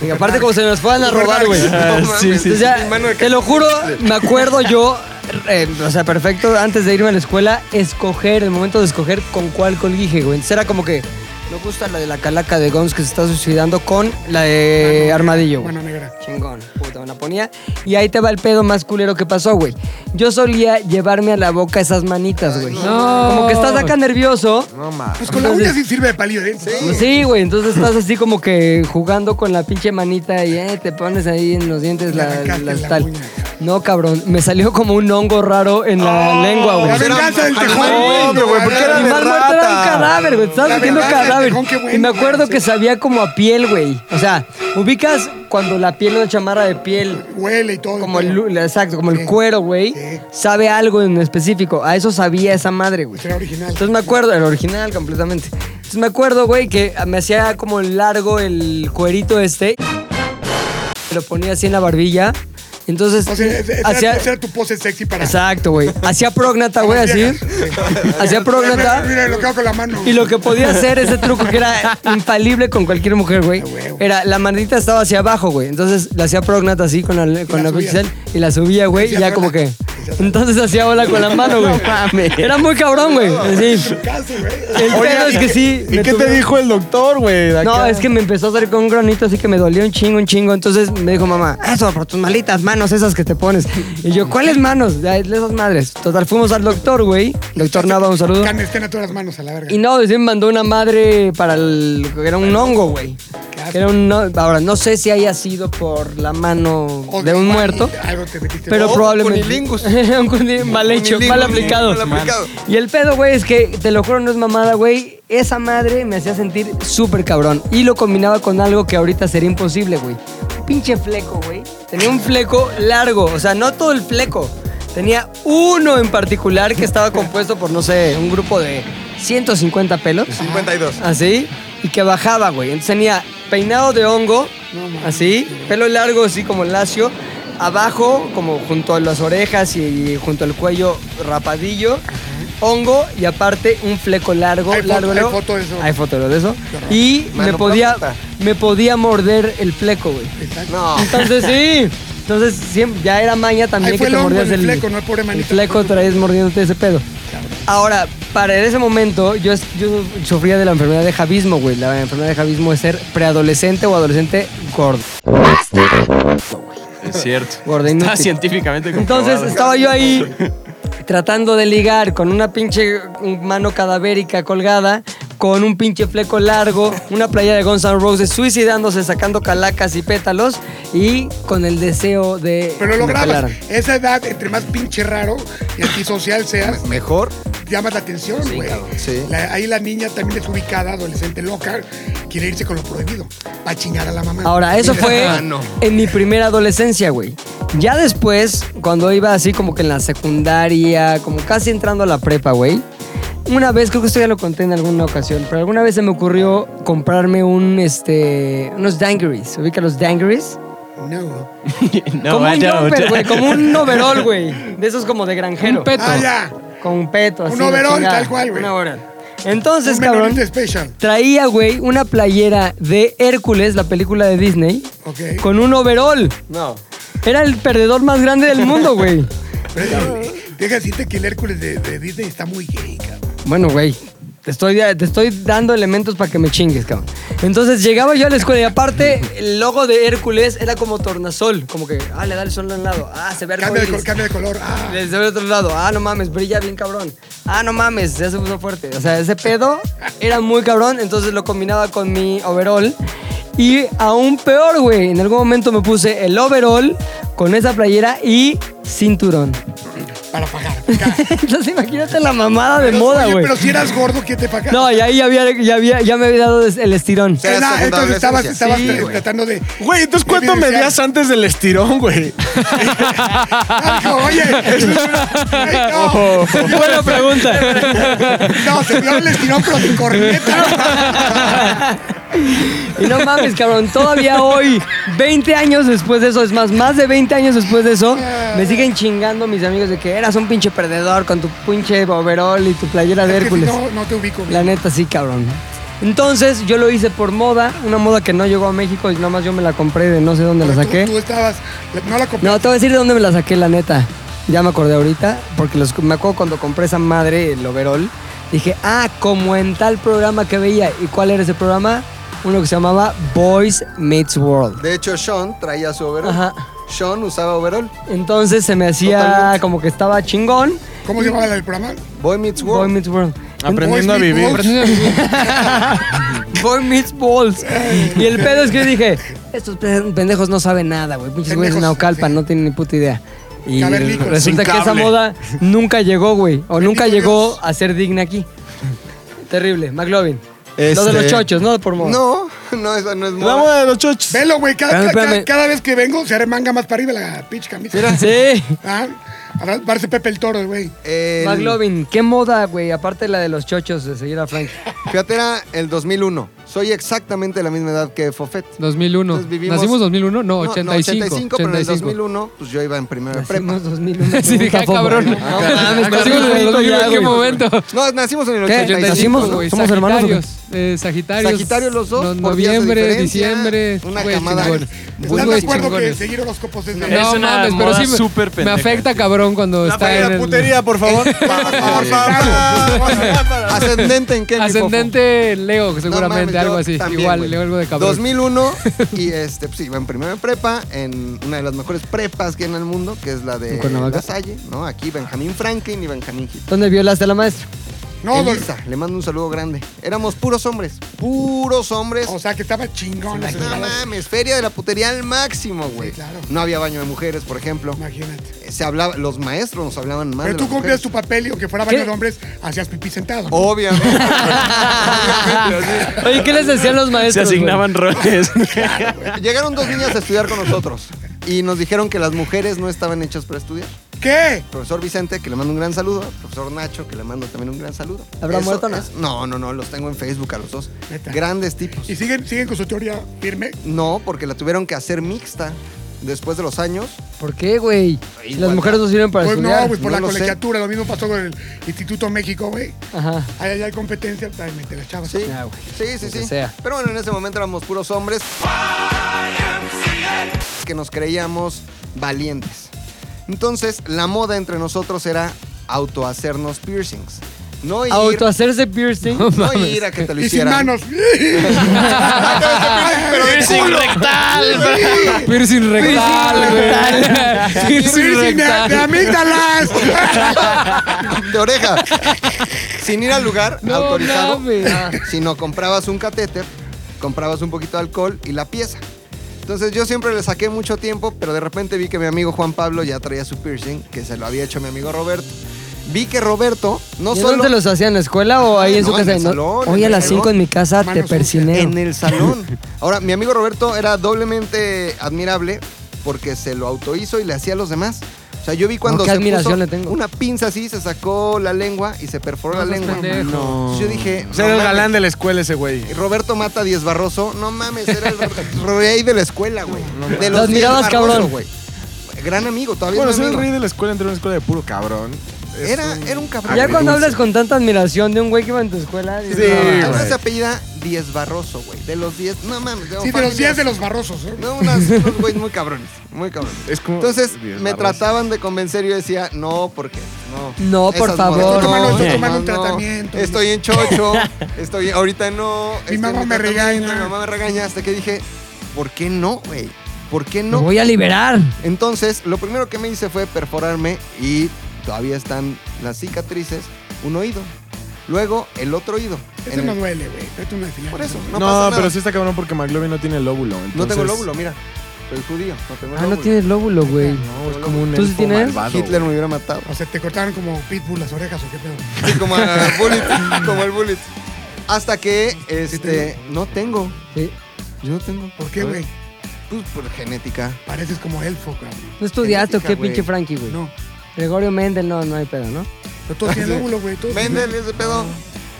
[SPEAKER 2] Y aparte, como se nos fueran a robar, güey.
[SPEAKER 1] sí, sí,
[SPEAKER 2] Entonces, ya,
[SPEAKER 1] sí. Mano de
[SPEAKER 2] te lo juro, me acuerdo yo, eh, o sea, perfecto, antes de irme a la escuela, escoger, el momento de escoger con cuál colguije, güey. Entonces era como que, me gusta la de la calaca de Gons que se está suicidando con la de Armadillo. güey.
[SPEAKER 3] Mano negra.
[SPEAKER 2] Chingón, puta, me la ponía. Y ahí te va el pedo más culero que pasó, güey. Yo solía llevarme a la boca esas manitas, güey.
[SPEAKER 5] no.
[SPEAKER 2] Como que estás acá nervioso.
[SPEAKER 4] No mames.
[SPEAKER 3] Pues con la uña sí sirve de palillo, ¿eh?
[SPEAKER 2] Pues Sí, güey, entonces estás así como que jugando con la pinche manita y eh, te pones ahí en los dientes
[SPEAKER 3] Le
[SPEAKER 2] la,
[SPEAKER 3] arrancaste
[SPEAKER 2] las
[SPEAKER 3] la
[SPEAKER 2] tal.
[SPEAKER 3] uña.
[SPEAKER 2] No, cabrón, me salió como un hongo raro en la
[SPEAKER 3] Oh,
[SPEAKER 2] lengua,
[SPEAKER 3] La
[SPEAKER 2] güey.
[SPEAKER 3] venganza del tejón.
[SPEAKER 4] No, hombre, güey, ¿por qué era
[SPEAKER 2] Y
[SPEAKER 4] de
[SPEAKER 2] más muerto era un
[SPEAKER 4] rata.
[SPEAKER 2] cadáver, güey. te Estabas
[SPEAKER 3] La
[SPEAKER 2] metiendo
[SPEAKER 3] venganza del
[SPEAKER 2] cadáver.
[SPEAKER 3] tejón, qué bueno,
[SPEAKER 2] y me
[SPEAKER 3] güey,
[SPEAKER 2] acuerdo
[SPEAKER 3] sí.
[SPEAKER 2] que sabía como a piel, güey. O sea, ubicas cuando la piel de chamarra de piel
[SPEAKER 3] Huele y todo.
[SPEAKER 2] como el,
[SPEAKER 3] pero
[SPEAKER 2] lu- exacto, como
[SPEAKER 3] Sí.
[SPEAKER 2] el cuero, güey,
[SPEAKER 3] Sí.
[SPEAKER 2] sabe algo en específico. A eso sabía esa madre, güey.
[SPEAKER 3] Será original.
[SPEAKER 2] Entonces me acuerdo, el original completamente. Entonces me acuerdo, güey, que me hacía como largo el cuerito este. Me Lo ponía así en la barbilla. Entonces
[SPEAKER 3] O sea, eh, esa- esa-
[SPEAKER 2] hacía
[SPEAKER 3] esa era tu pose sexy para.
[SPEAKER 2] Exacto, güey. Hacía prógnata, güey,
[SPEAKER 3] Para
[SPEAKER 2] así.
[SPEAKER 3] las viejas.
[SPEAKER 2] Hacía prógnata.
[SPEAKER 3] Mira, lo que hago con la mano.
[SPEAKER 2] Y lo que podía hacer ese truco que era infalible con cualquier mujer, güey, era la manita estaba hacia abajo, güey. Entonces la hacía prognata así con la, con
[SPEAKER 3] la
[SPEAKER 2] la
[SPEAKER 3] subías.
[SPEAKER 2] pixel y la subía, güey,
[SPEAKER 3] Decía
[SPEAKER 2] y ya como que
[SPEAKER 3] prógnata. hacía así.
[SPEAKER 2] Entonces hacía bola con la mano, güey. Era muy cabrón, güey. Sí.
[SPEAKER 3] Casi,
[SPEAKER 2] El
[SPEAKER 3] güey.
[SPEAKER 4] Oye,
[SPEAKER 2] pedo es que sí.
[SPEAKER 4] ¿Y
[SPEAKER 2] me
[SPEAKER 4] qué te
[SPEAKER 2] tuve-
[SPEAKER 4] dijo el doctor, güey? de
[SPEAKER 2] No,
[SPEAKER 4] acá?
[SPEAKER 2] es que me empezó a hacer con un granito, así que me dolió un chingo, un chingo. Entonces me dijo mamá, eso, por tus malitas manos esas que te pones. Y yo, ¿cuáles manos? Ya, esas madres. Total, fuimos al doctor, güey. Doctor Nava, un saludo.
[SPEAKER 3] Canestena a todas las manos a la verga.
[SPEAKER 2] Y no, sí me mandó una madre para el... que Era un hongo, güey.
[SPEAKER 3] Qué asco.
[SPEAKER 2] Era un... no- Ahora, no sé si haya sido por la mano
[SPEAKER 3] O
[SPEAKER 2] de un
[SPEAKER 3] igual,
[SPEAKER 2] muerto.
[SPEAKER 3] Algo te metiste.
[SPEAKER 2] Pero
[SPEAKER 1] O
[SPEAKER 2] probablemente.
[SPEAKER 1] cunilingus.
[SPEAKER 2] un cuni- mal hecho, mal aplicado.
[SPEAKER 1] Mal aplicado.
[SPEAKER 2] Y el pedo, güey, es que, te lo juro, no es mamada, güey. Esa madre me hacía sentir súper cabrón. Y lo combinaba con algo que ahorita sería imposible, güey. Pinche fleco, güey. Tenía un fleco largo, o sea, no todo el fleco. Tenía uno en particular que estaba compuesto por, no sé, un grupo de 150 pelos.
[SPEAKER 1] 52.
[SPEAKER 2] Así. Y que bajaba, güey. Entonces tenía peinado de hongo, así, pelo largo, así como lacio. Abajo, como junto a las orejas y junto al cuello, rapadillo. Hongo y aparte un fleco largo,
[SPEAKER 3] Hay fo-
[SPEAKER 2] largo,
[SPEAKER 3] hay
[SPEAKER 2] largo.
[SPEAKER 3] foto de eso.
[SPEAKER 2] Hay foto de eso. Y me
[SPEAKER 1] Mano
[SPEAKER 2] podía,
[SPEAKER 1] planta.
[SPEAKER 2] me podía morder el fleco, güey.
[SPEAKER 1] No.
[SPEAKER 2] Entonces sí. Entonces siempre, ya era maña también que
[SPEAKER 3] Ahí fue
[SPEAKER 2] te
[SPEAKER 3] el hongo,
[SPEAKER 2] mordías
[SPEAKER 3] el fleco, no el pobre manito.
[SPEAKER 2] fleco traes mordiéndote ese pedo. Ahora, para ese momento, yo, es- yo sufría de la enfermedad de javismo, güey. La enfermedad de javismo es ser preadolescente o adolescente gordo.
[SPEAKER 6] Es cierto.
[SPEAKER 2] Gordo
[SPEAKER 6] Está
[SPEAKER 2] inútil.
[SPEAKER 6] científicamente comprobado.
[SPEAKER 2] Entonces estaba yo ahí tratando de ligar con una pinche mano cadavérica colgada, con un pinche fleco largo, una playa de Guns N' Roses suicidándose, sacando calacas y pétalos y con el deseo de...
[SPEAKER 3] Pero lo
[SPEAKER 2] que me
[SPEAKER 3] grabas.
[SPEAKER 2] pelaran.
[SPEAKER 3] Esa edad, entre más pinche raro y antisocial seas,
[SPEAKER 1] Mejor.
[SPEAKER 3] llamas la atención, güey.
[SPEAKER 1] sí.
[SPEAKER 3] La- ahí la niña también es ubicada, adolescente loca, quiere irse con lo prohibido. Va a chingar a la mamá.
[SPEAKER 2] Ahora, eso fue
[SPEAKER 1] Ah, no.
[SPEAKER 2] en mi primera adolescencia, güey. Ya después, cuando iba así como que en la secundaria, como casi entrando a la prepa, güey. Una vez, creo que esto ya lo conté en alguna ocasión, pero alguna vez se me ocurrió comprarme un, este, unos dangaries. ¿Ubica los dangaries?
[SPEAKER 1] Ah,
[SPEAKER 3] No.
[SPEAKER 6] No,
[SPEAKER 2] como un
[SPEAKER 6] I don't.
[SPEAKER 2] jumper, güey, como un overall, güey. De esos como de granjero.
[SPEAKER 5] Un peto.
[SPEAKER 3] Ah, ya.
[SPEAKER 2] Con un peto, así.
[SPEAKER 3] Un
[SPEAKER 2] la
[SPEAKER 3] overall,
[SPEAKER 2] chingada.
[SPEAKER 3] tal cual, güey.
[SPEAKER 2] Un overall. Entonces,
[SPEAKER 3] Un
[SPEAKER 2] cabrón,
[SPEAKER 3] menonita special.
[SPEAKER 2] traía, güey, una playera de Hércules, la película de Disney,
[SPEAKER 3] Ok.
[SPEAKER 2] con un overall.
[SPEAKER 1] No.
[SPEAKER 2] Era el perdedor más grande del mundo, güey.
[SPEAKER 3] Pero, deja decirte que el Hércules de, de Disney está muy gay, cabrón.
[SPEAKER 2] Bueno, güey, te estoy, te estoy dando elementos para que me chingues, cabrón. Entonces llegaba yo a la escuela y aparte el logo de Hércules era como tornasol. Como que, ah, le da el sol a un lado. Ah, se ve
[SPEAKER 3] Cambia de, col-
[SPEAKER 2] arcoíris.
[SPEAKER 3] cambia de color. Ah,
[SPEAKER 2] Desde el otro lado, ah, no mames, brilla bien cabrón. Ah, no mames, ya se puso fuerte. O sea, ese pedo era muy cabrón, entonces lo combinaba con mi overall. Y aún peor, güey, en algún momento me puse el overall con esa playera y cinturón.
[SPEAKER 3] para pagar. Ca-
[SPEAKER 2] Entonces imagínate la mamada de
[SPEAKER 3] Pero,
[SPEAKER 2] moda,
[SPEAKER 3] oye,
[SPEAKER 2] güey.
[SPEAKER 3] Pero si eras gordo, ¿quién te paga?
[SPEAKER 2] No, y ahí ya, había, ya, había, ya me había dado des- el estirón.
[SPEAKER 1] Era
[SPEAKER 3] Era-
[SPEAKER 1] segunda
[SPEAKER 3] entonces estabas,
[SPEAKER 1] adolescencia.
[SPEAKER 3] estabas
[SPEAKER 1] Sí,
[SPEAKER 3] tra-
[SPEAKER 1] güey.
[SPEAKER 3] tratando de.
[SPEAKER 4] Güey, entonces ¿cuánto
[SPEAKER 3] evidenciar-
[SPEAKER 4] medías antes del estirón, güey?
[SPEAKER 3] Ah, dijo, oye. ay, no.
[SPEAKER 2] Oh. Buena pregunta.
[SPEAKER 3] No, se vio el estirón, pero de corneta.
[SPEAKER 2] Y no mames, cabrón, todavía hoy, 20 años después de eso, es más, más de 20 años después de eso, me siguen chingando mis amigos de que eras un pinche perdedor con tu pinche overol y tu playera de
[SPEAKER 3] Es que si
[SPEAKER 2] Hércules.
[SPEAKER 3] no, no te ubico.
[SPEAKER 2] La neta, sí, cabrón. Entonces, yo lo hice por moda, una moda que no llegó a México y nada más yo me la compré de no sé dónde la
[SPEAKER 3] Pero tú-
[SPEAKER 2] saqué.
[SPEAKER 3] Tú, estabas. No la compré.
[SPEAKER 2] No, te voy a decir de dónde me la saqué, la neta. Ya me acordé ahorita, porque los- me acuerdo cuando compré esa madre, el overall, dije, ah, como en tal programa que veía. ¿Y cuál era ese programa? Uno que se llamaba Boys Meets World.
[SPEAKER 1] De hecho, Sean traía su overall.
[SPEAKER 2] Ajá.
[SPEAKER 1] Sean usaba overall.
[SPEAKER 2] Entonces se me hacía
[SPEAKER 1] Totalmente.
[SPEAKER 2] como que estaba chingón.
[SPEAKER 3] ¿Cómo se llamaba el programa?
[SPEAKER 1] Boy Meets World.
[SPEAKER 2] Boy Meets World.
[SPEAKER 4] Aprendiendo a
[SPEAKER 3] Boys Meet
[SPEAKER 4] vivir.
[SPEAKER 3] Boys.
[SPEAKER 2] Boy Meets Balls. Y el pedo es que yo dije, estos pe- pendejos no saben nada, güey. Pinches güeyes de
[SPEAKER 3] Pendejos,
[SPEAKER 2] Naucalpan,
[SPEAKER 3] sí.
[SPEAKER 2] no tienen ni puta idea. Y
[SPEAKER 3] Cavernícolas,
[SPEAKER 2] resulta
[SPEAKER 4] sin
[SPEAKER 2] que esa
[SPEAKER 4] cable.
[SPEAKER 2] moda nunca llegó, güey. O nunca
[SPEAKER 3] Bendito
[SPEAKER 2] llegó
[SPEAKER 3] Dios.
[SPEAKER 2] a ser digna aquí. Terrible. McLovin. Lo de
[SPEAKER 4] Este-
[SPEAKER 2] los chochos, ¿no? Por moda.
[SPEAKER 1] No, no, eso no es
[SPEAKER 4] La
[SPEAKER 1] moda.
[SPEAKER 4] moda de los chochos.
[SPEAKER 3] Velo, güey. Cada,
[SPEAKER 2] Espérame,
[SPEAKER 3] cada-
[SPEAKER 2] espérame.
[SPEAKER 3] cada vez que vengo, se remanga más para arriba la pinche camisa.
[SPEAKER 2] Sí.
[SPEAKER 3] Ah, ahora parece Pepe el Toro, güey.
[SPEAKER 1] El-
[SPEAKER 2] McLovin, ¿qué moda, güey? Aparte de la de los chochos, de seguir a Frank.
[SPEAKER 1] Fíjate, era el 2001. Soy exactamente la misma edad que Fofet.
[SPEAKER 5] 2001.
[SPEAKER 1] Entonces vivimos-
[SPEAKER 5] ¿Nacimos 2001? No,
[SPEAKER 1] No,
[SPEAKER 5] 85.
[SPEAKER 1] pero en el
[SPEAKER 5] 85.
[SPEAKER 1] 2001, pues yo iba en primera de prepa.
[SPEAKER 2] Nacimos 2001.
[SPEAKER 5] Sí, dije, ah,
[SPEAKER 2] Tampoco.
[SPEAKER 5] cabrón.
[SPEAKER 2] No mames,
[SPEAKER 5] Nacimos en el 2001, ¿En qué momento?
[SPEAKER 1] No, nacimos en el
[SPEAKER 2] ¿Qué?
[SPEAKER 1] 85.
[SPEAKER 2] Nacimos-
[SPEAKER 1] güey.
[SPEAKER 5] güey,
[SPEAKER 2] somos hermanos,
[SPEAKER 5] Sagitarios, eh, Sagitarios.
[SPEAKER 1] Sagitario los dos,
[SPEAKER 5] No-
[SPEAKER 1] por días de
[SPEAKER 5] noviembre,
[SPEAKER 1] diferencia,
[SPEAKER 5] diciembre.
[SPEAKER 1] una
[SPEAKER 5] güey,
[SPEAKER 1] camada.
[SPEAKER 5] chingón. Uy,
[SPEAKER 3] ¿Están de
[SPEAKER 5] güey,
[SPEAKER 3] acuerdo que
[SPEAKER 5] chingones.
[SPEAKER 3] seguir horóscopos es de
[SPEAKER 6] Es
[SPEAKER 5] No
[SPEAKER 6] una
[SPEAKER 5] mames, pero
[SPEAKER 6] moda
[SPEAKER 5] sí me-
[SPEAKER 6] súper
[SPEAKER 5] me
[SPEAKER 6] pendeja,
[SPEAKER 5] afecta
[SPEAKER 6] tío.
[SPEAKER 5] cabrón cuando
[SPEAKER 4] La
[SPEAKER 5] está
[SPEAKER 4] fe de
[SPEAKER 5] en
[SPEAKER 4] la
[SPEAKER 5] el-
[SPEAKER 4] putería, por favor.
[SPEAKER 3] favor, favor.
[SPEAKER 1] Ascendente en qué. mi fofo?
[SPEAKER 5] Ascendente Leo,
[SPEAKER 1] No
[SPEAKER 5] seguramente,
[SPEAKER 1] mames, yo
[SPEAKER 5] algo así.
[SPEAKER 1] también,
[SPEAKER 5] Igual,
[SPEAKER 1] güey.
[SPEAKER 5] Leo, algo de cabrón.
[SPEAKER 1] 2001 y este, pues sí, iba en primera prepa, en una de las mejores prepas que hay en el mundo, que es la
[SPEAKER 2] ¿En
[SPEAKER 1] de
[SPEAKER 2] Cuernavaca?
[SPEAKER 1] La Salle, ¿no? Aquí Benjamín Franklin y Benjamín Gil.
[SPEAKER 2] ¿Dónde violaste a la maestra?
[SPEAKER 3] No, don-
[SPEAKER 1] Elisa, le mando un saludo grande. Éramos puros hombres, puros hombres.
[SPEAKER 3] o sea, que estaba chingón. ese
[SPEAKER 1] no
[SPEAKER 3] pedo.
[SPEAKER 1] mames, feria de la putería al máximo, güey.
[SPEAKER 3] Sí, claro.
[SPEAKER 1] No había baño de mujeres, por ejemplo.
[SPEAKER 3] Imagínate.
[SPEAKER 1] Se hablaba, los maestros nos hablaban mal.
[SPEAKER 3] Pero
[SPEAKER 1] de
[SPEAKER 3] tú
[SPEAKER 1] las
[SPEAKER 3] cumplías
[SPEAKER 1] mujeres. Oh.
[SPEAKER 3] tu papel y aunque fuera baño de hombres, hacías pipí sentado.
[SPEAKER 1] Obviamente.
[SPEAKER 2] Oye, ¿qué les decían los maestros?
[SPEAKER 6] Se asignaban roles.
[SPEAKER 1] Llegaron dos niñas a estudiar con nosotros y nos dijeron que las mujeres no estaban hechas para estudiar.
[SPEAKER 3] ¿Qué?
[SPEAKER 1] profesor Vicente, que le mando un gran saludo, profesor Nacho, que le mando también un gran saludo.
[SPEAKER 2] ¿Habrá muerto o no?
[SPEAKER 1] es- no, no, no, los tengo en Facebook a los dos.
[SPEAKER 3] Neta.
[SPEAKER 1] Grandes tipos.
[SPEAKER 3] ¿Y siguen, siguen con su teoría firme?
[SPEAKER 1] No, porque la tuvieron que hacer mixta después de los años.
[SPEAKER 2] güey? ¿Por qué, güey? Si las
[SPEAKER 1] Igualdad.
[SPEAKER 2] mujeres no sirven para
[SPEAKER 3] Pues no,
[SPEAKER 2] estudiar.
[SPEAKER 3] pues por
[SPEAKER 1] no
[SPEAKER 3] la
[SPEAKER 1] lo sé.
[SPEAKER 3] colegiatura. Lo mismo pasó con el Instituto México, güey.
[SPEAKER 2] Ajá.
[SPEAKER 3] Ahí ahí hay competencia, ahí mete las chavas.
[SPEAKER 1] Sí,
[SPEAKER 2] Pues Ya, güey.
[SPEAKER 1] sí, sí.
[SPEAKER 2] Lo que
[SPEAKER 1] sí.
[SPEAKER 2] sea.
[SPEAKER 1] Pero bueno, en ese momento éramos puros hombres que nos creíamos valientes. Entonces, la moda entre nosotros era autohacernos piercings. No ir,
[SPEAKER 2] Autohacerse piercing.
[SPEAKER 1] no ir a que te lo
[SPEAKER 3] Y sin
[SPEAKER 1] hicieran. Ah,
[SPEAKER 3] manos. Pero de
[SPEAKER 6] Piercing
[SPEAKER 3] culo.
[SPEAKER 6] rectal.
[SPEAKER 5] Piercing rectal, güey. Piercing
[SPEAKER 3] Piercing de, de
[SPEAKER 5] rectal.
[SPEAKER 3] amígdalas.
[SPEAKER 1] de oreja. Sin ir al lugar
[SPEAKER 5] No
[SPEAKER 1] autorizado,
[SPEAKER 5] mames.
[SPEAKER 1] sino comprabas un catéter, comprabas un poquito de alcohol y la pieza. Entonces yo siempre le saqué mucho tiempo, pero de repente vi que mi amigo Juan Pablo ya traía su piercing, que se lo había hecho mi amigo Roberto. Vi que Roberto no
[SPEAKER 2] ¿Y en dónde
[SPEAKER 1] solo
[SPEAKER 2] te los hacían? ¿En la escuela o ahí en
[SPEAKER 1] No,
[SPEAKER 2] su
[SPEAKER 1] en
[SPEAKER 2] casa?
[SPEAKER 1] el
[SPEAKER 2] No.
[SPEAKER 1] salón,
[SPEAKER 2] Hoy
[SPEAKER 1] en
[SPEAKER 2] a
[SPEAKER 1] el
[SPEAKER 2] las
[SPEAKER 1] salón.
[SPEAKER 2] 5 en mi casa te
[SPEAKER 3] Manos sucias.
[SPEAKER 2] persineo.
[SPEAKER 1] en el salón. Ahora, mi amigo Roberto era doblemente admirable porque se lo autohizo y le hacía a los demás. O sea, yo vi cuando
[SPEAKER 2] No, qué
[SPEAKER 1] se
[SPEAKER 2] admiración
[SPEAKER 1] puso
[SPEAKER 2] le tengo.
[SPEAKER 1] una pinza así, se sacó la lengua y se perforó
[SPEAKER 5] No
[SPEAKER 1] la
[SPEAKER 5] seas
[SPEAKER 1] lengua.
[SPEAKER 5] pendejo.
[SPEAKER 1] Entonces yo dije,
[SPEAKER 4] Ser
[SPEAKER 1] no
[SPEAKER 4] el
[SPEAKER 1] mames.
[SPEAKER 4] galán de la escuela ese güey.
[SPEAKER 1] Roberto Mata Diez Barroso, no mames, era el rey de la escuela, güey. de
[SPEAKER 2] Lo admirabas,
[SPEAKER 1] Diez Barroso,
[SPEAKER 2] cabrón.
[SPEAKER 1] güey. Gran amigo, todavía
[SPEAKER 4] Bueno,
[SPEAKER 1] es mi
[SPEAKER 4] ser el
[SPEAKER 1] amigo.
[SPEAKER 4] rey de la escuela entre una escuela de puro cabrón. es
[SPEAKER 1] Era,
[SPEAKER 4] un-
[SPEAKER 1] era un cabrón.
[SPEAKER 2] Ya cuando
[SPEAKER 4] Agridulce.
[SPEAKER 2] hablas con tanta admiración de un güey que iba en tu escuela. dices,
[SPEAKER 4] Sí,
[SPEAKER 2] no,
[SPEAKER 4] güey.
[SPEAKER 1] Además se apellida Diez Barroso, güey. De los diez, no mames.
[SPEAKER 3] Sí, de los 10 de los barrosos. ¿eh?
[SPEAKER 1] No, unas- unos güeyes muy cabrones, muy cabrones.
[SPEAKER 4] Es como-
[SPEAKER 1] Entonces
[SPEAKER 4] Diez
[SPEAKER 1] me
[SPEAKER 4] Barroso.
[SPEAKER 1] trataban de convencer y yo decía, no, porque no.
[SPEAKER 2] No, por
[SPEAKER 1] Esas
[SPEAKER 2] favor.
[SPEAKER 1] modas,
[SPEAKER 2] Estoy tomando-
[SPEAKER 3] estoy
[SPEAKER 1] no,
[SPEAKER 3] tomando un
[SPEAKER 1] no,
[SPEAKER 3] tratamiento.
[SPEAKER 1] Estoy en chocho, estoy, ahorita no. este, estoy en
[SPEAKER 3] mamá me
[SPEAKER 1] tratamiento,
[SPEAKER 3] regaña.
[SPEAKER 1] Mi mamá me regaña hasta que dije, ¿por qué no, güey? ¿Por qué
[SPEAKER 2] Me
[SPEAKER 1] no?
[SPEAKER 2] voy a liberar. Ah,
[SPEAKER 1] Entonces, lo primero que me hice fue perforarme y todavía están las cicatrices, un oído. Luego, el otro oído.
[SPEAKER 3] Ese
[SPEAKER 1] En
[SPEAKER 3] no
[SPEAKER 1] el-
[SPEAKER 3] duele, güey. Vete una fila.
[SPEAKER 1] Por eso, no,
[SPEAKER 4] No,
[SPEAKER 1] pasa nada.
[SPEAKER 4] pero sí está cabrón porque McLovin no tiene lóbulo.
[SPEAKER 1] No tengo
[SPEAKER 4] entonces-
[SPEAKER 1] lóbulo, mira. Soy judío, no tengo
[SPEAKER 2] Ah,
[SPEAKER 1] lóbulo.
[SPEAKER 2] no tienes lóbulo, güey.
[SPEAKER 4] No, es como un
[SPEAKER 2] ¿Tú sí
[SPEAKER 4] elfo
[SPEAKER 2] tienes?
[SPEAKER 4] malvado,
[SPEAKER 1] Hitler
[SPEAKER 4] güey.
[SPEAKER 1] me hubiera matado.
[SPEAKER 3] O sea, te cortaron como pitbull las orejas o qué pedo.
[SPEAKER 1] Sí, como, a Bullet, como el bullet. Hasta que, este, no tengo.
[SPEAKER 2] Sí.
[SPEAKER 1] Yo no tengo.
[SPEAKER 3] ¿Por qué,
[SPEAKER 1] A ver,
[SPEAKER 3] güey?
[SPEAKER 1] Pues por genética.
[SPEAKER 3] Pareces como elfo, cabrón.
[SPEAKER 2] ¿No estudiaste o
[SPEAKER 1] Genética,
[SPEAKER 2] qué
[SPEAKER 1] güey.
[SPEAKER 2] pinche Frankie, güey?
[SPEAKER 3] No.
[SPEAKER 2] Gregorio Mendel, no, no hay pedo, ¿no?
[SPEAKER 3] Pero todos tienen lóbulo, güey. todos tienen-
[SPEAKER 1] Mendel ese pedo.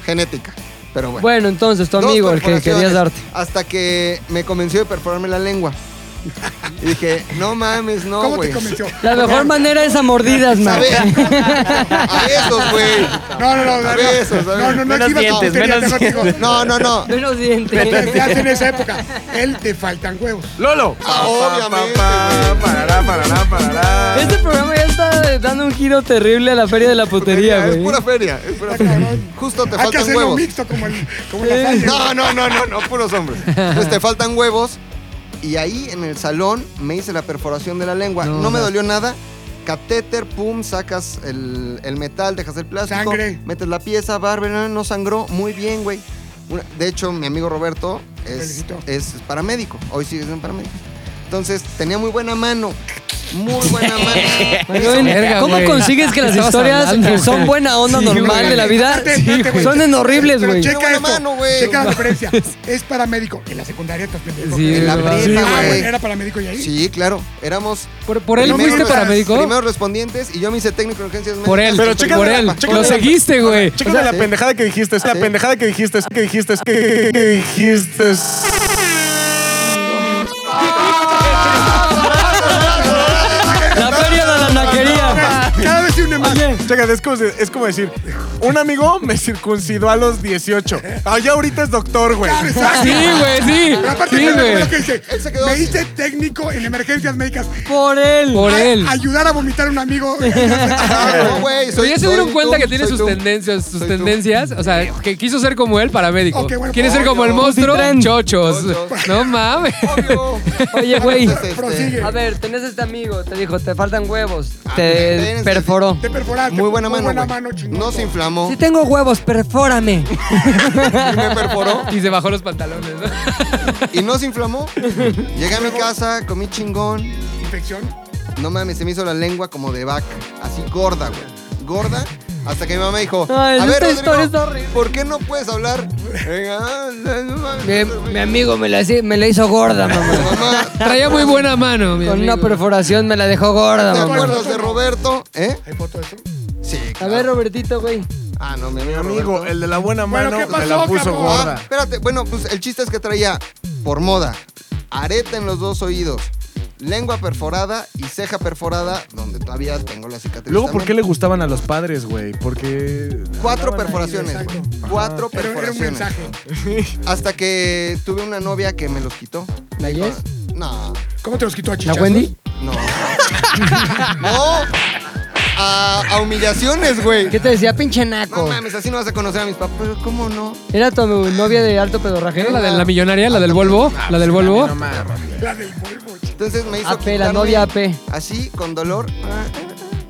[SPEAKER 1] Genética. Pero bueno.
[SPEAKER 2] Bueno, entonces, tu
[SPEAKER 1] Dos
[SPEAKER 2] amigo, el que
[SPEAKER 1] perforaciones,
[SPEAKER 2] querías darte.
[SPEAKER 1] Hasta que me convenció de perforarme la lengua. Y dije, no mames, no,
[SPEAKER 3] ¿Cómo
[SPEAKER 1] güey.
[SPEAKER 3] te convenció?
[SPEAKER 2] La mejor manera es a mordidas, man.
[SPEAKER 1] ¿Sabes? A besos, güey.
[SPEAKER 3] No, no, no,
[SPEAKER 1] A
[SPEAKER 3] no.
[SPEAKER 1] besos, a
[SPEAKER 3] no, no, no, exhibas
[SPEAKER 6] Menos
[SPEAKER 3] tu
[SPEAKER 6] dientes,
[SPEAKER 3] histeria,
[SPEAKER 6] menos
[SPEAKER 3] mejor digo,
[SPEAKER 1] No, no, no.
[SPEAKER 2] Menos dientes.
[SPEAKER 3] Desde hace en esa época, él te faltan huevos.
[SPEAKER 4] ¡Lolo!
[SPEAKER 1] Ah, obviamente, güey.
[SPEAKER 4] parará, parará, parará.
[SPEAKER 2] Este programa ya está dando un giro terrible a la feria de la putería,
[SPEAKER 1] Es
[SPEAKER 2] güey.
[SPEAKER 1] pura feria. Es pura
[SPEAKER 3] Está
[SPEAKER 1] feria.
[SPEAKER 3] cabrón.
[SPEAKER 1] Justo te
[SPEAKER 3] Hay que
[SPEAKER 1] faltan
[SPEAKER 3] hacerlo
[SPEAKER 1] huevos.
[SPEAKER 3] mixto como el como la falla.
[SPEAKER 1] No, no, no, no, no, puros hombres. Entonces te faltan huevos. Y ahí en el salón me hice la perforación de la lengua. No, me dolió nada. Catéter, pum, sacas el, el metal, dejas el plástico.
[SPEAKER 3] Sangre.
[SPEAKER 1] Metes la pieza, bárbara, no sangró. Muy bien, güey. Una- De hecho, mi amigo Roberto es,
[SPEAKER 3] Felicito.
[SPEAKER 1] es paramédico. Hoy sí es un paramédico. Entonces tenía muy buena mano. Muy buena mano.
[SPEAKER 2] Manuel,
[SPEAKER 5] Pues, Verga,
[SPEAKER 2] ¿Cómo
[SPEAKER 5] güey.
[SPEAKER 2] consigues que las
[SPEAKER 5] Estabas
[SPEAKER 2] historias
[SPEAKER 5] hablando,
[SPEAKER 2] que son
[SPEAKER 5] güey.
[SPEAKER 2] buena onda
[SPEAKER 5] Sí,
[SPEAKER 2] normal
[SPEAKER 5] güey.
[SPEAKER 2] de la vida
[SPEAKER 3] Espérate, espérate, güey.
[SPEAKER 2] son en horribles,
[SPEAKER 3] Pero
[SPEAKER 2] güey?
[SPEAKER 3] Checa
[SPEAKER 1] Buena
[SPEAKER 3] esto.
[SPEAKER 1] mano, güey.
[SPEAKER 3] Checa la diferencia. Es paramédico. En la secundaria estás pendejo.
[SPEAKER 5] Sí,
[SPEAKER 1] En la
[SPEAKER 5] güey.
[SPEAKER 1] prepa,
[SPEAKER 5] Sí,
[SPEAKER 3] Ah,
[SPEAKER 1] güey.
[SPEAKER 3] bueno, era paramédico y ahí.
[SPEAKER 1] Sí, claro. Éramos
[SPEAKER 5] ¿Por, por él
[SPEAKER 3] No,
[SPEAKER 5] fuiste
[SPEAKER 3] no,
[SPEAKER 5] paramédico?
[SPEAKER 1] Primeros respondientes y yo me hice técnico de urgencias médicas.
[SPEAKER 5] Por él,
[SPEAKER 4] Pero
[SPEAKER 1] Super-
[SPEAKER 4] chécate
[SPEAKER 5] por
[SPEAKER 4] la-
[SPEAKER 5] él.
[SPEAKER 4] chécate
[SPEAKER 5] Lo
[SPEAKER 4] la-
[SPEAKER 5] seguiste, güey.
[SPEAKER 4] Chécame la pendejada que dijiste, es la
[SPEAKER 1] Sí.
[SPEAKER 4] pendejada que dijiste, es que dijiste, es que que dijiste.
[SPEAKER 2] La feria de la naquería.
[SPEAKER 3] Cada vez tiene más.
[SPEAKER 2] Oye,
[SPEAKER 4] Chécate, es como, si- es como decir, un amigo me circuncidó a los 18. Ah, ya ahorita es doctor, güey.
[SPEAKER 3] Claro, exacto.
[SPEAKER 5] Sí, güey, sí.
[SPEAKER 3] Pero aparte,
[SPEAKER 5] Sí,
[SPEAKER 3] yo me
[SPEAKER 5] güey.
[SPEAKER 3] acuerdo que dice,
[SPEAKER 1] Él se quedó
[SPEAKER 3] me
[SPEAKER 1] así.
[SPEAKER 3] hice técnico en emergencias médicas.
[SPEAKER 2] Por él.
[SPEAKER 5] Por
[SPEAKER 3] A-
[SPEAKER 5] él.
[SPEAKER 3] Ayudar a vomitar a un amigo.
[SPEAKER 1] Ah, No, güey,
[SPEAKER 5] Pero
[SPEAKER 1] soy-
[SPEAKER 5] ya se dieron
[SPEAKER 1] soy
[SPEAKER 5] cuenta
[SPEAKER 1] tú,
[SPEAKER 5] que tiene
[SPEAKER 1] soy
[SPEAKER 5] sus
[SPEAKER 1] tú.
[SPEAKER 5] tendencias, sus
[SPEAKER 1] Soy tú.
[SPEAKER 5] tendencias. O sea, que quiso ser como él,
[SPEAKER 4] Oh,
[SPEAKER 5] paramédico.
[SPEAKER 3] Ok, bueno,
[SPEAKER 5] Quiere ser como el
[SPEAKER 3] obvio.
[SPEAKER 5] monstruo,
[SPEAKER 2] Multitrend.
[SPEAKER 5] chochos.
[SPEAKER 1] Chochos.
[SPEAKER 5] No mames.
[SPEAKER 1] Obvio.
[SPEAKER 2] Oye, güey.
[SPEAKER 1] Este,
[SPEAKER 3] Prosigue.
[SPEAKER 2] A ver, tenés este amigo, te dijo, te faltan huevos. Te este
[SPEAKER 1] espérense.
[SPEAKER 2] perforó.
[SPEAKER 3] Te perforaste.
[SPEAKER 1] Muy buena mano,
[SPEAKER 3] buena
[SPEAKER 1] güey.
[SPEAKER 3] mano, chingón.
[SPEAKER 1] No se inflamó
[SPEAKER 2] Si tengo huevos, perfórame.
[SPEAKER 1] y me perforó
[SPEAKER 5] Y se bajó los pantalones. ¿no?
[SPEAKER 1] y no se inflamó. Llegué a mi casa, comí chingón.
[SPEAKER 3] Infección.
[SPEAKER 1] No mames, se me hizo la lengua como de vaca, así gorda, güey. Gorda. Hasta que mi mamá dijo,
[SPEAKER 2] Ay,
[SPEAKER 1] a
[SPEAKER 2] esta
[SPEAKER 1] ver,
[SPEAKER 2] historia está
[SPEAKER 1] Rodrigo,
[SPEAKER 2] horrible.
[SPEAKER 1] ¿por qué no puedes hablar? Venga, ah, no mames.
[SPEAKER 2] Mi, mi amigo me la, hice- me la hizo gorda, mamá.
[SPEAKER 1] Mamá,
[SPEAKER 5] Traía muy buena mano, mi
[SPEAKER 2] Con
[SPEAKER 5] amigo.
[SPEAKER 2] una perforación me la dejó gorda,
[SPEAKER 1] ¿te
[SPEAKER 2] mamá.
[SPEAKER 1] acuerdas de Roberto? ¿Eh?
[SPEAKER 3] ¿Hay foto de eso?
[SPEAKER 1] Sí,
[SPEAKER 2] A
[SPEAKER 1] claro.
[SPEAKER 2] ver, Robertito, güey.
[SPEAKER 1] Ah, no, mi amigo.
[SPEAKER 4] Amigo,
[SPEAKER 1] Roberto.
[SPEAKER 4] el de la buena
[SPEAKER 3] Bueno,
[SPEAKER 4] mano
[SPEAKER 3] ¿qué
[SPEAKER 4] me
[SPEAKER 3] pasó,
[SPEAKER 4] la puso
[SPEAKER 3] cabrón?
[SPEAKER 1] Ah,
[SPEAKER 4] gorda.
[SPEAKER 1] espérate, bueno, pues el chiste es que traía, por moda, areta en los dos oídos, lengua perforada y ceja perforada, donde todavía tengo la cicatriz.
[SPEAKER 4] Luego, ¿por qué
[SPEAKER 1] también.
[SPEAKER 4] le gustaban a los padres, güey? Porque.
[SPEAKER 1] Cuatro perforaciones, güey. Cuatro
[SPEAKER 3] Era, era un
[SPEAKER 1] perforaciones.
[SPEAKER 3] mensaje.
[SPEAKER 1] Hasta que tuve una novia que me los quitó.
[SPEAKER 2] ¿La Jess?
[SPEAKER 1] No,
[SPEAKER 3] ¿Cómo te los quitó a
[SPEAKER 2] ¿La
[SPEAKER 3] chichazos?
[SPEAKER 2] Wendy?
[SPEAKER 1] no. no. A, a humillaciones, güey.
[SPEAKER 2] ¿Qué te decía, pinche
[SPEAKER 1] Ah, No
[SPEAKER 2] naco?
[SPEAKER 1] mames, así no vas a conocer a mis papás. Pero, ¿Cómo no?
[SPEAKER 2] ¿Era tu novia de alto pedorraje?
[SPEAKER 5] ¿Era la de la millonaria? ¿La del Volvo?
[SPEAKER 1] Ah,
[SPEAKER 5] ¿La del Volvo?
[SPEAKER 1] pues,
[SPEAKER 3] La del polvo, chico.
[SPEAKER 1] Entonces me hizo
[SPEAKER 2] AP, la
[SPEAKER 1] quitarme
[SPEAKER 2] novia AP.
[SPEAKER 1] Así, con dolor.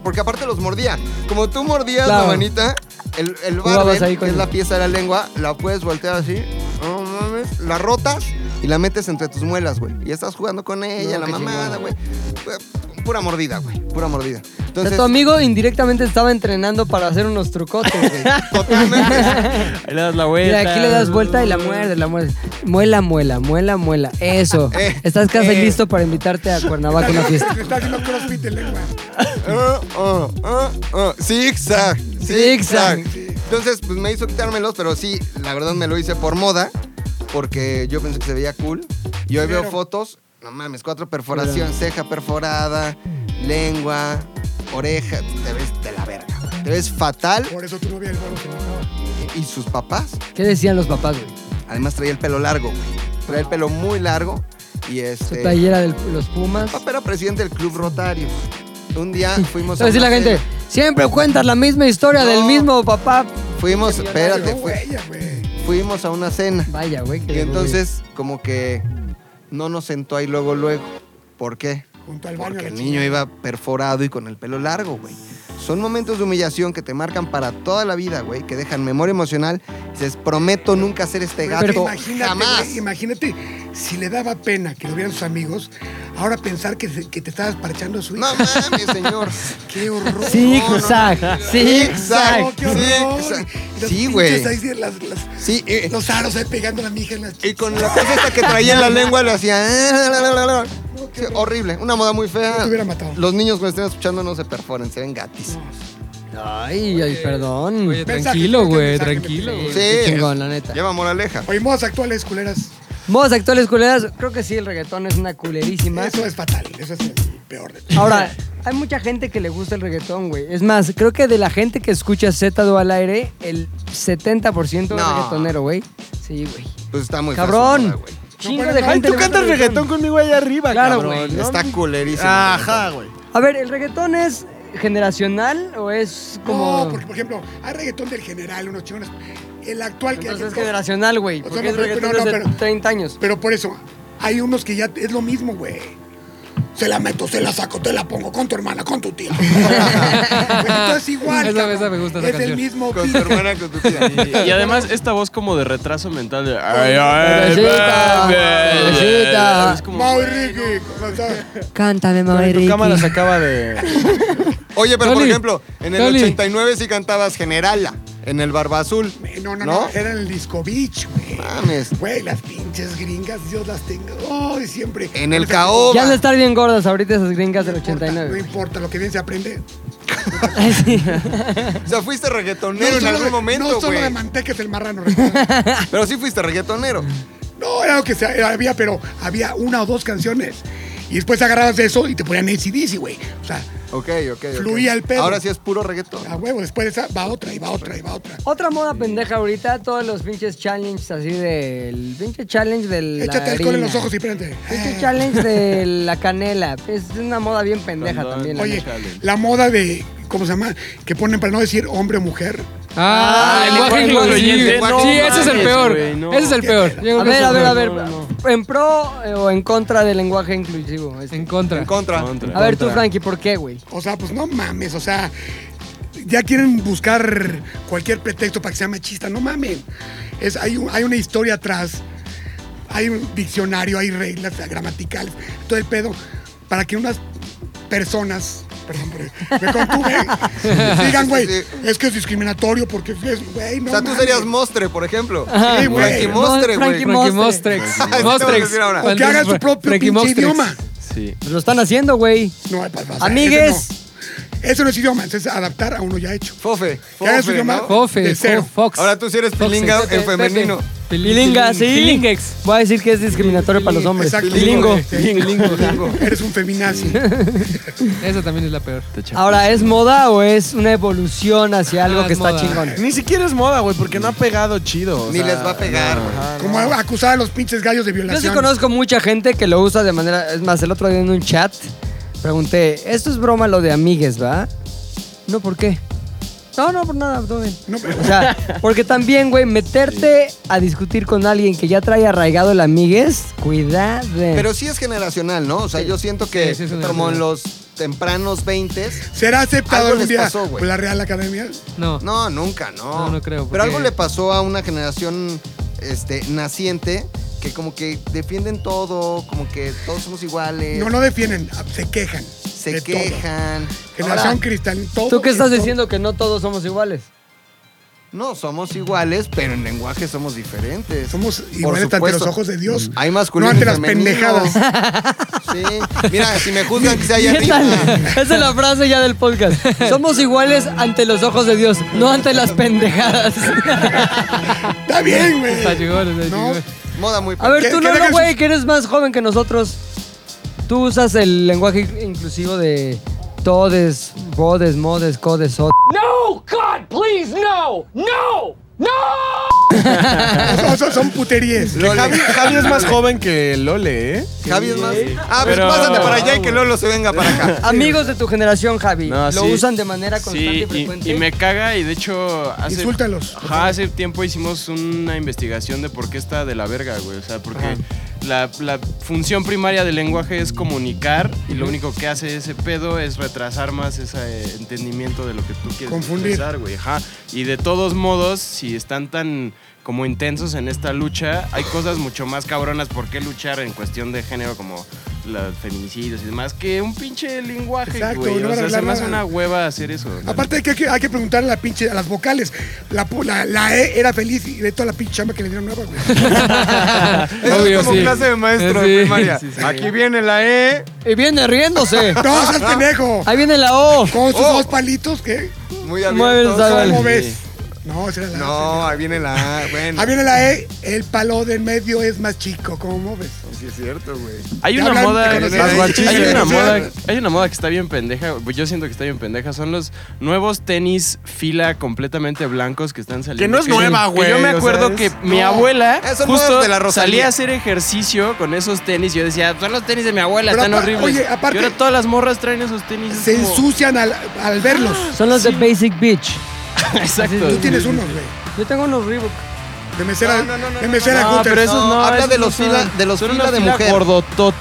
[SPEAKER 1] Porque aparte los mordía. Como tú mordías
[SPEAKER 2] Claro.
[SPEAKER 1] la manita, el, el
[SPEAKER 2] Jugabas
[SPEAKER 1] barben,
[SPEAKER 2] ahí con
[SPEAKER 1] que es
[SPEAKER 2] el-
[SPEAKER 1] la pieza de la lengua, la puedes voltear así. No mames. La rotas y la metes entre tus muelas, güey. Y estás jugando con ella,
[SPEAKER 2] No,
[SPEAKER 1] la
[SPEAKER 2] qué chingada.
[SPEAKER 1] mamada, güey. Pu- Pura mordida, güey. Pura mordida.
[SPEAKER 2] O sea,
[SPEAKER 1] Entonces,
[SPEAKER 2] tu amigo indirectamente estaba entrenando para hacer unos trucotes, güey.
[SPEAKER 1] eh, totalmente.
[SPEAKER 6] Ahí le das la
[SPEAKER 2] Mira,
[SPEAKER 6] vuelta.
[SPEAKER 2] aquí le das vuelta y la muerdes, la muerdes. Muela, muela, muela, muela. Eso.
[SPEAKER 1] Eh,
[SPEAKER 2] Estás casi
[SPEAKER 1] eh.
[SPEAKER 2] listo para invitarte a Cuernavaca a una fiesta.
[SPEAKER 3] Está haciendo crossfit de lengua.
[SPEAKER 1] Ah, ah, ah, ah. Zigzag.
[SPEAKER 2] Zigzag.
[SPEAKER 1] Zigzag. Entonces, pues me hizo quitármelos, pero sí, la verdad me lo hice por moda, porque yo pensé que se veía cool. Y hoy veo
[SPEAKER 3] Claro.
[SPEAKER 1] fotos, no mames, cuatro perforaciones, ceja perforada, lengua, oreja, te ves de la verga. güey. Te ves fatal
[SPEAKER 3] Por eso tu novia del polvo se enojaba.
[SPEAKER 1] y sus papás.
[SPEAKER 2] ¿Qué decían los papás, güey?
[SPEAKER 1] Además traía el pelo largo, güey. Traía el pelo muy largo
[SPEAKER 2] Su
[SPEAKER 1] y este...
[SPEAKER 2] tallera de los Pumas.
[SPEAKER 1] Papá era presidente del Club Rotario. Un día fuimos
[SPEAKER 2] a decir la
[SPEAKER 1] una
[SPEAKER 2] gente,
[SPEAKER 1] cena-
[SPEAKER 2] siempre cuentas la misma historia
[SPEAKER 1] No.
[SPEAKER 2] del mismo papá.
[SPEAKER 1] Fuimos, espérate, pues.
[SPEAKER 3] No,
[SPEAKER 1] fue-
[SPEAKER 3] huella, güey.
[SPEAKER 1] fuimos a una cena.
[SPEAKER 2] Vaya, güey. que
[SPEAKER 1] Y entonces, como que no nos sentó ahí luego, luego. ¿Por qué?
[SPEAKER 3] Junto al baño.
[SPEAKER 1] Porque el
[SPEAKER 3] la
[SPEAKER 1] niño iba perforado y con el pelo largo, güey. Son momentos de humillación que te marcan para toda la vida, güey, que dejan memoria emocional. Dices, prometo nunca ser este
[SPEAKER 3] Pero
[SPEAKER 1] gato.
[SPEAKER 3] imagínate,
[SPEAKER 1] jamás.
[SPEAKER 3] güey, imagínate si le daba pena que lo vieran sus amigos, ahora pensar que, se- que te estabas parchando a su
[SPEAKER 1] No
[SPEAKER 3] hija.
[SPEAKER 1] mames, señor.
[SPEAKER 3] ¡Qué horror!
[SPEAKER 2] Zigzag, zigzag.
[SPEAKER 3] No, Oh, ¡Qué horror!
[SPEAKER 1] Sí, exacto.
[SPEAKER 3] Y los
[SPEAKER 1] Sí,
[SPEAKER 3] pinches
[SPEAKER 1] güey.
[SPEAKER 3] ahí de las- las-
[SPEAKER 1] Sí, Eh. y,
[SPEAKER 3] Los aros ahí pegando a mi hija en las
[SPEAKER 1] y con la cosa esta que traía en la lengua le hacía. Sí, horrible, una moda muy
[SPEAKER 3] Yo
[SPEAKER 1] fea.
[SPEAKER 3] te hubiera matado.
[SPEAKER 1] Los niños que me estén escuchando no se perforen, se ven gatis.
[SPEAKER 2] Ay, ay, perdón.
[SPEAKER 5] Oye,
[SPEAKER 3] Mensaje,
[SPEAKER 5] tranquilo, güey,
[SPEAKER 3] mensaje,
[SPEAKER 5] tranquilo.
[SPEAKER 3] mensaje.
[SPEAKER 5] güey.
[SPEAKER 1] Sí.
[SPEAKER 2] chingón, la neta.
[SPEAKER 1] Lleva moraleja.
[SPEAKER 3] Oye, modas actuales, culeras.
[SPEAKER 2] Modos actuales culeras, creo que sí, el reggaetón es una culerísima.
[SPEAKER 3] Eso es fatal. Eso es el peor de todo.
[SPEAKER 2] Ahora, hay mucha gente que le gusta el reggaetón, güey. Es más, creo que de la gente que escucha Z2 al aire, el 70% es
[SPEAKER 1] No.
[SPEAKER 2] reggaetonero, güey. Sí, güey.
[SPEAKER 1] Pues está muy fea su moda,
[SPEAKER 2] Cabrón.
[SPEAKER 1] güey.
[SPEAKER 2] Chingo
[SPEAKER 3] No,
[SPEAKER 2] de
[SPEAKER 3] bueno,
[SPEAKER 4] Ay,
[SPEAKER 2] gente.
[SPEAKER 4] tú
[SPEAKER 2] le gusta
[SPEAKER 4] cantas
[SPEAKER 2] el
[SPEAKER 4] reggaetón conmigo allá arriba,
[SPEAKER 2] Claro, güey,
[SPEAKER 4] cabrón. ¿no?
[SPEAKER 1] Está culerísimo.
[SPEAKER 4] Ajá, güey.
[SPEAKER 2] A ver, ¿el reggaetón es generacional o es como.?
[SPEAKER 3] No, porque por ejemplo, hay reggaetón del general, unos chingones. El actual que
[SPEAKER 2] Entonces es
[SPEAKER 3] que-
[SPEAKER 2] generacional, güey.
[SPEAKER 3] O sea,
[SPEAKER 2] Porque
[SPEAKER 3] no,
[SPEAKER 2] es
[SPEAKER 3] pero-
[SPEAKER 2] reggaetón
[SPEAKER 3] pero no,
[SPEAKER 2] desde
[SPEAKER 3] pero-
[SPEAKER 2] 30 años.
[SPEAKER 3] Pero por eso, hay unos que ya es lo mismo, güey. Se la meto, se la saco, te la pongo con tu hermana, con tu tía. Entonces igual.
[SPEAKER 5] Esa-
[SPEAKER 3] cabrón.
[SPEAKER 5] esa me gusta, esa
[SPEAKER 3] Es el
[SPEAKER 5] canción.
[SPEAKER 3] mismo
[SPEAKER 1] Con tu
[SPEAKER 3] beat.
[SPEAKER 1] hermana, con tu tía.
[SPEAKER 6] Y además, esta voz como de retraso mental. De, ay, ay,
[SPEAKER 2] Bebecita,
[SPEAKER 6] baby.
[SPEAKER 2] bebecita.
[SPEAKER 6] Es como-
[SPEAKER 3] Muy rico.
[SPEAKER 2] Cántame,
[SPEAKER 4] Ay,
[SPEAKER 2] Mami
[SPEAKER 4] Tu
[SPEAKER 2] Ricky.
[SPEAKER 4] cámara se acaba de.
[SPEAKER 1] Oye, pero por
[SPEAKER 5] Toli,
[SPEAKER 1] ejemplo, en el
[SPEAKER 5] Toli.
[SPEAKER 1] 89 sí cantabas Generala, en el Barba Azul.
[SPEAKER 3] No, no, no,
[SPEAKER 1] ¿No? Ah,
[SPEAKER 3] Era el disco beach, güey.
[SPEAKER 1] Mames.
[SPEAKER 3] Güey, las pinches gringas, Dios las tenga. Ay, siempre.
[SPEAKER 1] En el
[SPEAKER 3] caos
[SPEAKER 1] caoba.
[SPEAKER 2] Ya han de estar bien gordas ahorita esas gringas
[SPEAKER 3] No
[SPEAKER 2] del
[SPEAKER 3] importa,
[SPEAKER 2] 89.
[SPEAKER 3] No importa, lo que bien se aprende.
[SPEAKER 2] Ay, sí.
[SPEAKER 1] O sea, fuiste reggaetonero en
[SPEAKER 3] solo
[SPEAKER 1] algún
[SPEAKER 3] de-
[SPEAKER 1] momento,
[SPEAKER 3] No solo
[SPEAKER 1] güey.
[SPEAKER 3] de mantecas el marrano. recuerda.
[SPEAKER 1] pero sí fuiste reggaetonero.
[SPEAKER 3] no, era lo que se- había, pero había una o dos canciones. Y después agarrabas de eso y te ponían ACDC, güey. O sea,
[SPEAKER 1] Ok, ok. ok.
[SPEAKER 3] Fluía el pedo. Ah,
[SPEAKER 1] Ahora sí es puro reggaetón.
[SPEAKER 3] A huevo, después de esa va otra y va otra y va otra.
[SPEAKER 2] Otra moda pendeja ahorita, todos los pinches challenges así del. Pinche challenge del.
[SPEAKER 3] Échate alcohol en los ojos y prende.
[SPEAKER 2] Pinche challenge de la canela. Es una moda bien pendeja
[SPEAKER 6] Condón.
[SPEAKER 2] también. la
[SPEAKER 3] Oye,
[SPEAKER 2] neta.
[SPEAKER 3] la moda de, ¿cómo se llama? Que ponen para no decir hombre o mujer.
[SPEAKER 5] Ah,
[SPEAKER 2] Ah,
[SPEAKER 5] lenguaje
[SPEAKER 2] lenguaje
[SPEAKER 5] incluyente.
[SPEAKER 1] incluyente,
[SPEAKER 5] sí,
[SPEAKER 1] no
[SPEAKER 5] ese es el
[SPEAKER 6] mames,
[SPEAKER 5] peor.
[SPEAKER 6] güey, no.
[SPEAKER 5] Ese es el peor. Yo creo
[SPEAKER 2] A
[SPEAKER 5] que
[SPEAKER 2] ver,
[SPEAKER 5] ese
[SPEAKER 2] a
[SPEAKER 5] es
[SPEAKER 2] ver,
[SPEAKER 5] el
[SPEAKER 2] a ver.
[SPEAKER 5] peor.
[SPEAKER 2] ¿En pro eh, o en contra del lenguaje inclusivo? este?
[SPEAKER 5] En contra.
[SPEAKER 1] En contra.
[SPEAKER 6] Contra.
[SPEAKER 2] A ver tú, Frankie, ¿por qué, güey?
[SPEAKER 3] O sea, pues no mames, o sea, ya quieren buscar cualquier pretexto para que sea machista, no mamen. Es, hay, un- hay una historia atrás, hay un diccionario, hay reglas gramaticales, todo el pedo, para que unas personas, perdón, pero me contuve, digan, güey,
[SPEAKER 1] Sí, sí,
[SPEAKER 3] es que es discriminatorio porque es, güey, no
[SPEAKER 1] o sea, tú
[SPEAKER 3] mames".
[SPEAKER 1] serías Mostre, por ejemplo.
[SPEAKER 3] Sí, güey.
[SPEAKER 1] Frankie Mostre,
[SPEAKER 2] Frankie
[SPEAKER 1] güey.
[SPEAKER 5] Frankie
[SPEAKER 2] Mostre.
[SPEAKER 5] Mostrex.
[SPEAKER 1] Mostrex. Eso
[SPEAKER 5] Mostrex.
[SPEAKER 1] vamos a decir ahora.
[SPEAKER 3] O que hagan su propio
[SPEAKER 5] Frankie
[SPEAKER 3] pinche
[SPEAKER 5] Mostrex.
[SPEAKER 3] idioma.
[SPEAKER 6] Sí.
[SPEAKER 2] Pues Lo están haciendo, güey.
[SPEAKER 3] No, pa- pa- o sea,
[SPEAKER 2] Amigues.
[SPEAKER 3] ese no. Eso no es idioma, eso es adaptar a uno ya hecho.
[SPEAKER 1] Fofe.
[SPEAKER 3] Que hagan su
[SPEAKER 1] Fofe,
[SPEAKER 3] idioma.
[SPEAKER 1] ¿no?
[SPEAKER 5] Fofe,
[SPEAKER 3] De cero.
[SPEAKER 5] fo- Fox.
[SPEAKER 1] Ahora tú sí eres
[SPEAKER 5] Foxe.
[SPEAKER 1] pilinga en femenino.
[SPEAKER 2] Pilinga, sí.
[SPEAKER 5] Pilingex.
[SPEAKER 2] Voy a decir que es discriminatorio para los hombres.
[SPEAKER 3] Exacto.
[SPEAKER 2] Pilingo.
[SPEAKER 3] Sí, Eres un feminazi.
[SPEAKER 5] Esa también es la peor.
[SPEAKER 2] Ahora, ¿es moda o es una evolución hacia algo
[SPEAKER 5] Ah,
[SPEAKER 2] que
[SPEAKER 5] es
[SPEAKER 2] está
[SPEAKER 5] moda.
[SPEAKER 2] chingón?
[SPEAKER 4] Ni siquiera es moda, güey, porque no ha pegado chido. o
[SPEAKER 1] Ni
[SPEAKER 4] sea,
[SPEAKER 1] les va a pegar, güey.
[SPEAKER 3] Como acusar a los pinches gallos de
[SPEAKER 2] Yo
[SPEAKER 3] violación.
[SPEAKER 2] sí conozco mucha gente que lo usa de manera. Es más, el otro día en un chat pregunté: ¿esto es broma lo de amigues, va? No, ¿por qué? No, no, por nada, todo bien.
[SPEAKER 3] No, pues, pero-
[SPEAKER 2] O sea, porque también, güey, meterte a discutir con alguien que ya trae arraigado el amigues, cuidado.
[SPEAKER 1] Pero sí es generacional, ¿no? O sea, yo siento que
[SPEAKER 5] Sí, sí es
[SPEAKER 1] como
[SPEAKER 5] generacional.
[SPEAKER 1] en los tempranos 20
[SPEAKER 3] ¿Será aceptado
[SPEAKER 1] Algo
[SPEAKER 3] algún
[SPEAKER 1] les
[SPEAKER 3] día
[SPEAKER 1] pasó, güey.
[SPEAKER 3] por la Real Academia?
[SPEAKER 5] No.
[SPEAKER 1] No, nunca, no.
[SPEAKER 5] No, no creo,
[SPEAKER 1] Pero algo
[SPEAKER 5] porque-
[SPEAKER 1] le pasó a una generación este, naciente que como que defienden todo, como que todos somos iguales,
[SPEAKER 3] No, no defienden, se quejan.
[SPEAKER 1] Eh. se
[SPEAKER 3] de todo.
[SPEAKER 1] quejan.
[SPEAKER 3] Generación
[SPEAKER 1] Ahora,
[SPEAKER 3] cristal, todo.
[SPEAKER 2] ¿Tú qué estás
[SPEAKER 3] todo.
[SPEAKER 2] diciendo que no todos somos iguales?
[SPEAKER 1] no, somos iguales, pero en lenguaje somos diferentes.
[SPEAKER 3] Somos
[SPEAKER 1] Por
[SPEAKER 3] iguales ante
[SPEAKER 1] supuesto. Mm.
[SPEAKER 3] los ojos de Dios.
[SPEAKER 1] Hay
[SPEAKER 3] No
[SPEAKER 1] masculino
[SPEAKER 3] ante
[SPEAKER 1] y
[SPEAKER 3] las
[SPEAKER 1] femenino.
[SPEAKER 3] pendejadas.
[SPEAKER 1] Sí. Mira, si me juzgan que se haya
[SPEAKER 2] Tal, Esa es la frase ya del podcast. Somos iguales ante los ojos de Dios, no ante las pendejadas.
[SPEAKER 3] Está bien, güey.
[SPEAKER 5] Está chingón, está
[SPEAKER 3] No.
[SPEAKER 5] chingón.
[SPEAKER 1] Moda muy
[SPEAKER 2] A ver,
[SPEAKER 3] ¿Qué-
[SPEAKER 2] tú
[SPEAKER 3] qué
[SPEAKER 2] no,
[SPEAKER 3] dejas-
[SPEAKER 2] güey, que eres más joven que nosotros. Tú usas el lenguaje inclusivo de todes, bodes, modes, codes, so-
[SPEAKER 3] O sea, son puterías.
[SPEAKER 1] Lole.
[SPEAKER 4] Javi, Javi es más joven que Lole, ¿eh?
[SPEAKER 1] Javi es más. Ah,
[SPEAKER 6] Pero-
[SPEAKER 1] pues pásate para allá y que Lolo se venga para acá.
[SPEAKER 2] Amigos de tu generación, Javi,
[SPEAKER 6] No,
[SPEAKER 2] lo
[SPEAKER 6] sí.
[SPEAKER 2] usan de manera constante
[SPEAKER 6] Sí,
[SPEAKER 2] y frecuente.
[SPEAKER 6] y, y me caga y de hecho hace,
[SPEAKER 3] Insúltalos.
[SPEAKER 6] Ajá, hace tiempo hicimos una investigación de por qué está de la verga, güey. O sea, porque la, la función primaria del lenguaje es comunicar y lo único que hace ese pedo es retrasar más ese eh, entendimiento de lo que tú quieres
[SPEAKER 3] Confundir.
[SPEAKER 6] expresar, güey. Ajá. Y de todos modos, si están tan como intensos en esta lucha, hay cosas mucho más cabronas por qué luchar en cuestión de género como los feminicidios y demás que un pinche lenguaje,
[SPEAKER 3] Exacto,
[SPEAKER 6] güey.
[SPEAKER 3] no
[SPEAKER 6] O
[SPEAKER 3] van a
[SPEAKER 6] sea, se
[SPEAKER 3] hablar
[SPEAKER 6] me hace
[SPEAKER 3] nada.
[SPEAKER 6] una hueva hacer eso. la
[SPEAKER 3] Aparte hay que, hay que preguntar a la pinche, a las vocales. La, pu- la, la E era feliz y de toda la pinche chamba que le dieron nueva, güey.
[SPEAKER 1] Eso
[SPEAKER 5] Obvio,
[SPEAKER 1] es como
[SPEAKER 5] sí.
[SPEAKER 1] clase de maestro
[SPEAKER 5] Sí,
[SPEAKER 1] de primaria.
[SPEAKER 5] sí, sí.
[SPEAKER 1] Aquí viene la E.
[SPEAKER 2] Y viene riéndose.
[SPEAKER 3] No, seas pendejo.
[SPEAKER 2] Ahí viene la O.
[SPEAKER 3] Con sus
[SPEAKER 1] Oh.
[SPEAKER 3] dos palitos, ¿qué?
[SPEAKER 1] Muy
[SPEAKER 2] Mueve el
[SPEAKER 1] abierto.
[SPEAKER 2] sábado.
[SPEAKER 3] ¿Cómo
[SPEAKER 2] Sí.
[SPEAKER 3] ves? No, esa era la
[SPEAKER 1] No, ahí viene la A. Bueno,
[SPEAKER 3] Ahí viene la E, el palo del medio es más chico, ¿cómo ves?
[SPEAKER 1] sí es cierto, güey.
[SPEAKER 6] Hay
[SPEAKER 3] Ya
[SPEAKER 6] una
[SPEAKER 3] hablan-
[SPEAKER 6] moda.
[SPEAKER 3] ya
[SPEAKER 1] conocen- Las guachiches.
[SPEAKER 6] Hay una
[SPEAKER 3] Sí.
[SPEAKER 6] moda. Hay una moda que está bien pendeja. pues Yo siento que está bien pendeja. Son los nuevos tenis fila completamente blancos que están saliendo.
[SPEAKER 4] Que no es nueva,
[SPEAKER 6] que
[SPEAKER 4] güey,
[SPEAKER 6] Yo me
[SPEAKER 4] o sea,
[SPEAKER 6] acuerdo
[SPEAKER 4] es-
[SPEAKER 6] que mi abuela
[SPEAKER 1] Esas modas
[SPEAKER 6] justo
[SPEAKER 1] de la Rosalía.
[SPEAKER 6] salía a hacer ejercicio con esos tenis. Yo decía, son los tenis de mi abuela,
[SPEAKER 3] Pero
[SPEAKER 6] están
[SPEAKER 3] apa-
[SPEAKER 6] horribles.
[SPEAKER 3] oye, aparte-
[SPEAKER 6] Y ahora todas las morras traen esos tenis. es
[SPEAKER 3] Se
[SPEAKER 6] como-
[SPEAKER 3] ensucian al, al verlos.
[SPEAKER 2] Son los de Basic Beach.
[SPEAKER 6] Exacto.
[SPEAKER 3] Tú tienes unos, güey.
[SPEAKER 2] Yo tengo unos Reebok.
[SPEAKER 3] De mesera,
[SPEAKER 1] No, no, no, no,
[SPEAKER 3] de mesera
[SPEAKER 6] No,
[SPEAKER 3] Guter.
[SPEAKER 6] pero esos no.
[SPEAKER 1] habla
[SPEAKER 6] esos
[SPEAKER 1] de
[SPEAKER 6] no
[SPEAKER 1] los
[SPEAKER 6] son-
[SPEAKER 1] fila- de los
[SPEAKER 6] son
[SPEAKER 1] fila
[SPEAKER 6] una
[SPEAKER 1] de mujer.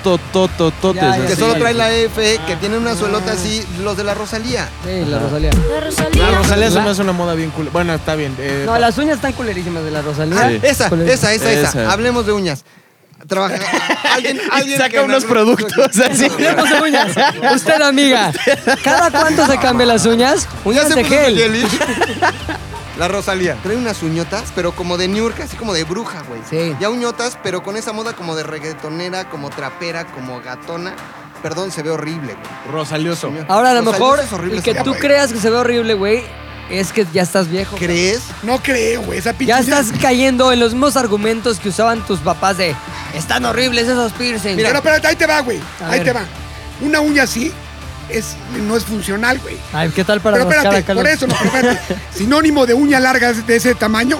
[SPEAKER 6] gordotototototes,
[SPEAKER 2] Ya, ya,
[SPEAKER 1] Que
[SPEAKER 6] así.
[SPEAKER 1] solo trae la F, que tiene una suelota así, los de la Rosalía.
[SPEAKER 2] Sí, la Rosalía.
[SPEAKER 8] La
[SPEAKER 4] La
[SPEAKER 8] Rosalía.
[SPEAKER 4] Rosalía se me hace una moda bien cool. Bueno, está bien. eh,
[SPEAKER 2] No, las uñas están culerísimas de la Rosalía.
[SPEAKER 1] Ah, esa,
[SPEAKER 2] Culer-
[SPEAKER 1] esa, esa, esa.
[SPEAKER 6] Esa.
[SPEAKER 1] Hablemos de uñas. Trabaja. Alguien, alguien que
[SPEAKER 6] Saca unos
[SPEAKER 1] no-
[SPEAKER 6] productos así.
[SPEAKER 2] Hablemos de uñas. Usted, amiga, ¿cada cuánto se cambia las uñas?
[SPEAKER 1] Ya
[SPEAKER 2] Uñas
[SPEAKER 1] se
[SPEAKER 2] de
[SPEAKER 1] puso su
[SPEAKER 2] gel.
[SPEAKER 1] Jelly. La Rosalía. Trae unas uñotas, pero como de Niurka, así como de bruja, güey.
[SPEAKER 2] Sí.
[SPEAKER 1] Ya uñotas, pero con esa moda como de reggaetonera, como trapera, como gatona. Perdón, se ve horrible, güey.
[SPEAKER 4] Rosalioso.
[SPEAKER 2] Ahora, a lo
[SPEAKER 1] Rosalía
[SPEAKER 2] mejor,
[SPEAKER 1] es horrible
[SPEAKER 2] el que
[SPEAKER 1] esa
[SPEAKER 2] tú
[SPEAKER 1] madre.
[SPEAKER 2] creas que se ve horrible, güey, es que ya estás viejo.
[SPEAKER 1] ¿Crees?
[SPEAKER 3] No creo, güey. Esa pinche.
[SPEAKER 2] Ya estás cayendo en los mismos argumentos que usaban tus papás de están horribles esos piercings.
[SPEAKER 3] Pero espérate, ahí te va, güey.
[SPEAKER 2] A
[SPEAKER 3] Ahí
[SPEAKER 2] ver.
[SPEAKER 3] te va. Una uña así es, no es funcional, güey.
[SPEAKER 2] Ay, ¿qué tal para
[SPEAKER 3] pero
[SPEAKER 2] rascar
[SPEAKER 3] espérate,
[SPEAKER 2] acá
[SPEAKER 3] por
[SPEAKER 2] los-
[SPEAKER 3] eso, no, pero espérate. Sinónimo de uña larga de ese tamaño,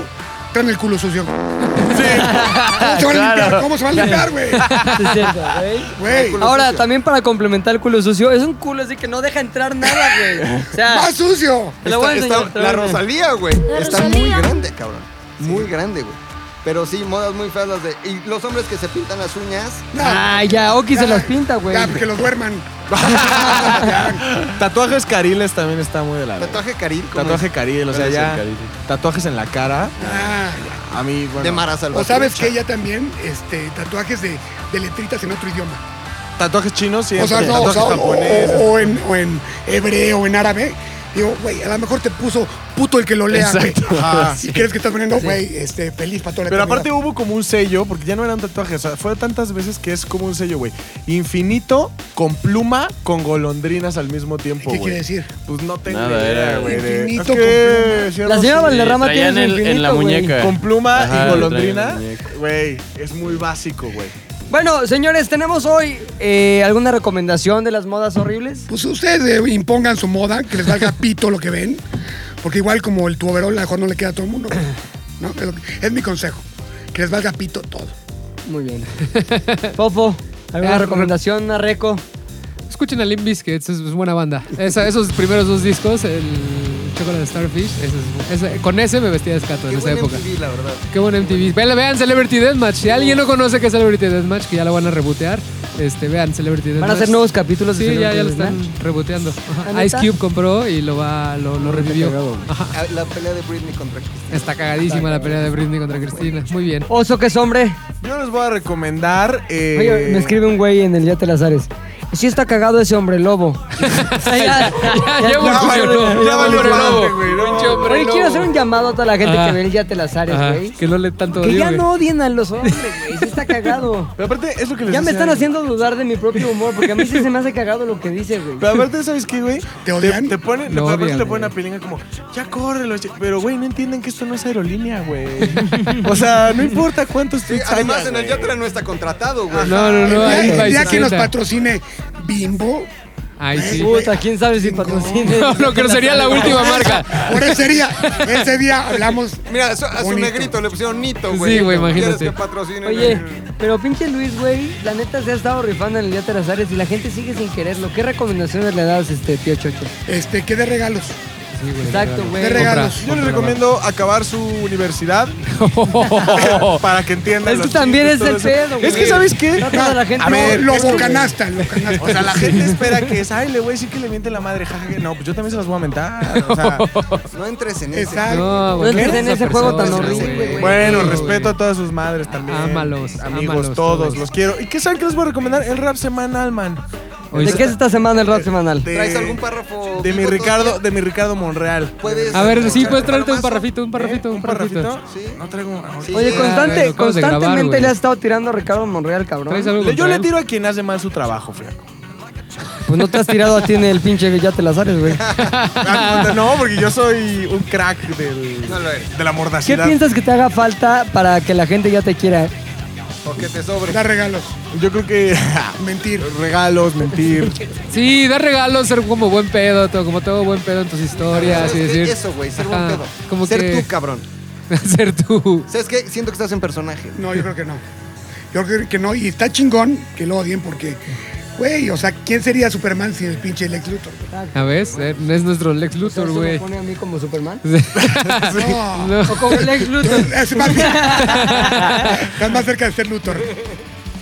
[SPEAKER 3] traen el culo sucio. ¿Cómo se van a limpiar? ¿Cómo se van a limpiar, güey?
[SPEAKER 2] Sí, es cierto, güey.
[SPEAKER 3] Güey.
[SPEAKER 2] Ahora, también para complementar el culo sucio, es un culo así que no deja entrar nada, güey. O sea,
[SPEAKER 3] ¡Más sucio!
[SPEAKER 2] te lo voy a
[SPEAKER 1] Está-
[SPEAKER 2] enseñar.
[SPEAKER 1] está-
[SPEAKER 2] te lo
[SPEAKER 1] la
[SPEAKER 2] voy a enseñar.
[SPEAKER 1] Rosalía, güey.
[SPEAKER 8] La
[SPEAKER 1] Está muy
[SPEAKER 8] Rosalía.
[SPEAKER 1] grande, cabrón. Muy grande, güey. Pero sí, modas muy feas las de. Y los hombres que se pintan las uñas.
[SPEAKER 3] No.
[SPEAKER 2] Ah, ya, Oki se las pinta, güey.
[SPEAKER 3] Ya, que los duerman.
[SPEAKER 4] Tatuajes cariles también está muy de la verga.
[SPEAKER 1] Tatuaje caril. ¿cómo
[SPEAKER 4] Tatuaje
[SPEAKER 1] es?
[SPEAKER 4] caril, o sea,
[SPEAKER 6] ¿Cuál es el
[SPEAKER 4] ya
[SPEAKER 6] caril?
[SPEAKER 4] tatuajes en la cara.
[SPEAKER 3] Ah,
[SPEAKER 4] A mí, bueno,
[SPEAKER 1] De Mara
[SPEAKER 3] o
[SPEAKER 1] Salvatrucha.
[SPEAKER 3] sabes que ella también, este, tatuajes de, de letritas en otro idioma.
[SPEAKER 4] tatuajes chinos siempre,
[SPEAKER 3] O sea, no, o,
[SPEAKER 4] tatuajes
[SPEAKER 3] sea, o-
[SPEAKER 4] japoneses.
[SPEAKER 3] o- o en, o en hebreo, en árabe. Digo, güey, a lo mejor te puso puto el que lo lea, güey.
[SPEAKER 4] Ajá.
[SPEAKER 3] Si crees que estás poniendo, güey, este, feliz para toda la
[SPEAKER 4] Pero aparte
[SPEAKER 3] eternidad.
[SPEAKER 4] hubo como un sello, porque ya no eran tatuajes, o sea, fue tantas veces que es como un sello, güey. Infinito, con pluma, con golondrinas al mismo tiempo,
[SPEAKER 3] ¿Qué
[SPEAKER 4] güey.
[SPEAKER 3] quiere decir?
[SPEAKER 4] Pues no tengo
[SPEAKER 6] Nada,
[SPEAKER 4] idea,
[SPEAKER 6] era
[SPEAKER 4] güey. de-
[SPEAKER 3] infinito
[SPEAKER 4] Ok,
[SPEAKER 3] con pluma.
[SPEAKER 4] cierro
[SPEAKER 2] La señora
[SPEAKER 4] así.
[SPEAKER 2] Valderrama tiene
[SPEAKER 6] traían
[SPEAKER 2] su
[SPEAKER 6] el- en
[SPEAKER 2] infinito,
[SPEAKER 6] la
[SPEAKER 2] güey.
[SPEAKER 6] muñeca.
[SPEAKER 4] Con pluma
[SPEAKER 6] Ajá,
[SPEAKER 4] y
[SPEAKER 6] lo
[SPEAKER 4] golondrina,
[SPEAKER 6] traían en la muñeca.
[SPEAKER 4] güey, es muy básico, güey.
[SPEAKER 2] Bueno, señores, tenemos hoy eh, alguna recomendación de las modas horribles.
[SPEAKER 3] Pues ustedes eh, impongan su moda, que les valga pito lo que ven. Porque igual como el tu overol, a lo mejor no le queda a todo el mundo. güey. ¿no? Es, lo que- es mi consejo. Que les valga pito todo.
[SPEAKER 2] Muy bien. Popo, ¿alguna
[SPEAKER 5] Eh,
[SPEAKER 2] recomendación, una reco?
[SPEAKER 5] Escuchen a Limp Bizkit, es, es buena banda. Esa- esos primeros dos discos, el Chocolate Starfish, ese es- ese- con ese me vestía de escato
[SPEAKER 1] Qué
[SPEAKER 5] en esa
[SPEAKER 1] buen
[SPEAKER 5] época.
[SPEAKER 1] MTV, la verdad.
[SPEAKER 5] Qué buen MTV. Vean, vean Celebrity Deathmatch. Si alguien no conoce qué es Celebrity Deathmatch, que ya la van a rebotear, este, vean Celebrity Deathmatch.
[SPEAKER 2] Van a hacer nuevos capítulos.
[SPEAKER 5] Sí,
[SPEAKER 2] de
[SPEAKER 5] ya, ya lo
[SPEAKER 2] Cerebro
[SPEAKER 5] están
[SPEAKER 2] Criminal.
[SPEAKER 5] reboteando. Ajá.
[SPEAKER 2] ¿Ah, neta?
[SPEAKER 5] Ice Cube compró y lo va, lo, lo revivió.
[SPEAKER 2] cagado.
[SPEAKER 5] Ajá.
[SPEAKER 1] Ah, La pelea de Britney contra Christina.
[SPEAKER 5] Está cagadísima la pelea de Britney contra Cristina. Muy bien.
[SPEAKER 2] Oso, que es hombre.
[SPEAKER 4] Yo les voy a recomendar. eh,
[SPEAKER 2] Oye, me escribe un güey en el Yate Lazares. Sí está cagado ese hombre lobo. O sea, ya- ya-
[SPEAKER 5] Ya
[SPEAKER 2] ya-
[SPEAKER 5] evolucionó.
[SPEAKER 4] ya
[SPEAKER 5] Ya
[SPEAKER 4] valió
[SPEAKER 5] evolucionó.
[SPEAKER 4] madre, güey, no.
[SPEAKER 5] Pinche hombre
[SPEAKER 2] Oye,
[SPEAKER 5] lobo.
[SPEAKER 2] quiero hacer un llamado a toda la gente
[SPEAKER 5] Ajá.
[SPEAKER 2] que ve el Yate Lazares,
[SPEAKER 5] Ajá,
[SPEAKER 2] güey.
[SPEAKER 5] Que no le tanto
[SPEAKER 2] Que
[SPEAKER 5] odio,
[SPEAKER 2] ya
[SPEAKER 5] güey.
[SPEAKER 2] no odien a los hombres, güey. Sí está cagado.
[SPEAKER 4] Pero aparte, es lo que les
[SPEAKER 2] Ya me
[SPEAKER 4] decía.
[SPEAKER 2] están haciendo dudar de mi propio humor, porque a mí sí se me hace cagado lo que dice, güey.
[SPEAKER 4] Pero aparte, ¿sabes qué, güey?
[SPEAKER 3] ¿Te odian?
[SPEAKER 4] Te, ponen,
[SPEAKER 5] Lo
[SPEAKER 4] pero aparte
[SPEAKER 5] odian,
[SPEAKER 4] te ponen
[SPEAKER 5] güey.
[SPEAKER 4] a pilinga como, ya córrelo. che-". Pero, güey, no entienden que esto no es aerolínea, güey. o sea, no importa cuántos
[SPEAKER 1] Sí,
[SPEAKER 4] tweets
[SPEAKER 1] además,
[SPEAKER 4] haya,
[SPEAKER 1] en el
[SPEAKER 4] güey.
[SPEAKER 1] Yatra no está contratado, güey.
[SPEAKER 5] No, no, no.
[SPEAKER 3] Ya-
[SPEAKER 5] ahí
[SPEAKER 3] el día
[SPEAKER 5] bicicleta.
[SPEAKER 3] que nos patrocine Bimbo,
[SPEAKER 5] Ay, sí.
[SPEAKER 2] Puta, quién sabe si patrocina.
[SPEAKER 5] No, no, que sería la última marca.
[SPEAKER 3] por ese día, ese día hablamos.
[SPEAKER 1] Mira, eso- a su
[SPEAKER 3] Bonito.
[SPEAKER 1] negrito le pusieron Nito, güey.
[SPEAKER 5] Sí, güey,
[SPEAKER 1] ¿Quieres
[SPEAKER 5] imagínate.
[SPEAKER 1] que patrocine?
[SPEAKER 2] Oye, pero pinche Luis, güey, la neta se ha estado rifando en el Yate Lazares y la gente sigue sin quererlo. ¿Qué recomendaciones le das, este, tío Chocho?
[SPEAKER 3] Este, que de regalos.
[SPEAKER 5] Sí, güey,
[SPEAKER 2] Exacto,
[SPEAKER 5] regalo.
[SPEAKER 2] güey.
[SPEAKER 3] De regalos.
[SPEAKER 5] Compra,
[SPEAKER 4] Yo les
[SPEAKER 5] compra,
[SPEAKER 4] recomiendo acabar su universidad para que entiendan.
[SPEAKER 2] Es que
[SPEAKER 4] los
[SPEAKER 2] también
[SPEAKER 4] chistes,
[SPEAKER 2] es
[SPEAKER 4] todo
[SPEAKER 2] el
[SPEAKER 4] eso.
[SPEAKER 2] pedo,
[SPEAKER 4] Es que,
[SPEAKER 2] güey.
[SPEAKER 4] ¿sabes qué?
[SPEAKER 2] No toda la gente-
[SPEAKER 4] A ver,
[SPEAKER 3] lo
[SPEAKER 4] es que-
[SPEAKER 3] bocanasta, lo canasta.
[SPEAKER 4] O sea, la gente espera que es, ay, le voy a decir que le miente la madre, jajaja. No, pues yo también se las voy a mentar. O sea,
[SPEAKER 1] No entres en ese.
[SPEAKER 5] va.
[SPEAKER 3] Exacto.
[SPEAKER 5] No,
[SPEAKER 2] No
[SPEAKER 5] güey,
[SPEAKER 2] entres en
[SPEAKER 5] esa
[SPEAKER 2] ese juego tan
[SPEAKER 5] persona,
[SPEAKER 2] horrible, güey.
[SPEAKER 4] bueno,
[SPEAKER 5] Sí,
[SPEAKER 4] respeto
[SPEAKER 5] güey.
[SPEAKER 4] a todas sus madres también.
[SPEAKER 5] Ámalos,
[SPEAKER 4] Amigos,
[SPEAKER 5] ámalos,
[SPEAKER 4] todos,
[SPEAKER 5] todos.
[SPEAKER 4] los quiero. ¿Y qué saben que les voy a recomendar? El rap semanal, man.
[SPEAKER 5] Oye,
[SPEAKER 2] ¿De qué es esta semana el rap semanal?
[SPEAKER 4] De-
[SPEAKER 1] ¿Traes algún párrafo?
[SPEAKER 4] De mi
[SPEAKER 1] vivo
[SPEAKER 4] Ricardo,
[SPEAKER 1] todavía?
[SPEAKER 4] de mi Ricardo Monreal.
[SPEAKER 1] ¿Puedes,
[SPEAKER 5] A ver,
[SPEAKER 1] eh,
[SPEAKER 5] sí,
[SPEAKER 1] echar
[SPEAKER 5] puedes traerte un
[SPEAKER 1] palmazo?
[SPEAKER 5] parrafito, un parrafito,
[SPEAKER 4] ¿Eh?
[SPEAKER 5] un parrafito.
[SPEAKER 1] Sí.
[SPEAKER 4] No traigo.
[SPEAKER 1] Sí.
[SPEAKER 2] Oye, constante,
[SPEAKER 1] Ah,
[SPEAKER 5] güey, acabamos de grabar,
[SPEAKER 2] constantemente
[SPEAKER 5] güey.
[SPEAKER 2] le has estado tirando a Ricardo Monreal, cabrón.
[SPEAKER 5] ¿Traes algo
[SPEAKER 4] Le- Yo
[SPEAKER 5] contra
[SPEAKER 4] le
[SPEAKER 5] él?
[SPEAKER 4] tiro a quien hace mal su trabajo, flaco.
[SPEAKER 2] Pues no te has tirado a ti en el pinche Yate Lazares, güey.
[SPEAKER 4] No, porque yo soy un crack del,
[SPEAKER 1] No lo eres.
[SPEAKER 4] de la
[SPEAKER 2] ¿Qué
[SPEAKER 4] mordacidad.
[SPEAKER 2] piensas que te haga falta para que la gente ya te quiera?
[SPEAKER 1] O que te sobre.
[SPEAKER 3] Dar regalos.
[SPEAKER 4] Yo creo que
[SPEAKER 3] Mentir.
[SPEAKER 4] regalos, mentir.
[SPEAKER 5] Sí, dar regalos, ser como buen pedo, todo, como todo buen pedo en tus historias y
[SPEAKER 1] ¿Sabes
[SPEAKER 5] decir.
[SPEAKER 1] qué? Eso, güey, ser buen
[SPEAKER 5] Ajá,
[SPEAKER 1] pedo.
[SPEAKER 5] Como
[SPEAKER 1] ser
[SPEAKER 5] que,
[SPEAKER 1] tú, cabrón.
[SPEAKER 5] ser tú.
[SPEAKER 1] ¿Sabes qué? Siento que estás en personaje.
[SPEAKER 3] No, yo creo que no. Yo creo que no. Y está chingón que lo odien porque, güey, o sea, ¿quién sería Superman sin el pinche Lex Luthor?
[SPEAKER 5] ¿A ves? Eh, no es nuestro Lex Luthor, güey.
[SPEAKER 2] pone a mí como Superman?
[SPEAKER 4] Ah,
[SPEAKER 3] No.
[SPEAKER 5] No.
[SPEAKER 2] ¿O como Lex Luthor?
[SPEAKER 3] Es más- Estás más cerca de ser Luthor.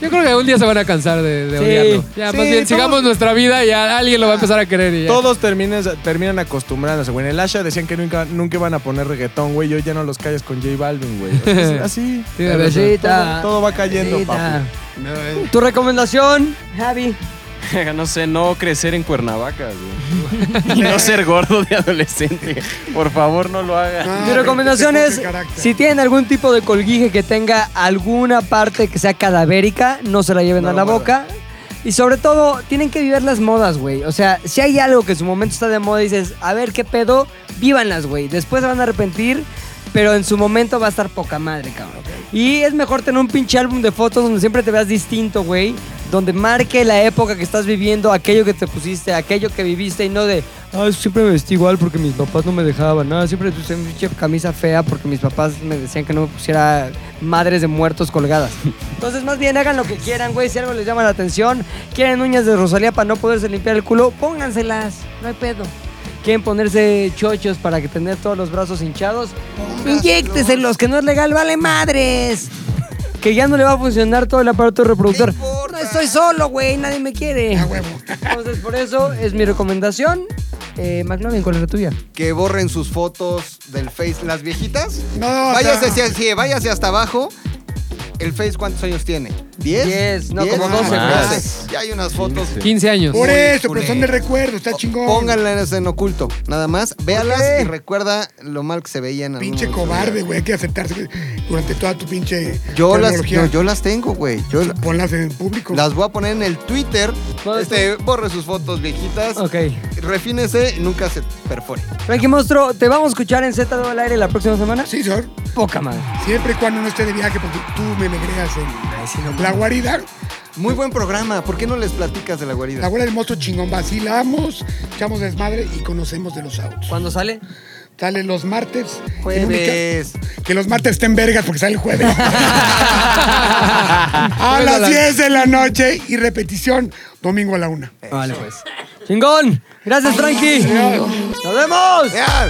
[SPEAKER 5] Yo creo que un día se van a cansar de, de
[SPEAKER 2] Sí.
[SPEAKER 5] odiarlo. Ya,
[SPEAKER 4] Sí,
[SPEAKER 5] más bien,
[SPEAKER 4] todos-
[SPEAKER 5] sigamos nuestra vida y ya alguien lo va a empezar a querer. Y ya.
[SPEAKER 4] Todos terminas- terminan acostumbrándose, güey. En el Asha decían que nunca, nunca iban a poner reggaetón, güey. Yo ya no los calles con J Balvin, güey. O sea, es Así.
[SPEAKER 5] Sí,
[SPEAKER 4] Todo-
[SPEAKER 2] Bebecita.
[SPEAKER 4] todo, va cayendo,
[SPEAKER 2] Bebecita.
[SPEAKER 4] papu.
[SPEAKER 2] ¿Tu recomendación, Javi?
[SPEAKER 6] no sé, no crecer en Cuernavaca, güey. Y no ser gordo de adolescente. Por favor, no lo hagan.
[SPEAKER 3] Ah,
[SPEAKER 2] Mi recomendación
[SPEAKER 3] te
[SPEAKER 2] es,
[SPEAKER 3] forja carácter.
[SPEAKER 2] si tienen algún tipo de colguije que tenga alguna parte que sea cadavérica, no se la lleven a la boca. Y sobre todo, tienen que vivir las modas, güey. O sea, si hay algo que en su momento está de moda y dices, a ver qué pedo, vívanlas, güey. Después se van a arrepentir, pero en su momento va a estar poca madre, cabrón. Y es mejor tener un pinche álbum de fotos donde siempre te veas distinto, güey. donde marque la época que estás viviendo, aquello que te pusiste, aquello que viviste y no de, ah, siempre me vestí igual porque mis papás no me dejaban, ah, siempre usé mi pinche camisa fea porque mis papás me decían que no me pusiera madres de muertos colgadas. Entonces, más bien hagan lo que quieran, güey, si algo les llama la atención, quieren uñas de Rosalía para no poderse limpiar el culo, pónganselas, no hay pedo. Quieren ponerse chochos para que tener todos los brazos hinchados, inyécteselos, que no es legal, vale madres que ya no le va a funcionar todo el aparato reproductor.
[SPEAKER 1] ¿Qué importa?
[SPEAKER 2] No estoy solo, güey, nadie me quiere.
[SPEAKER 3] A huevo.
[SPEAKER 2] Entonces, por eso es mi recomendación. Eh, McLovin, ¿cuál es la tuya?
[SPEAKER 1] que borren sus fotos del Face. Las viejitas,
[SPEAKER 3] No,
[SPEAKER 1] váyase,
[SPEAKER 3] o sea-
[SPEAKER 1] hacia, sí, váyase hasta abajo. ¿El Face cuántos años tiene? ¿10?
[SPEAKER 2] Diez, no, como
[SPEAKER 3] doce,
[SPEAKER 6] más.
[SPEAKER 1] Ya hay unas fotos.
[SPEAKER 5] 15 años.
[SPEAKER 3] Por
[SPEAKER 1] Muy
[SPEAKER 3] eso, pero son de
[SPEAKER 1] culero.
[SPEAKER 3] recuerdo, está chingón.
[SPEAKER 1] Pónganlas en oculto, nada más. Véalas
[SPEAKER 2] qué?
[SPEAKER 1] y recuerda lo mal que se veían. en algún
[SPEAKER 3] Pinche
[SPEAKER 1] momento.
[SPEAKER 3] cobarde, güey. Hay que aceptarse que durante toda tu pinche.
[SPEAKER 1] Yo las,
[SPEAKER 3] tecnología,
[SPEAKER 1] yo, yo las tengo, güey. Yo la-
[SPEAKER 3] Ponlas en público.
[SPEAKER 1] las voy a poner en el Twitter.
[SPEAKER 2] No,
[SPEAKER 1] Este, borre sus fotos viejitas.
[SPEAKER 2] Ok.
[SPEAKER 1] Refínese, nunca se perfore.
[SPEAKER 2] Frankie Monstruo, te vamos a escuchar en Z al aire la próxima semana.
[SPEAKER 3] Sí, señor.
[SPEAKER 2] Poca madre.
[SPEAKER 3] Siempre y cuando no esté de viaje, porque tú me negreas en la guarida.
[SPEAKER 1] Muy buen programa. ¿Por qué no les platicas de la
[SPEAKER 3] La
[SPEAKER 1] guarida?
[SPEAKER 3] guarida del monstruo chingón. Vacilamos, echamos desmadre y conocemos de los autos.
[SPEAKER 2] ¿Cuándo sale?
[SPEAKER 3] Sale los martes.
[SPEAKER 1] Jueves.
[SPEAKER 3] Que los martes estén vergas porque sale el jueves. a las 10 de la noche y repetición domingo a la 1.
[SPEAKER 2] Vale, pues. ¡Chingón! ¡Gracias, Frankie! ¡Nos vemos!
[SPEAKER 1] ¡Ya!